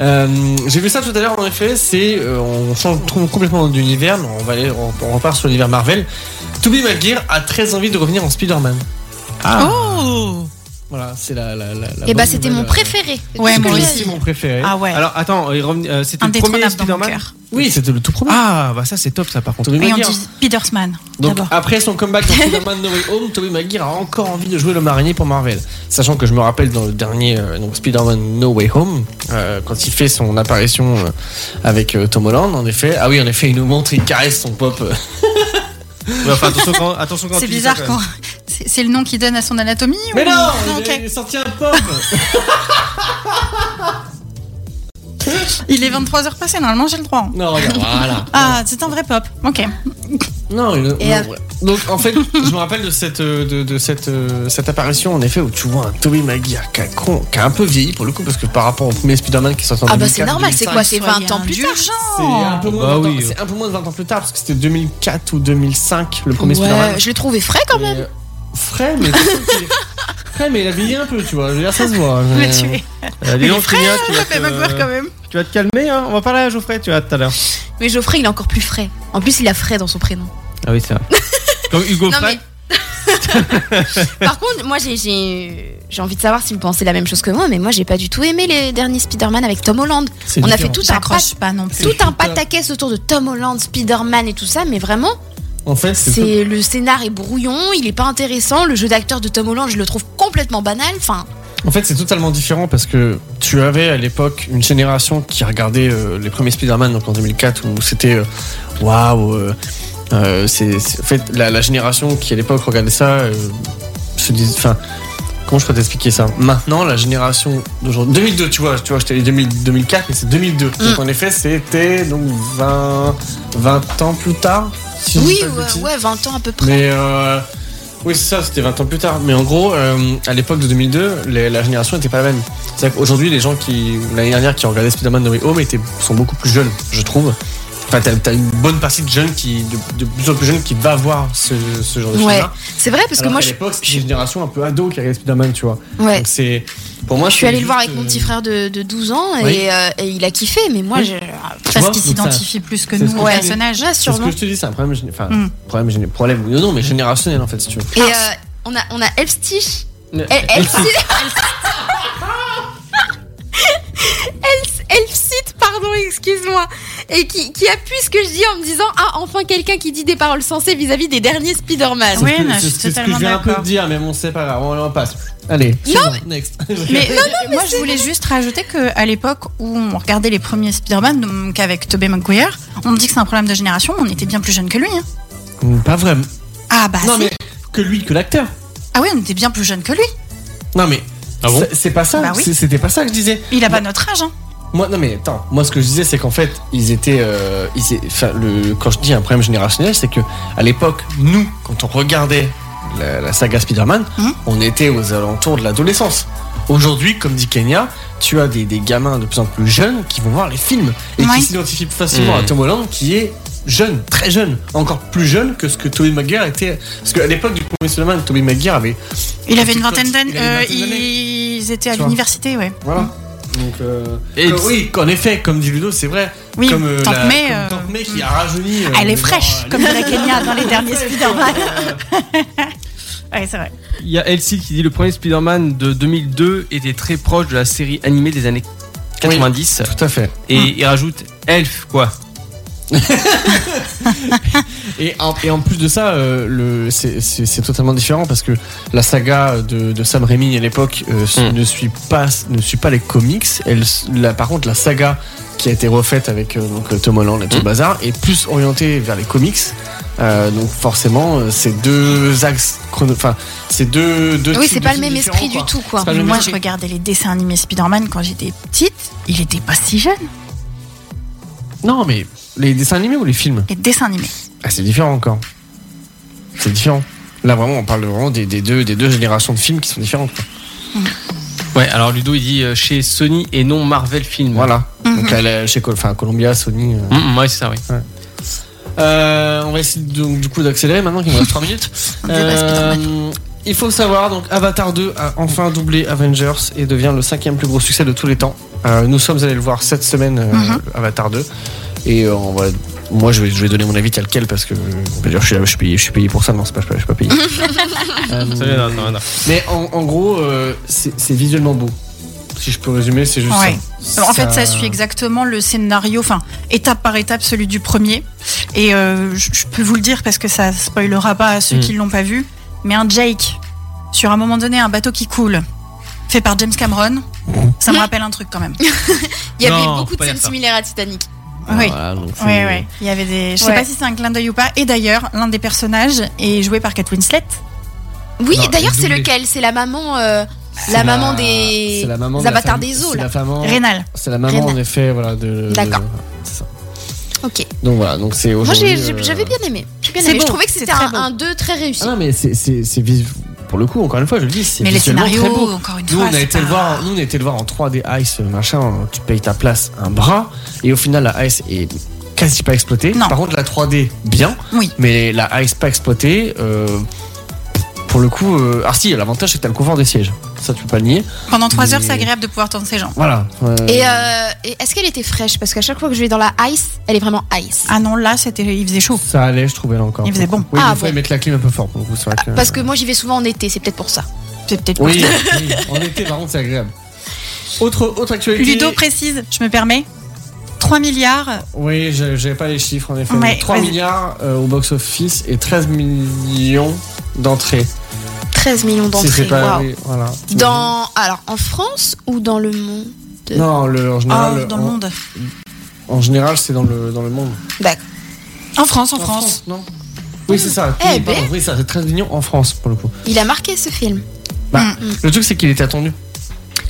S4: Euh, j'ai vu ça tout à l'heure en effet, c'est euh, on change trouve complètement d'univers, mais on va aller, on, on repart sur l'univers Marvel. Toby Maguire a très envie de revenir en Spider-Man.
S5: Oh
S4: Voilà, c'est la, la, la, la
S7: Et bah,
S4: bonne
S7: c'était
S4: nouvelle,
S7: mon
S4: euh,
S7: préféré.
S5: Ouais, moi
S4: c'est
S5: aussi.
S4: mon préféré.
S5: Ah ouais,
S3: Alors, attends, il revenait- euh, c'était le premier
S5: indétrônable dans mon
S3: Spider-Man
S5: cœur.
S4: Oui, c'était le tout premier.
S3: Ah, bah ça, c'est top, ça, par contre.
S4: Toby
S5: Et on
S4: Maguire.
S5: dit Petersman,
S4: Donc ah,
S5: d'abord.
S4: après son comeback dans Spider-Man No Way Home, Tobey Maguire a encore envie de jouer le marinier pour Marvel. Sachant que je me rappelle dans le dernier euh, donc Spider-Man No Way Home, euh, quand il fait son apparition euh, avec euh, Tom Holland, en effet, ah oui, en effet, il nous montre, il caresse son pop. euh.
S3: Ouais, enfin, attention quand, attention quand
S5: C'est
S3: tu dis ça,
S5: bizarre
S3: quand
S5: quand. C'est c'est le nom qu'il donne à son anatomie
S4: Mais
S5: ou-
S4: non,
S5: Ah,
S4: il,
S5: ok.
S4: est- il est sorti un pop.
S5: Il est 23h passé, normalement j'ai le droit. hein.
S4: non, regarde, voilà.
S5: Ah, c'est un vrai pop. Ok.
S4: Non, une-
S7: Et
S4: non,
S7: après-
S4: ouais. donc en fait, je me rappelle de cette euh, de, de cette euh, cette apparition en effet où tu vois un Tobey Maguire qui a, con- qui a un peu vieilli pour le coup parce que par rapport au premier Spider-Man qui est sorti en
S7: Ah bah,
S4: 2004,
S7: c'est normal, c'est
S4: 2005,
S7: quoi C'est 20
S5: Soyez
S7: ans plus tard
S4: C'est
S7: Oh.
S4: un,
S5: indulgents.
S4: peu moins
S3: Bah
S4: de vingt ans-
S3: oui.
S4: c'est un peu moins de 20 ans plus tard, parce que c'était 2004 ou 2005, le premier Spider-Man.
S7: Ouais, je l'ai trouvé frais quand même.
S4: Et, euh, Frais, mais. Frais, mais il a vieilli un peu, tu vois. Je veux dire, ça se voit.
S5: Mais
S4: Mais,
S5: tu
S4: euh,
S5: es.
S3: même. Euh, dis donc, Trénia, tu, vas
S5: Tobey Maguire quand
S3: te,
S5: même.
S3: tu vas te calmer, hein. On va parler à Geoffrey, tu vois, tout à l'heure.
S7: Mais Geoffrey, il est encore plus frais. En plus, il a frais dans son prénom.
S3: Ah oui, c'est vrai. Comme Hugo
S7: Non,
S3: Frey.
S7: mais. Par contre, moi j'ai- j'ai j'ai envie de savoir si vous pensez la même chose que moi, mais moi j'ai pas du tout aimé les derniers Spider-Man avec Tom Holland.
S5: C'est
S7: On a fait
S5: différent.
S7: tout un
S5: J'accroche
S7: pas, tout un pataquès autour de Tom Holland, Spider-Man et tout ça, mais vraiment.
S4: En fait,
S7: C'est le scénar est brouillon, il est pas intéressant. Le jeu d'acteur de Tom Holland, je le trouve complètement banal. Enfin,
S4: En fait, c'est totalement différent parce que tu avais à l'époque une génération qui regardait euh, les premiers Spider-Man, donc en 2004, où c'était euh, waouh. euh, euh, c'est c'est- en fait la, la génération qui à l'époque regardait ça euh, se disait. Enfin, comment je peux t'expliquer ça Maintenant, la génération d'aujourd'hui, 2002, tu vois, tu vois, je t'ai dit 2000 2004, mais c'est
S7: Mm.
S4: 2002. Donc en effet, c'était donc 20, 20 ans plus tard. si je dis
S7: oui,
S4: pas de bêtises.
S7: ouais, ouais, 20 ans à peu près.
S4: Mais euh, oui, c'est ça, c'était 20 ans plus tard. Mais en gros, euh, à l'époque de 2002, les- la génération n'était pas la même. C'est-à-dire qu'aujourd'hui, les gens qui, l'année dernière, qui regardaient Spider-Man No Way Home étaient, sont beaucoup plus jeunes, je trouve. Enfin, t'as, t'as une bonne partie de jeunes qui, de, de plus en plus jeunes qui va voir ce, ce genre de
S7: Ouais,
S4: film-là.
S7: c'est vrai parce que
S4: Alors
S7: moi
S4: qu'à
S7: je,
S4: l'époque, c'était une génération un peu ado qui regardait Spider-Man, tu vois.
S7: Ouais.
S4: Donc c'est, pour moi,
S7: je suis
S4: c'est
S7: allée le voir
S4: juste, euh,
S7: avec mon petit frère de, de 12 ans et,
S4: Oui.
S7: euh, et il a kiffé, mais moi
S4: Oui.
S7: je.
S4: Tu vois, donc ça- c'est ce que je te dis.
S7: Ouais,
S4: C'est ce
S7: sûrement.
S4: que je te dis, c'est un problème, gé- enfin,
S7: Mm.
S4: problème, gé- problème, non, non, mais générationnel en fait, si tu veux.
S7: Et euh, on a, on a Elfstich.
S4: Ne-
S5: Eh,
S7: El- Elfstich.
S4: Elfstich.
S7: Elf- Elfstich, pardon, excuse-moi. Et qui, qui appuie ce que je dis en me disant Ah, enfin quelqu'un qui dit des paroles sensées vis-à-vis des derniers Spider-Man.
S4: C'est ce que- c'est- c'est ce que je viens un peu de dire, mais bon, c'est pas grave, on en passe. Allez,
S5: Non,
S4: suivant, next.
S5: Mais, euh, moi, je voulais juste rajouter qu'à l'époque où on regardait les premiers Spider-Man, donc avec Tobey Maguire, on me dit que c'est un problème de génération, on était bien plus jeune que lui. hein.
S4: Mm, Pas vraiment.
S5: Ah bah
S4: non,
S5: si.
S4: mais que lui, que l'acteur.
S5: Ah oui, on était bien plus jeune que lui.
S4: Non, mais. c'est- c'est pas ça,
S5: Bah oui.
S4: c'est- c'était pas ça que je disais.
S5: Il a pas notre âge, hein.
S4: Moi, non, mais attends, moi ce que je disais, c'est qu'en fait, ils étaient. euh, ils é- enfin, le, quand je dis un problème générationnel, c'est que à l'époque, nous, quand on regardait la, la saga Spider-Man, on était aux alentours de l'adolescence. Aujourd'hui, comme dit Kenya, tu as des, des gamins de plus en plus jeunes qui vont voir les films et
S2: Ouais.
S4: qui s'identifient plus facilement
S2: Mm.
S4: à Tom Holland qui est jeune, très jeune, encore plus jeune que ce que Tobey Maguire était. Parce qu'à l'époque du premier Spider-Man, Tobey Maguire avait.
S5: Il avait une vingtaine
S4: Il avait
S5: d'années.
S4: une vingtaine
S5: euh,
S4: d'années.
S5: ils étaient à
S4: Tu vois.
S5: l'université, ouais.
S4: Voilà. Donc, euh,
S5: Et
S4: que-
S5: tu-
S4: oui, qu'en effet, comme dit Ludo, c'est vrai.
S5: Oui,
S4: comme, euh,
S5: Tante
S4: la-
S5: May,
S4: comme
S5: euh,
S4: Tante May qui a rajeuni. euh,
S5: Elle est
S4: genre,
S5: fraîche,
S4: euh,
S5: comme la Kenya dans les derniers Spider-Man. ouais, c'est vrai.
S3: Il y a Elsie qui dit le premier Spider-Man de 2002 était très proche de la série animée des années 90.
S4: tout à fait.
S3: Et il rajoute Elf, quoi.
S4: Et en, et en plus de ça, euh, le- c'est- c'est c'est totalement différent parce que la saga de, de Sam Raimi à l'époque euh, su- ne, suit pas, ne suit pas les comics. Elle, s- la- par contre, la saga qui a été refaite avec euh, donc, Tom Holland et tout le bazar est plus orientée vers les comics. Euh, donc forcément, euh, c'est deux axes, chrono- enfin, c'est deux, deux.
S5: Oui,
S4: types
S5: c'est
S4: de
S5: pas le
S4: films
S5: même
S4: différents,
S5: esprit du tout, quoi.
S4: C'est pas le même
S5: Moi, je
S4: esprit.
S5: regardais les dessins animés Spider-Man quand j'étais petite. Il était pas si jeune.
S4: Non, mais les dessins animés ou les films
S5: Les dessins animés.
S4: Ah, c'est différent encore. C'est différent. Là, vraiment, on parle vraiment des, des deux, des deux générations de films qui sont différentes. quoi.
S3: Ouais, alors Ludo il dit euh, chez Sony et non Marvel Film.
S4: Voilà.
S3: Mhm.
S4: Donc, elle est chez Col- enfin, Columbia, Sony. euh,
S3: mmh, ouais, c'est ça, oui.
S4: Euh, on va essayer donc, du coup d'accélérer maintenant qu'il me reste 3 minutes.
S3: On dépasse
S4: Euh, il faut savoir, donc Avatar 2 a enfin doublé Avengers et devient le cinquième plus gros succès de tous les temps. Euh, nous sommes allés le voir cette semaine, euh,
S3: Mhm.
S4: Avatar 2. Et euh, on va, moi je vais, je vais donner mon avis tel quel parce que euh, on va dire, je, suis, là, je, suis payé, je suis payé pour ça. Non, c'est pas, je suis pas- je suis pas payé. Euh,
S3: non, non, non.
S4: Mais en, en gros, euh, c'est c'est visuellement beau. Si je peux résumer, c'est juste
S5: Ouais.
S4: ça.
S5: Alors, en fait, ça suit exactement le scénario, enfin, étape par étape, celui du premier. Et euh, je je peux vous le dire parce que ça spoilera pas à ceux
S4: Hmm.
S14: Mm.
S5: qui l'ont pas vu. Mais un Jake, sur un moment donné, un bateau qui coule, fait par James Cameron, ça me rappelle un truc quand même.
S7: Il y avait
S5: Non,
S7: beaucoup
S5: faut
S7: de
S5: pas
S7: scènes
S5: dire ça.
S7: similaires à Titanic.
S5: Oui.
S4: Ah, donc c'est-
S5: Oui, oui. Il y avait des. Je sais
S7: Ouais.
S5: pas si c'est un clin d'œil ou pas. Et d'ailleurs, l'un des personnages est joué par Kate Winslet.
S7: Oui,
S5: Non,
S7: d'ailleurs, c'est
S5: doublé.
S7: lequel C'est la maman. euh,
S4: C'est
S7: la maman
S4: c'est
S7: des
S4: la maman de la
S7: avatars
S4: famille-
S7: des eaux,
S4: c'est
S7: là.
S4: la maman-
S7: Rénal.
S4: C'est la maman
S7: Rénal.
S4: en effet, voilà. De,
S7: D'accord.
S4: de- c'est ça.
S7: Ok.
S4: Donc voilà, donc c'est
S7: Moi,
S4: aujourd'hui.
S7: j'ai- j'ai-
S4: euh,
S7: j'avais bien aimé. J'ai bien
S5: C'est
S7: aimé.
S5: beau,
S7: Je trouvais que
S5: c'est
S7: c'était
S5: très
S7: un,
S5: beau.
S7: un 2 très réussi.
S4: ah non, mais c'est c'est c'est vis- pour le coup encore une fois, je le dis, c'est
S7: Mais les
S4: visuellement
S7: scénarios,
S4: très beau.
S7: encore une
S4: nous,
S7: fois,
S4: on a
S7: c'est
S4: été le
S7: pas-
S4: voir, nous on a été le voir en 3D Ice machin, tu payes ta place un bras et au final la Ice est quasi pas exploitée. Par contre la 3D bien,
S5: Oui.
S4: mais la Ice pas exploitée euh, pour le coup, euh, ah si, l'avantage c'est que t'as le confort des sièges. ça tu peux pas le nier.
S5: Pendant 3 heures,
S4: Mais-
S5: c'est agréable de pouvoir tendre ses jambes.
S4: Voilà. Euh,
S7: Et, euh, et est-ce qu'elle était fraîche Parce qu'à chaque fois que je vais dans la ice, elle est vraiment ice.
S5: Ah non, là, c'était, il faisait chaud.
S4: Ça allait, je trouvais là encore.
S5: Il faisait bon.
S4: Oui,
S7: Ah,
S4: des fois,
S7: bon.
S4: ils mettent la clim un peu fort. pour le coup, c'est vrai que-
S7: Parce que moi, j'y vais souvent en été, c'est peut-être pour ça.
S5: C'est peut-être
S4: Oui, oui, en été, par contre, c'est agréable. Autre, autre actualité.
S5: Ludo précise, je me permets, 3 milliards.
S4: Oui, je- j'avais pas les chiffres en effet.
S5: Ouais,
S4: mais 3
S5: vas-y.
S4: milliards euh, au box-office et 13 millions d'entrées.
S7: 13 millions
S4: Si
S7: d'entrées.
S4: c'est pas-
S7: waouh.
S4: oui, voilà.
S7: Dans. Alors, en France ou dans le monde
S4: Non, le- en
S5: ah,
S4: général.
S7: Ah, dans le
S4: en-
S7: monde.
S4: En général, c'est dans le, dans le monde.
S7: D'accord.
S5: En France, en,
S4: En
S5: France.
S4: France, non Oui, c'est ça.
S7: Eh
S4: Oui,
S7: ben.
S4: pardon, oui, ça, c'est 13 millions en France pour le coup.
S7: Il a marqué ce film.
S4: Bah, Le truc, c'est qu'il était attendu.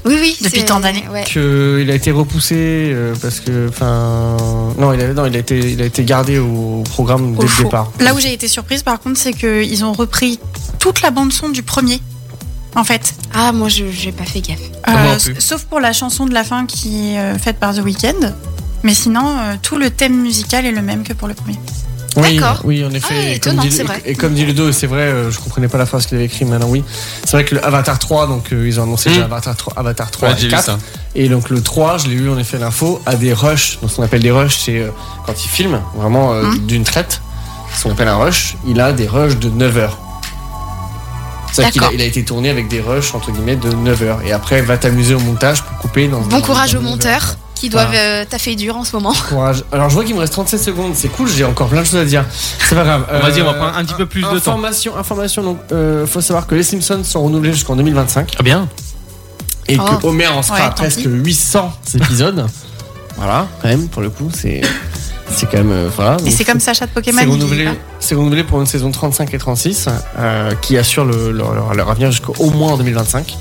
S7: Oui, oui.
S5: Depuis
S7: c'est-
S5: tant d'années.
S7: ouais.
S4: que il a été repoussé euh, parce que enfin non il a non il a été il a été gardé au programme dès
S5: Au
S4: le
S5: chaud.
S4: départ.
S5: Là où j'ai été surprise, par contre, c'est qu'ils ont repris toute la bande-son du premier, en fait.
S7: Ah, moi, je j'ai pas fait gaffe.
S5: Euh,
S7: Moi non
S5: s-
S7: plus.
S5: sauf pour la chanson de la fin qui est euh, faite par The Weeknd. Mais sinon, euh, tout le thème musical est le même que pour le premier.
S4: Oui,
S5: D'accord.
S4: oui en effet
S5: Ah,
S4: et comme
S5: étonnant,
S4: dit-
S5: c'est vrai.
S4: et comme dit Ludo c'est vrai euh, je comprenais pas la phrase qu'il avait écrit maintenant oui c'est vrai que le Avatar 3 donc euh, ils ont annoncé
S9: Mm.
S4: déjà Avatar 3 Avatar 3
S9: Ouais,
S4: et
S9: j'ai vu
S4: 4
S9: ça.
S4: et donc le 3 je l'ai eu en effet l'info à des rushs donc ce qu'on appelle des rushs c'est euh, quand il filme vraiment
S7: Hein
S4: euh,
S9: Mm.
S4: d'une traite ce qu'on appelle un rush il a des rushs de 9 heures c'est-à-dire qu'il a,
S7: D'accord.
S4: il a été tourné avec des rushs entre guillemets de 9 heures et après va t'amuser au montage pour couper dans
S7: Bon courage
S4: dans
S7: aux
S4: 9 heures.
S7: monteurs qui doivent
S4: Voilà.
S7: euh, taffer dur en ce moment.
S4: Courage. Alors je vois qu'il me reste 37 secondes, c'est cool, j'ai encore plein de choses à dire. C'est pas grave. Euh,
S3: On va dire, on va prendre un petit peu plus de temps.
S4: Information, information. Donc, euh, faut savoir que les Simpsons sont renouvelés jusqu'en 2025. Ah bien. Et que
S3: Oh.
S4: Homer en sera
S3: Ouais,
S4: à
S3: tant
S4: presque
S3: pis.
S4: 800 épisodes. voilà, quand même, pour le coup, c'est c'est quand même euh, voilà.
S5: Et
S4: Donc,
S5: c'est comme Sacha de Pokémon.
S4: c'est
S5: il dit bah,
S4: renouvelé,
S5: pas.
S4: c'est renouvelé pour une saison 35 et 36 euh, qui assure le- leur, leur- leur avenir jusqu'au moins en 2025.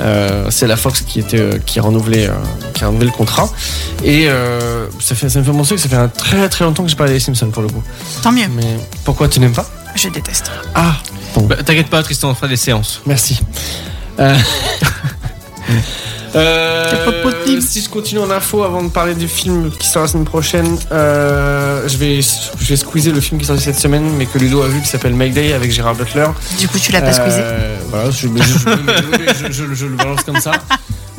S4: Euh, c'est la Fox qui était euh, qui a renouvelé euh, qui a renouvelé le contrat et euh, ça fait ça me fait penser que ça fait un très très longtemps que j'ai pas regardé les Simpsons pour le coup.
S5: Tant mieux.
S4: Mais pourquoi tu n'aimes pas
S5: Je déteste.
S4: Ah
S3: Bah, T'inquiète pas, Tristan, on fera des séances.
S4: Merci. Euh, Euh, si je continue en info avant de parler du film qui sort la semaine prochaine, euh, je vais je vais squeezer le film qui est sorti cette semaine mais que Ludo a vu qui s'appelle Make Day avec Gérard Butler.
S5: Du coup, tu l'as pas
S4: Euh,
S5: squeezé
S4: Voilà, je, mais je- je- je- je- je- je le balance comme ça.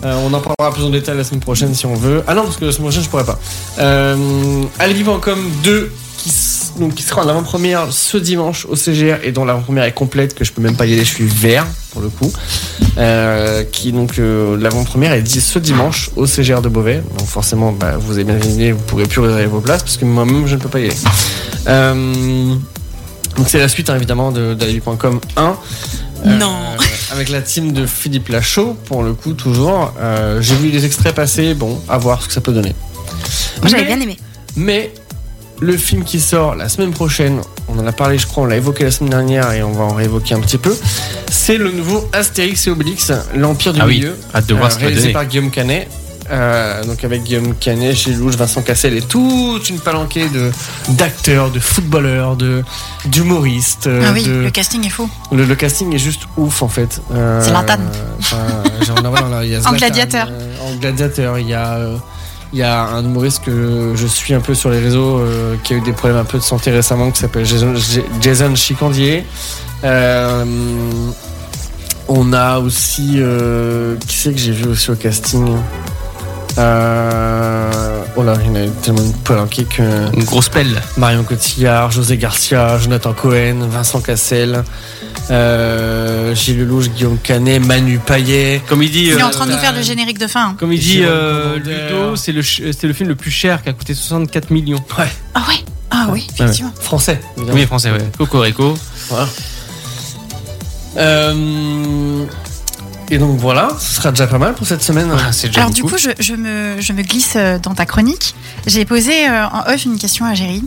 S4: Euh, on en parlera plus en détail la semaine prochaine si on veut. Ah non, parce que la semaine prochaine je pourrais pas. Euh, Alibi.com 2 qui, s- donc, qui sera en avant-première ce dimanche au CGR et dont l'avant-première est complète que je peux même pas y aller, je suis vert pour le coup. Euh, qui donc euh, l'avant-première est dit ce dimanche au CGR de Beauvais. Donc forcément, bah, vous avez bien deviné, vous pourrez plus réserver vos places parce que moi-même je ne peux pas y aller. Euh, donc c'est la suite hein, évidemment de d'Alibi.com 1. non. Euh, Avec la team de Philippe Lachaud, pour le coup, toujours. Euh, J'ai vu les extraits passer, bon, à voir ce que ça peut donner.
S7: Moi, j'avais
S4: Mais-
S7: bien aimé.
S4: mais le film qui sort la semaine prochaine, on en a parlé, je crois, on l'a évoqué la semaine dernière et on va en réévoquer un petit peu. C'est le nouveau Astérix et Obélix, l'Empire du
S3: Ah oui,
S4: Milieu. euh,
S3: hâte de voir ce que ça va
S4: Réalisé
S3: donner.
S4: par Guillaume Canet. Euh, donc avec Guillaume Canet, Gilles Lelouch, Vincent Cassel et toute une palanquée de d'acteurs, de footballeurs, de d'humoristes. euh,
S5: Ah oui,
S4: de-
S5: le casting est fou.
S4: le, le casting est juste ouf en fait. Euh,
S5: C'est Zlatan.
S4: enfin, genre, non, voilà, il y a
S5: En
S4: Zlatan,
S5: gladiateur.
S4: euh, en gladiateur, il y a. euh, il y a un humoriste que je suis un peu sur les réseaux euh, qui a eu des problèmes un peu de santé récemment qui s'appelle Jason, Jason Chicandier. Euh, on a aussi. euh, qui c'est que j'ai vu aussi au casting Euh, Oh là, il y en a eu tellement de palanqués que.
S3: Une grosse pelle.
S4: Marion Cotillard, José Garcia, Jonathan Cohen, Vincent Cassel, euh, Gilles Lelouch, Guillaume Canet, Manu Payet.
S3: Comme il dit.
S5: Il est en
S3: euh,
S5: train de nous faire le générique de fin. hein.
S3: Comme il dit
S4: Jérôme
S3: euh, Ludo, c'est le, ch- c'est le film le plus cher qui a coûté 64 millions.
S4: Ouais.
S5: Ah ouais Ah oui, effectivement.
S4: Français. évidemment.
S3: Oui, français, ouais. Cocorico.
S4: Voilà. Euh, et donc voilà, ce sera déjà pas mal pour cette semaine.
S3: Ah,
S5: Alors du coup, je, je me, je me glisse euh, dans ta chronique. J'ai posé euh, en off une question à Géry,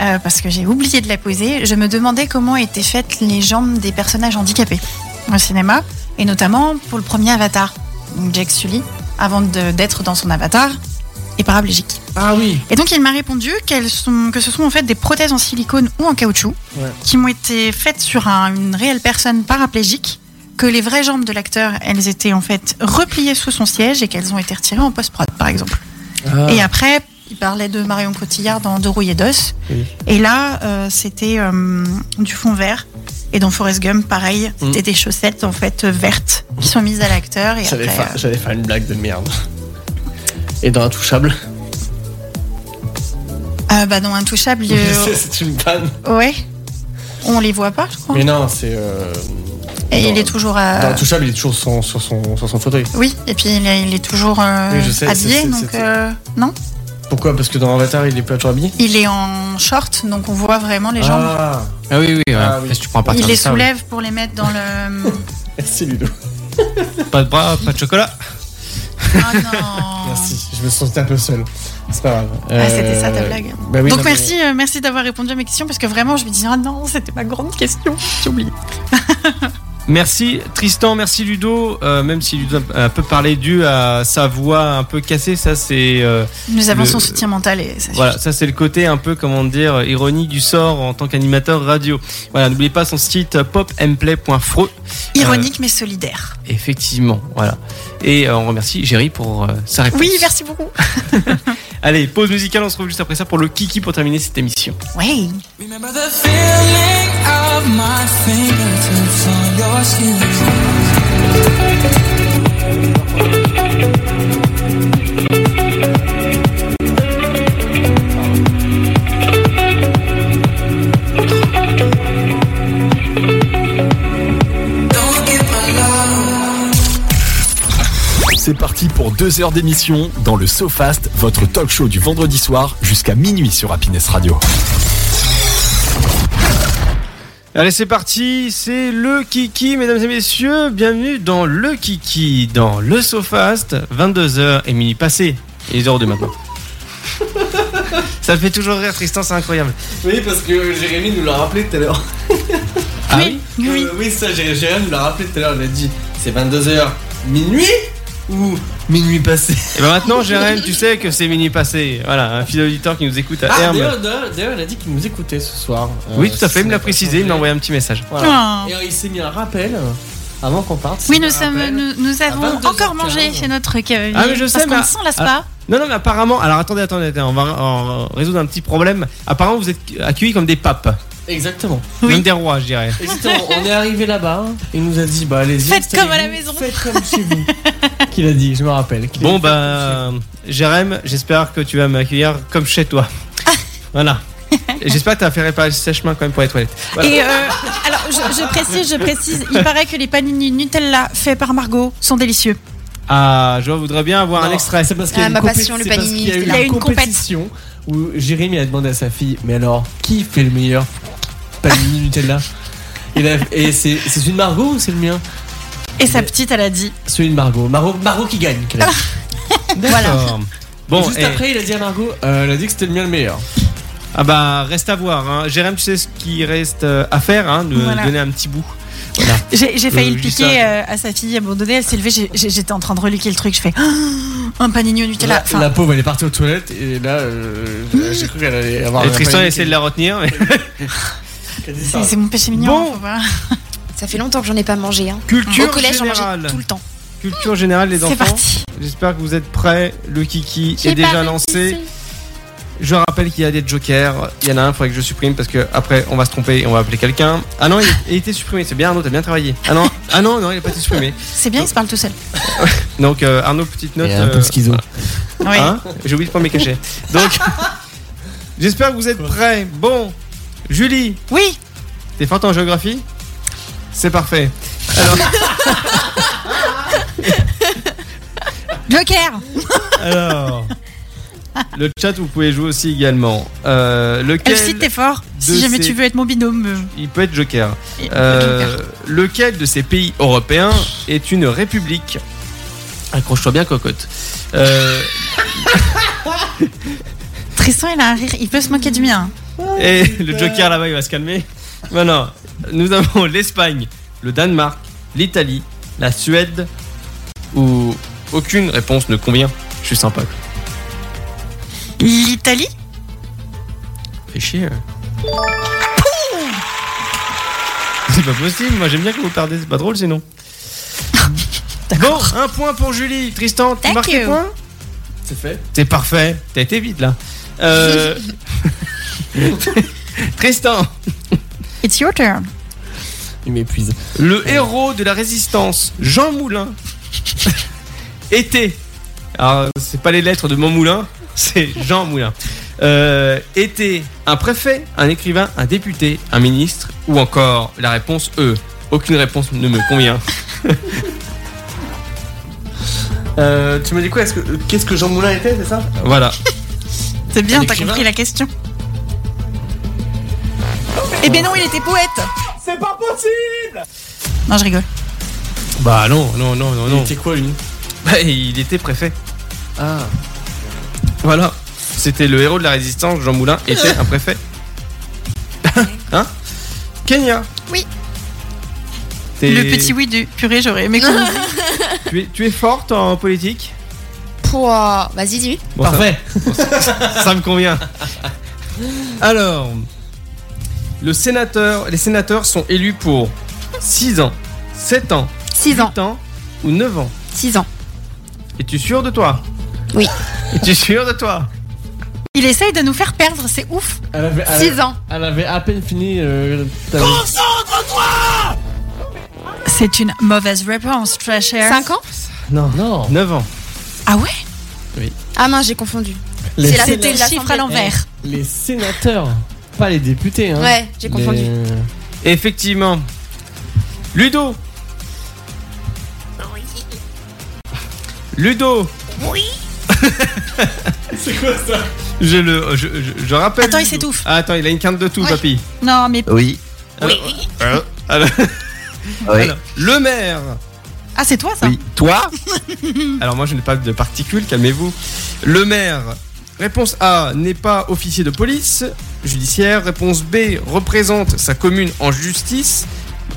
S5: euh, parce que j'ai oublié de la poser. Je me demandais comment étaient faites les jambes des personnages handicapés au cinéma, et notamment pour le premier avatar, donc Jack Sully, avant de- d'être dans son avatar, est paraplégique.
S4: Ah oui
S5: Et donc il m'a répondu qu'elles sont, que ce sont en fait des prothèses en silicone ou en caoutchouc,
S4: Ouais.
S5: qui m'ont été faites sur un- une réelle personne paraplégique, que les vraies jambes de l'acteur, elles étaient en fait repliées sous son siège et qu'elles ont été retirées en post-prod, par exemple.
S4: Ah.
S5: Et après, il parlait de Marion Cotillard dans De Rouille et d'Os.
S4: Oui.
S5: Et là, euh, c'était euh, du fond vert Et dans Forrest Gump, pareil,
S4: Mm.
S5: c'était des chaussettes en fait euh, vertes qui sont mises à l'acteur. Et
S4: J'allais
S5: après,
S4: faire, j'allais faire une blague de merde. Et dans Intouchable.
S5: euh, ah bah dans Intouchable,
S4: C'est- C'est une panne.
S5: ouais, on les voit pas, je crois.
S4: Mais non, c'est. euh,
S5: Oh. Et
S4: dans-
S5: il est toujours à.
S4: Dans Intouchable, il est toujours son- sur son, sur son fauteuil.
S5: Oui, et puis il est, il est toujours euh,
S4: Oui, je sais, c'est-
S5: habillé,
S4: c'est-
S5: donc
S4: c'est-
S5: euh, non.
S4: Pourquoi Parce que dans Avatar, il est pas toujours habillé
S5: Il est en short, donc on voit vraiment les jambes.
S4: Ah,
S14: Ah oui, oui, ouais.
S4: Ah oui.
S14: Est-ce que tu prends pas
S5: il les soulève pour les mettre dans le. ah,
S4: Merci Ludo.
S3: Pas de bras, pas de chocolat.
S4: Merci, je me sentais un peu seul. C'est pas grave.
S5: Ah, c'était ça ta
S4: Euh,
S5: blague.
S4: bah oui,
S5: donc
S4: non, mais-
S5: merci, euh, merci d'avoir répondu à mes questions parce que vraiment je me disais ah non c'était ma grande question, j'ai oublié.
S3: Merci Tristan, merci Ludo. Euh, même si Ludo a un peu parlé dû à sa voix un peu cassée, ça c'est. euh,
S5: Nous avons
S3: le-
S5: son soutien mental et ça
S3: Voilà, ça c'est le côté un peu, comment dire, ironie du sort en tant qu'animateur radio. Voilà, n'oubliez pas son site popmplay.fro.
S5: Ironique mais solidaire.
S3: Euh, effectivement, voilà. Et euh, on remercie Géry pour euh, sa réponse.
S5: Oui, merci beaucoup.
S3: Allez, pause musicale, on se retrouve juste après ça pour le kiki pour terminer cette émission.
S5: Oui.
S10: Remember the feeling of my fingertips on your skin.
S2: C'est parti pour deux heures d'émission dans le SoFast, votre talk show du vendredi soir jusqu'à minuit sur Happiness Radio.
S3: Allez, c'est parti, c'est le Kiki, mesdames et messieurs. Bienvenue dans le Kiki, dans le SoFast, 22h et minuit passé. Et les heures de maintenant. Ça me fait toujours rire, Tristan, c'est incroyable.
S4: Oui, parce que Jérémy nous l'a rappelé tout à l'heure.
S3: Ah oui
S4: oui. oui, ça, Jé- Jérémy nous l'a rappelé tout à l'heure. Il a dit c'est 22h minuit ou minuit passé
S3: Et ben maintenant, Jérém, tu sais que c'est minuit passé. Voilà, un fidèle auditeur qui nous écoute à
S4: Ah,
S3: Hermes.
S4: d'ailleurs, d'ailleurs, d'ailleurs, il a dit qu'il nous écoutait ce soir. Euh,
S3: oui, tout à fait, il me l'a
S4: c'est-
S3: précisé, il m'a envoyé un petit message.
S4: Voilà. Et euh, il s'est mis un rappel euh, avant qu'on parte.
S5: Oui,
S4: Il
S5: nous,
S4: s'est
S5: sommes,
S4: mis un rappel.
S5: nous, nous avons
S4: 22h15.
S5: encore mangé chez notre cavalier.
S3: Ah mais je sais,
S5: parce
S3: mais-
S5: qu'on ne s'en lasse
S3: ah,
S5: pas.
S3: Non, non, mais apparemment, alors attendez, attendez, attendez, on va euh, résoudre un petit problème. Apparemment, vous êtes accueillis comme des papes,
S4: Exactement.
S3: même des rois, je dirais.
S4: Exactement. On est arrivé là-bas. Il nous a dit bah allez-y.
S5: Faites comme à la
S4: installez-vous.
S5: maison.
S4: Faites comme chez vous. Qu'il a dit, je me rappelle. qu'il a
S3: Bon
S4: dit.
S3: bah Jérém, j'espère que tu vas m'accueillir comme chez toi.
S7: Ah.
S3: voilà. Et J'espère que t'as fait réparer le sèche-main quand même pour les toilettes. Voilà.
S5: Et euh, alors, je, je précise, je précise, il paraît que les panini Nutella faits par Margot sont délicieux.
S3: Ah, je voudrais bien avoir un extrait.
S4: C'est parce qu'il y a
S5: Ah,
S4: une
S5: ma
S4: compéti-
S5: passion, le
S4: c'est parce
S5: panini,
S4: qu'il y a eu
S5: il y a une compète.
S4: compétition où Jérémy a demandé à sa fille Mais alors, qui fait le meilleur panini Nutella Il a- Et c'est c'est celui de Margot ou c'est le mien
S5: Et sa petite, elle a dit.
S4: Celui de Margot. Margot, Margot qui gagne. qu'elle a dit.
S3: D'accord.
S4: Et
S3: Bon,
S4: juste
S3: et-
S4: après, il a dit à Margot Euh, Elle a dit que c'était le mien le meilleur.
S3: ah bah reste à voir. Hein. Jérém, tu sais ce qu'il reste euh, à faire, hein, de
S5: Voilà.
S3: donner un petit bout. Voilà.
S5: J'ai j'ai failli
S3: Euh,
S5: le
S3: juste
S5: piquer
S3: ça.
S5: euh, à sa fille abandonnée. Elle s'est levée. j'ai- j'ai- J'étais en train de reliquer le truc. Je fais Ah, un panini au Nutella.
S4: la,
S5: Enfin,
S4: la pauvre, elle est partie aux toilettes et là, euh, j'ai cru qu'elle allait avoir.
S3: Et
S4: un
S3: Tristan a
S4: panini
S3: essayé de la retenir. mais-
S4: qui- qui a
S5: c'est
S4: disparu.
S5: c'est mon péché mignon.
S3: Bon.
S5: faut pas.
S7: Ça fait longtemps que j'en ai pas mangé. Hein.
S3: Culture
S7: Au collège, j'en
S3: générale.
S7: mangeais tout le temps.
S3: Culture générale les
S5: C'est
S3: enfants.
S5: parti.
S3: J'espère que vous êtes prêts. Le kiki
S7: J'ai
S3: est déjà
S7: pas
S3: lancé. Je rappelle qu'il y a des jokers. Il y en a un, il faudrait que je supprime parce que après on va se tromper et on va appeler quelqu'un. Ah non, il, il était supprimé. C'est bien Arnaud, t'as bien travaillé. Ah non, ah non, non, il a pas été supprimé.
S5: C'est bien, il se parle tout seul.
S3: Donc euh, Arnaud, petite note.
S4: Et un peu
S3: euh,
S4: schizo.
S5: Ouais.
S3: hein J'ai oublié de prendre mes cachets. Donc, j'espère que vous êtes prêts. Bon, Julie,
S5: Oui.
S3: t'es forte en géographie C'est parfait. Alors,
S5: Joker.
S3: alors, le chat, vous pouvez jouer aussi également. Euh, lequel
S5: Elle cite t'es fort.
S3: de
S5: Si jamais
S3: ces-
S5: tu veux être mon binôme. euh,
S3: Il peut être joker.
S5: et-
S3: Euh,
S5: Joker.
S3: lequel de ces pays européens est une république Accroche-toi bien, cocotte. Euh,
S5: Tristan, il a un rire. Il peut se moquer du mien.
S3: et
S5: Oh,
S3: le joker là-bas, il va se calmer. Maintenant, nous avons l'Espagne, le Danemark, l'Italie, la Suède, où aucune réponse ne convient. Je suis sympa.
S5: L'Italie.
S3: Fais chier. hein. C'est pas possible, moi j'aime bien que vous perdez, c'est pas drôle sinon. bon, un point pour Julie. Tristan, tu
S5: Thank
S3: marques les
S5: you.
S3: points
S4: C'est fait.
S3: C'est parfait, t'as été vite là. Euh, Tristan,
S5: It's your turn.
S4: il m'épuise.
S3: Le héros de la résistance, Jean Moulin, était. Alors, c'est pas les lettres de Mon Moulin, c'est Jean Moulin. Euh, était un préfet, un écrivain, un député, un ministre ou encore la réponse E. Aucune réponse ne me convient.
S4: Euh, tu me dis quoi est-ce que- Qu'est-ce que Jean Moulin était, c'est ça
S3: Voilà.
S5: C'est bien,
S4: Un
S5: t'as
S4: écrivain.
S5: compris la question. Eh ben non, il était poète
S10: C'est pas possible
S5: Non, je rigole.
S3: Bah non, non, non, non, non.
S4: Il était quoi lui
S3: Bah, il était préfet.
S4: Ah.
S3: Voilà. C'était le héros de la résistance, Jean Moulin était un préfet. hein Kenya
S7: Oui.
S3: t'es-
S5: Le petit oui du purée, j'aurais aimé qu'on dise.
S3: Tu es, tu es forte en politique
S7: Pouah, vas-y, dis.
S3: Bon, ça- bon, ça, ça me convient. Alors, le sénateur, les sénateurs sont élus pour 6 ans, 7 ans,
S7: 6
S3: ans. ou 9 ans.
S7: 6 ans.
S3: Es-tu sûr de toi
S7: Oui.
S3: Es-tu sûr de toi
S5: Il essaye de nous faire perdre, c'est ouf.
S4: Elle avait, elle-
S5: Six ans.
S4: Elle avait à peine fini. euh, ta-
S5: C'est une mauvaise réponse, Trasher.
S7: 5 ans
S3: Non.
S4: Non.
S3: 9 ans.
S5: Ah ouais
S7: Ah mince, j'ai confondu.
S4: Les
S7: C'est la-
S5: C'était le
S7: l'Assemblée.
S5: chiffre à l'envers.
S4: Les sénateurs, pas les députés. Hein.
S7: Ouais, j'ai confondu.
S3: Effectivement. Ludo Ludo
S10: Oui
S3: C'est quoi ça je, le, je, je- je rappelle.
S5: Attends, il
S3: Ludo.
S5: s'étouffe.
S3: Ah, attends, il a une quinte de tout,
S5: Oui.
S3: papy.
S5: Non, mais.
S6: Oui.
S3: Alors- alors- alors- alors, le maire
S5: Ah, c'est toi ça
S3: Toi Alors moi je n'ai pas de particules, calmez-vous. Le maire. Réponse A n'est pas officier de police judiciaire. Réponse B représente sa commune en justice.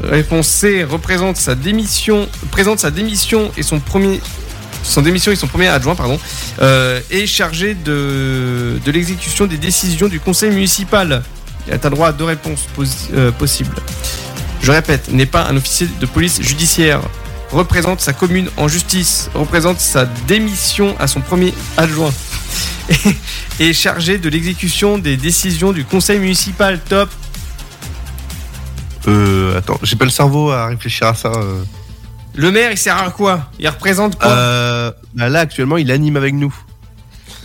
S3: Réponse C représente sa démission, présente sa démission et son premier, son démission et son premier adjoint pardon euh, est chargé de, de l'exécution des décisions du conseil municipal. Et T'as droit à deux réponses posi- euh, possibles. Je répète, n'est pas un officier de police judiciaire représente sa commune en justice, représente sa démission à son premier adjoint et est chargé de l'exécution des décisions du conseil municipal. Top.
S6: Euh, attends, j'ai pas le cerveau à réfléchir à ça. euh.
S3: Le maire, il sert à quoi Il représente quoi
S6: Euh, bah là, actuellement, il anime avec nous.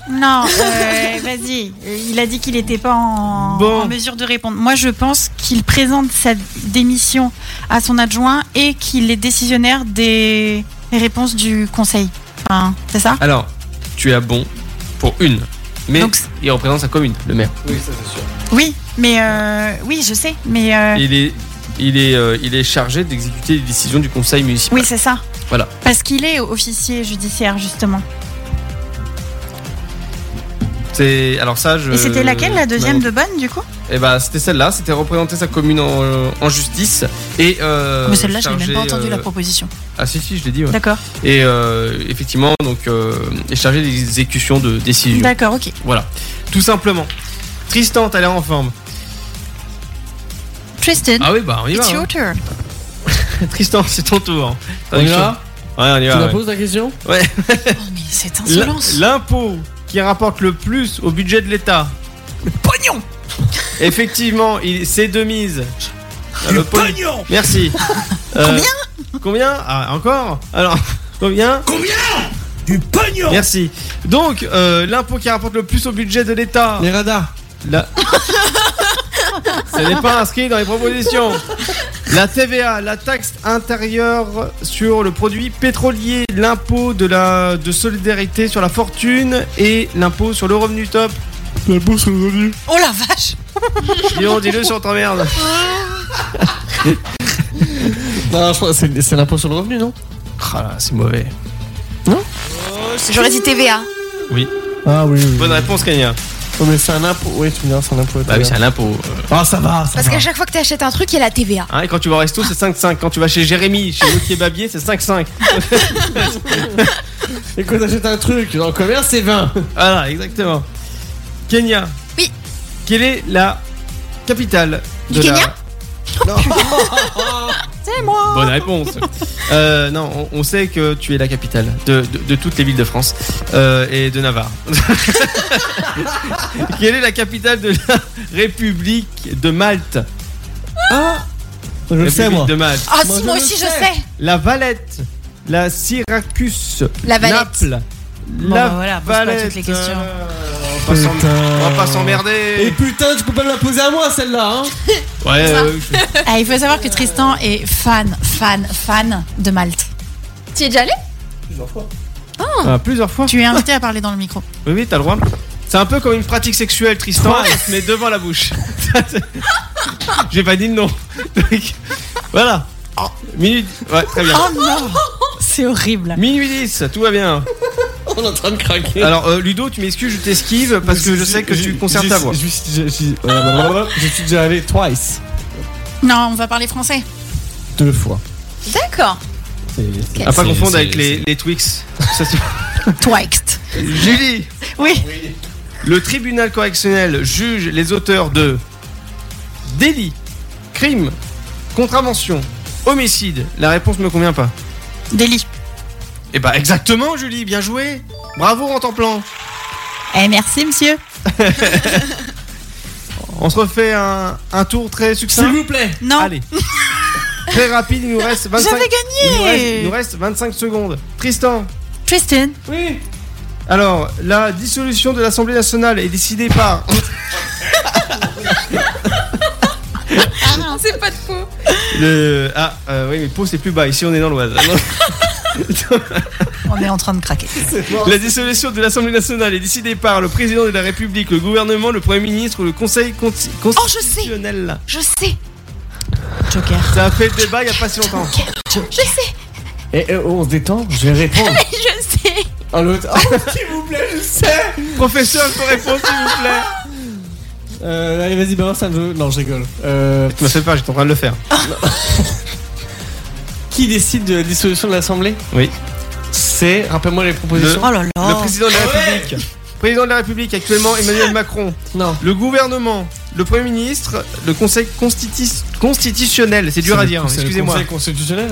S5: Non, euh, vas-y. Il a dit qu'il n'était pas en,
S3: Bon.
S5: en mesure de répondre. Moi, je pense qu'il présente sa démission à son adjoint et qu'il est décisionnaire des réponses du conseil. Enfin, c'est ça
S3: Alors, tu es bon pour une, mais
S5: Donc-
S3: il représente sa commune, le maire.
S4: Oui, ça c'est sûr.
S5: Oui, mais euh, oui, je sais. Mais euh,
S3: Il est, il est, euh, il est chargé d'exécuter les décisions du conseil municipal.
S5: oui, c'est ça.
S3: Voilà.
S5: Parce qu'il est officier judiciaire justement.
S3: C'est alors ça. Je...
S5: Et c'était laquelle la deuxième
S3: Non.
S5: de bonne du coup
S3: Eh ben, c'était celle-là, c'était représenter sa commune en, en justice et. euh,
S5: Mais celle-là, je n'ai même pas
S3: chargé,
S5: entendu la
S3: euh,
S5: proposition.
S3: Ah si si, je l'ai dit. ouais.
S5: D'accord.
S3: Et euh, effectivement, donc, euh, est chargé d'exécution de décision.
S5: D'accord, ok.
S3: Voilà, tout simplement. Tristan, t'as l'air en forme.
S5: Tristan,
S3: Ah oui, bah on y va.
S5: it's
S3: hein.
S5: your turn.
S3: Tristan, c'est ton tour. T'as
S4: On y
S3: quelque
S4: va
S3: chose Ouais, on y
S4: Tu
S3: va.
S4: la
S3: Ah ouais.
S4: poses la question
S5: Oh, mais c'est
S3: L'im-
S5: insolence.
S3: L'impôt qui rapporte le plus au budget de l'État.
S5: Pognon
S3: Effectivement, il- c'est de mise. Ah, Le pognon.
S10: Pognon
S3: Merci. combien Combien Ah, encore Alors, combien
S10: Du pognon
S3: Merci. Donc, euh, l'impôt qui rapporte le plus au budget de
S7: Oh.
S3: l'État.
S4: Les radars.
S3: La... Ce n'est pas inscrit dans les propositions. La TVA, la taxe intérieure sur le produit pétrolier, l'impôt de la de solidarité sur la fortune et l'impôt sur le revenu top.
S4: La bourse aujourd'hui.
S5: Oh la vache
S3: Dis-le, dis-le sur ta merde.
S4: Non, je crois que c'est c'est l'impôt sur le revenu, non
S3: Ah, c'est mauvais.
S7: J'aurais dit TVA.
S4: Ah oui, oui.
S3: Bonne réponse, Kenya.
S4: Oh, mais c'est un impôt. Oui, tu me diras, c'est un impôt.
S3: Bah oui, c'est un impôt.
S4: Ah, ça va, ça
S7: Parce
S4: va.
S7: qu'à chaque fois que t'achètes un truc, il y a la TVA.
S3: Hein, et quand tu vas au resto, c'est 5-5. Quand tu vas chez Jérémy, chez le kebabier, c'est 5-5.
S4: Et quand t'achètes un truc dans le commerce, c'est 20.
S3: Voilà, exactement. Kenya.
S7: Oui.
S3: Quelle est la capitale
S7: Du
S3: de la-
S7: Kenya
S5: C'est moi
S3: Bonne réponse. Euh, non, on, on sait que tu es la capitale de, de- de toutes les villes de France euh, et de Navarre. Quelle est la capitale de la République de Malte
S4: Ah
S5: Je le
S3: République
S5: sais, moi.
S3: de Malte.
S5: Ah, si, moi aussi, je sais.
S3: La Valette, la Syracuse,
S5: La Valette.
S3: Naples,
S5: Bon,
S3: la
S5: bah voilà, pose pas
S3: Valette.
S5: toutes les questions.
S3: euh, on va pas s'en- on va pas s'emmerder.
S4: Et putain, tu peux pas me la poser à moi celle-là, hein
S3: Ouais,
S4: Ça.
S3: euh, je-
S5: Ah, il faut savoir que Tristan est fan, fan, fan de Malte.
S7: Tu es déjà allé
S5: Plusieurs fois.
S3: Ah, plusieurs fois.
S5: Tu es invité à parler dans le micro.
S3: oui, oui, t'as le droit. C'est un peu comme une pratique sexuelle, Tristan,
S5: Ouais.
S3: on se met devant la bouche. Ça, c'est- J'ai pas dit le nom. Donc, voilà. Minute. Ouais, très bien.
S5: Oh non C'est horrible.
S3: Minuit 10, tout va bien.
S4: On est en train de craquer.
S3: Alors, euh, Ludo, tu m'excuses, je t'esquive parce que je sais que tu concernes ta voix.
S4: Je euh, suis déjà allé twice.
S5: Non, on va parler français.
S4: Deux fois.
S5: D'accord.
S3: À pas confondre avec les, les Twix. Ça, c'est-
S5: Twixt.
S3: Julie
S5: Oui.
S3: Le tribunal correctionnel juge les auteurs de délits, crimes, contraventions, homicides. La réponse me convient pas.
S5: Délit.
S3: Eh bah exactement Julie, bien joué Bravo en temps plan
S5: Eh, merci, monsieur.
S3: On se refait un, un tour très succinct
S5: S'il vous
S4: plaît
S5: Non.
S3: Allez Très rapide, il nous reste 25
S5: J'avais gagné
S3: il nous reste- il nous reste 25 secondes. Tristan
S5: Tristan
S3: Oui Alors, la dissolution de l'Assemblée nationale est décidée par...
S7: Ah, C'est pas de faux.
S3: Le... Ah, euh, oui, mais Pau, c'est plus bas. Ici, on est dans l'Oise.
S5: On est en train de craquer.
S3: la dissolution de l'Assemblée nationale est décidée par le président de la République, le gouvernement, le Premier ministre ou le Conseil conti-
S7: Oh,
S3: constitutionnel.
S7: Je sais.
S5: Joker.
S3: Ça a fait le débat il n'y a pas si longtemps.
S7: Je sais.
S4: Et euh, on se détend, je vais répondre.
S7: Mais je sais.
S4: Oh, l'autre.
S7: S'il vous plaît, je sais.
S3: Professeur, il faut répondre, s'il vous plaît.
S4: Euh, allez, vas-y, balance un jeu. Non, je rigole. Euh...
S3: Tu m'as fait peur, j'étais en train de le faire.
S4: Qui décide de la dissolution de l'Assemblée
S3: Oui.
S4: C'est, rappelle-moi les propositions.
S5: Oh
S3: Le- Le président de
S4: Ah
S3: la République. Président de la République actuellement, Emmanuel Macron.
S4: Non.
S3: Le gouvernement, le Premier ministre, le Conseil constitis- constitutionnel. C'est dur à dire, hein, excusez-moi.
S4: C'est le conseil constitutionnel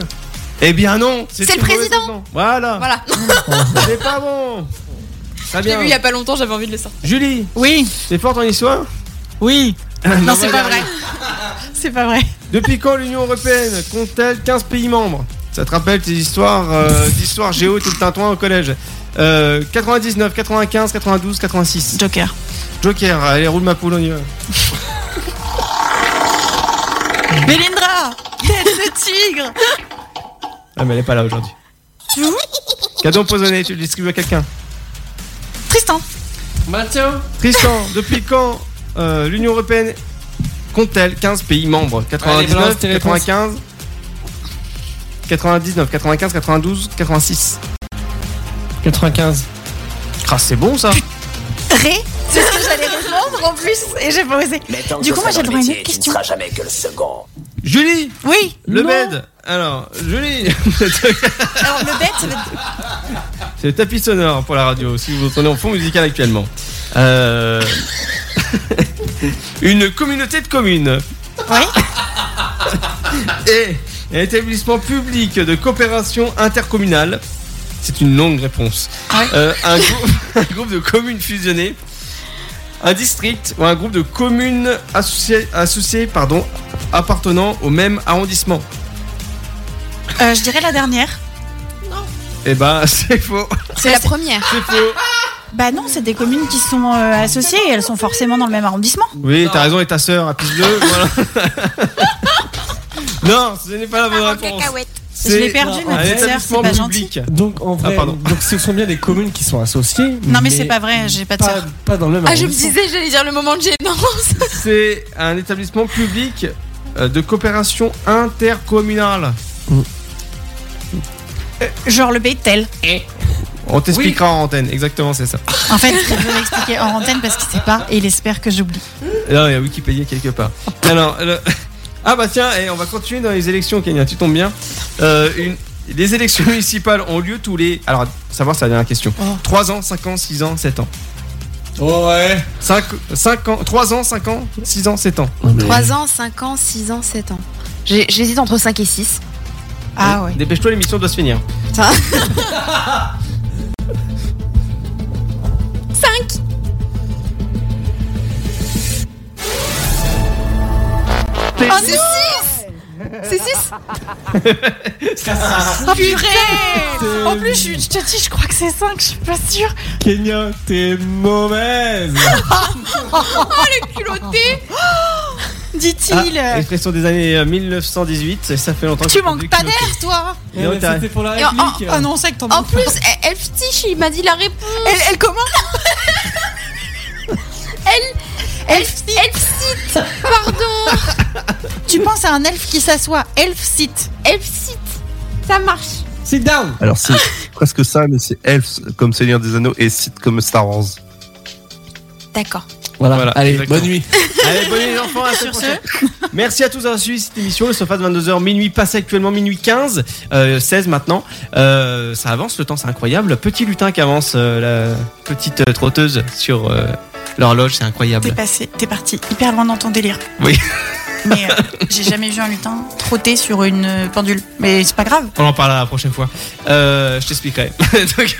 S3: Eh bien non
S7: C'est le
S3: une mauvaise
S7: président.
S3: raison. Voilà
S7: Voilà.
S3: C'est pas bon Très
S7: J'ai
S4: Ah.
S3: bien.
S7: vu il y a pas longtemps, j'avais envie de le sortir.
S3: Julie
S5: Oui
S3: T'es forte en histoire
S5: Oui
S3: Non,
S5: c'est pas vrai. C'est pas vrai.
S3: Depuis quand l'Union Européenne compte-t-elle 15 pays membres Ça te rappelle tes histoires euh, d'histoire géo et tout le tintouin au collège Euh, 99, 95, 92, 86.
S5: Joker.
S3: Joker, allez, roule ma poule, on y va.
S5: Belindra Tête de tigre
S3: Ah, mais elle est pas là aujourd'hui. Cadeau empoisonné, tu le distribues à quelqu'un.
S5: Tristan
S4: Mathieu
S3: Tristan, depuis quand euh, l'Union Européenne compte-t-elle 15 pays membres
S4: Allez, balance
S3: 99,
S4: tes réponses.
S3: 95 99, 95, 92, 86.
S4: 95.
S3: Ah, c'est bon ça
S5: Ré C'est ce que j'allais répondre en plus et j'ai pas osé. Du coup, moi j'ai le droit à une autre
S12: Tu ne
S5: question.
S12: seras jamais que le second.
S3: Julie
S5: Oui Euh,
S3: Le
S5: Non.
S3: bed Alors, Julie
S5: Alors le bête, c'est le-
S3: C'est le tapis sonore pour la radio, si vous entendez en fond musical actuellement. Euh... Une communauté de communes. Oui. Et un établissement public de coopération intercommunale. C'est une longue réponse. Euh, un, groupe, un groupe de communes fusionnées. Un district ou un groupe de communes associées, associées pardon, appartenant au même arrondissement.
S5: Euh, je dirais la dernière.
S3: Eh ben, c'est faux.
S7: C'est la première.
S3: C'est faux.
S5: Bah non, c'est des communes qui sont euh, associées et elles sont forcément dans le même arrondissement.
S3: Oui, t'as raison, et ta sœur, à pisse bleue, voilà. non, ce n'est pas
S7: Ah,
S3: la bonne réponse. C'est
S5: Ah, Je l'ai perdu, ma
S3: un
S5: petite sœur,
S3: établissement
S5: c'est pas
S3: public.
S4: Donc en vrai,
S3: Ah, pardon.
S4: donc ce sont bien des communes qui sont associées.
S5: Non, mais c'est pas vrai, j'ai pas de sœur.
S4: Pas dans le même.
S7: Ah, je me
S4: arrondissement.
S7: disais, j'allais dire le moment de gênance.
S3: C'est un établissement public euh, de coopération intercommunale.
S5: Genre le Bethel.
S3: On t'expliquera en antenne, exactement, c'est ça.
S5: En fait, il veut l'expliquer en antenne parce qu'il sait pas et il espère que j'oublie.
S3: Là, il y a Wikipédia quelque part. Alors, le- ah bah tiens, et on va continuer dans les élections, Kenya, tu tombes bien. Euh, une- Les élections municipales ont lieu tous les. Alors, savoir, c'est la dernière question. 3 ans, 5 ans, 6 ans, 7 ans.
S4: Oh ouais.
S3: 5, 5 ans, 3 ans, 5 ans, 6 ans, 7 ans.
S7: 3 ans, 5 ans, 6 ans, 7 ans. J'ai- J'hésite entre 5 et 6. Ah
S5: Euh,
S7: ouais.
S3: Dépêche-toi, l'émission doit se finir.
S7: 5
S5: Oh, c'est
S7: 6 C'est 6
S5: Ah, purée En plus, je, je te dis, je crois que c'est 5, je suis pas sûre.
S4: Kenya, t'es mauvaise
S5: oh, le culotté Dit-il.
S3: Ah, expression des années euh, 1918, et ça fait longtemps
S5: tu
S3: que
S5: manques pas d'air, toi
S3: Eh, mais c'était pour la
S5: Et en- en-
S3: réplique.
S5: Ah non, c'est que t'en
S7: En plus, elle- elle ftiche, il m'a dit la réponse. Elle,
S5: comment
S7: Elle. Elle cite. Pardon.
S5: Tu penses à un elfe qui s'assoit. Elf sit.
S7: Elf sit. Ça marche.
S4: Sit down
S6: Alors c'est presque ça, mais c'est Elf comme Seigneur des Anneaux et Sith comme Star Wars.
S7: D'accord.
S4: Voilà, allez,
S3: exactement.
S4: bonne nuit.
S3: Allez, bonne nuit les enfants, à la semaine prochaine. Merci à tous d'avoir suivi cette émission. Le sofa de 22h, minuit passé actuellement, minuit 15, euh, 16 maintenant. Euh, ça avance, le temps c'est incroyable. Petit lutin qui avance, euh, la petite euh, trotteuse sur euh, l'horloge, c'est
S5: T'es
S3: incroyable.
S5: passé, t'es parti hyper loin dans ton délire.
S3: Oui.
S5: Mais euh, j'ai jamais vu un lutin trotter sur une euh, pendule. Mais c'est pas grave.
S3: On en parlera la prochaine fois. Euh, je t'expliquerai. Donc,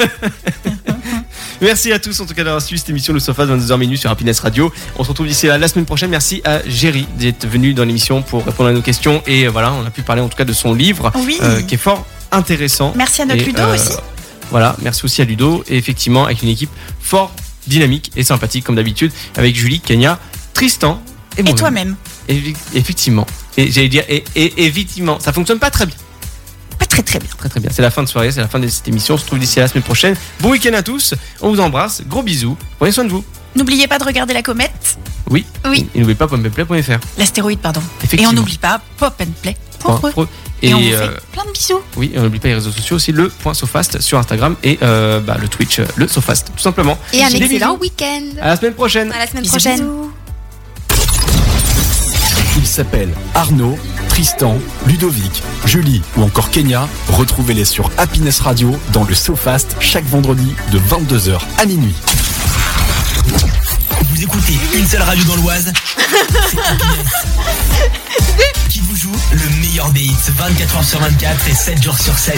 S3: Merci à tous en tout cas d'avoir suivi cette émission Le Sofa de 22h minuit sur Happiness Radio. On se retrouve d'ici là la semaine prochaine. Merci à Géry d'être venu dans l'émission pour répondre à nos questions et euh, voilà, on a pu parler en tout cas de son livre euh,
S5: Oui.
S3: qui est fort intéressant.
S5: Merci à notre
S3: Et, euh,
S5: Ludo aussi.
S3: Voilà, merci aussi à Ludo et effectivement avec une équipe fort dynamique et sympathique comme d'habitude avec Julie, Kenya, Tristan et,
S5: Et
S3: moi-même.
S5: toi-même.
S3: Évi- Effectivement. Et j'allais dire, et, et- effectivement, ça fonctionne pas très bien.
S5: Pas très très bien.
S3: Très très bien. C'est la fin de soirée, c'est la fin de cette émission. On se retrouve d'ici à la semaine prochaine. Bon week-end à tous. On vous embrasse. Gros bisous. Prenez soin de vous.
S5: N'oubliez pas de regarder la comète,
S3: Oui.
S5: Oui.
S3: Et n'oubliez pas pommeplay.fr.
S5: l'astéroïde, pardon. Et
S3: Effectivement.
S5: on n'oublie pas Pop and Play. Pour eux. Et,
S3: Et,
S5: on vous fait
S3: euh,
S5: plein de bisous.
S3: oui, et on n'oublie pas les réseaux sociaux aussi, le point Sofast sur Instagram et euh, bah, le Twitch, euh, le Sofast, tout simplement.
S7: Et un
S3: Des bisous.
S7: excellent week-end.
S3: À la semaine prochaine.
S7: À la semaine
S5: Bisous,
S7: prochaine.
S2: Ils s'appellent Arnaud, Tristan, Ludovic, Julie ou encore Kenya. Retrouvez-les sur Happiness Radio dans le SoFast chaque vendredi de 22h à minuit.
S1: Vous écoutez une seule radio dans l'Oise c'est Happiness. Qui vous joue le meilleur des hits 24h sur 24 et 7 jours sur 7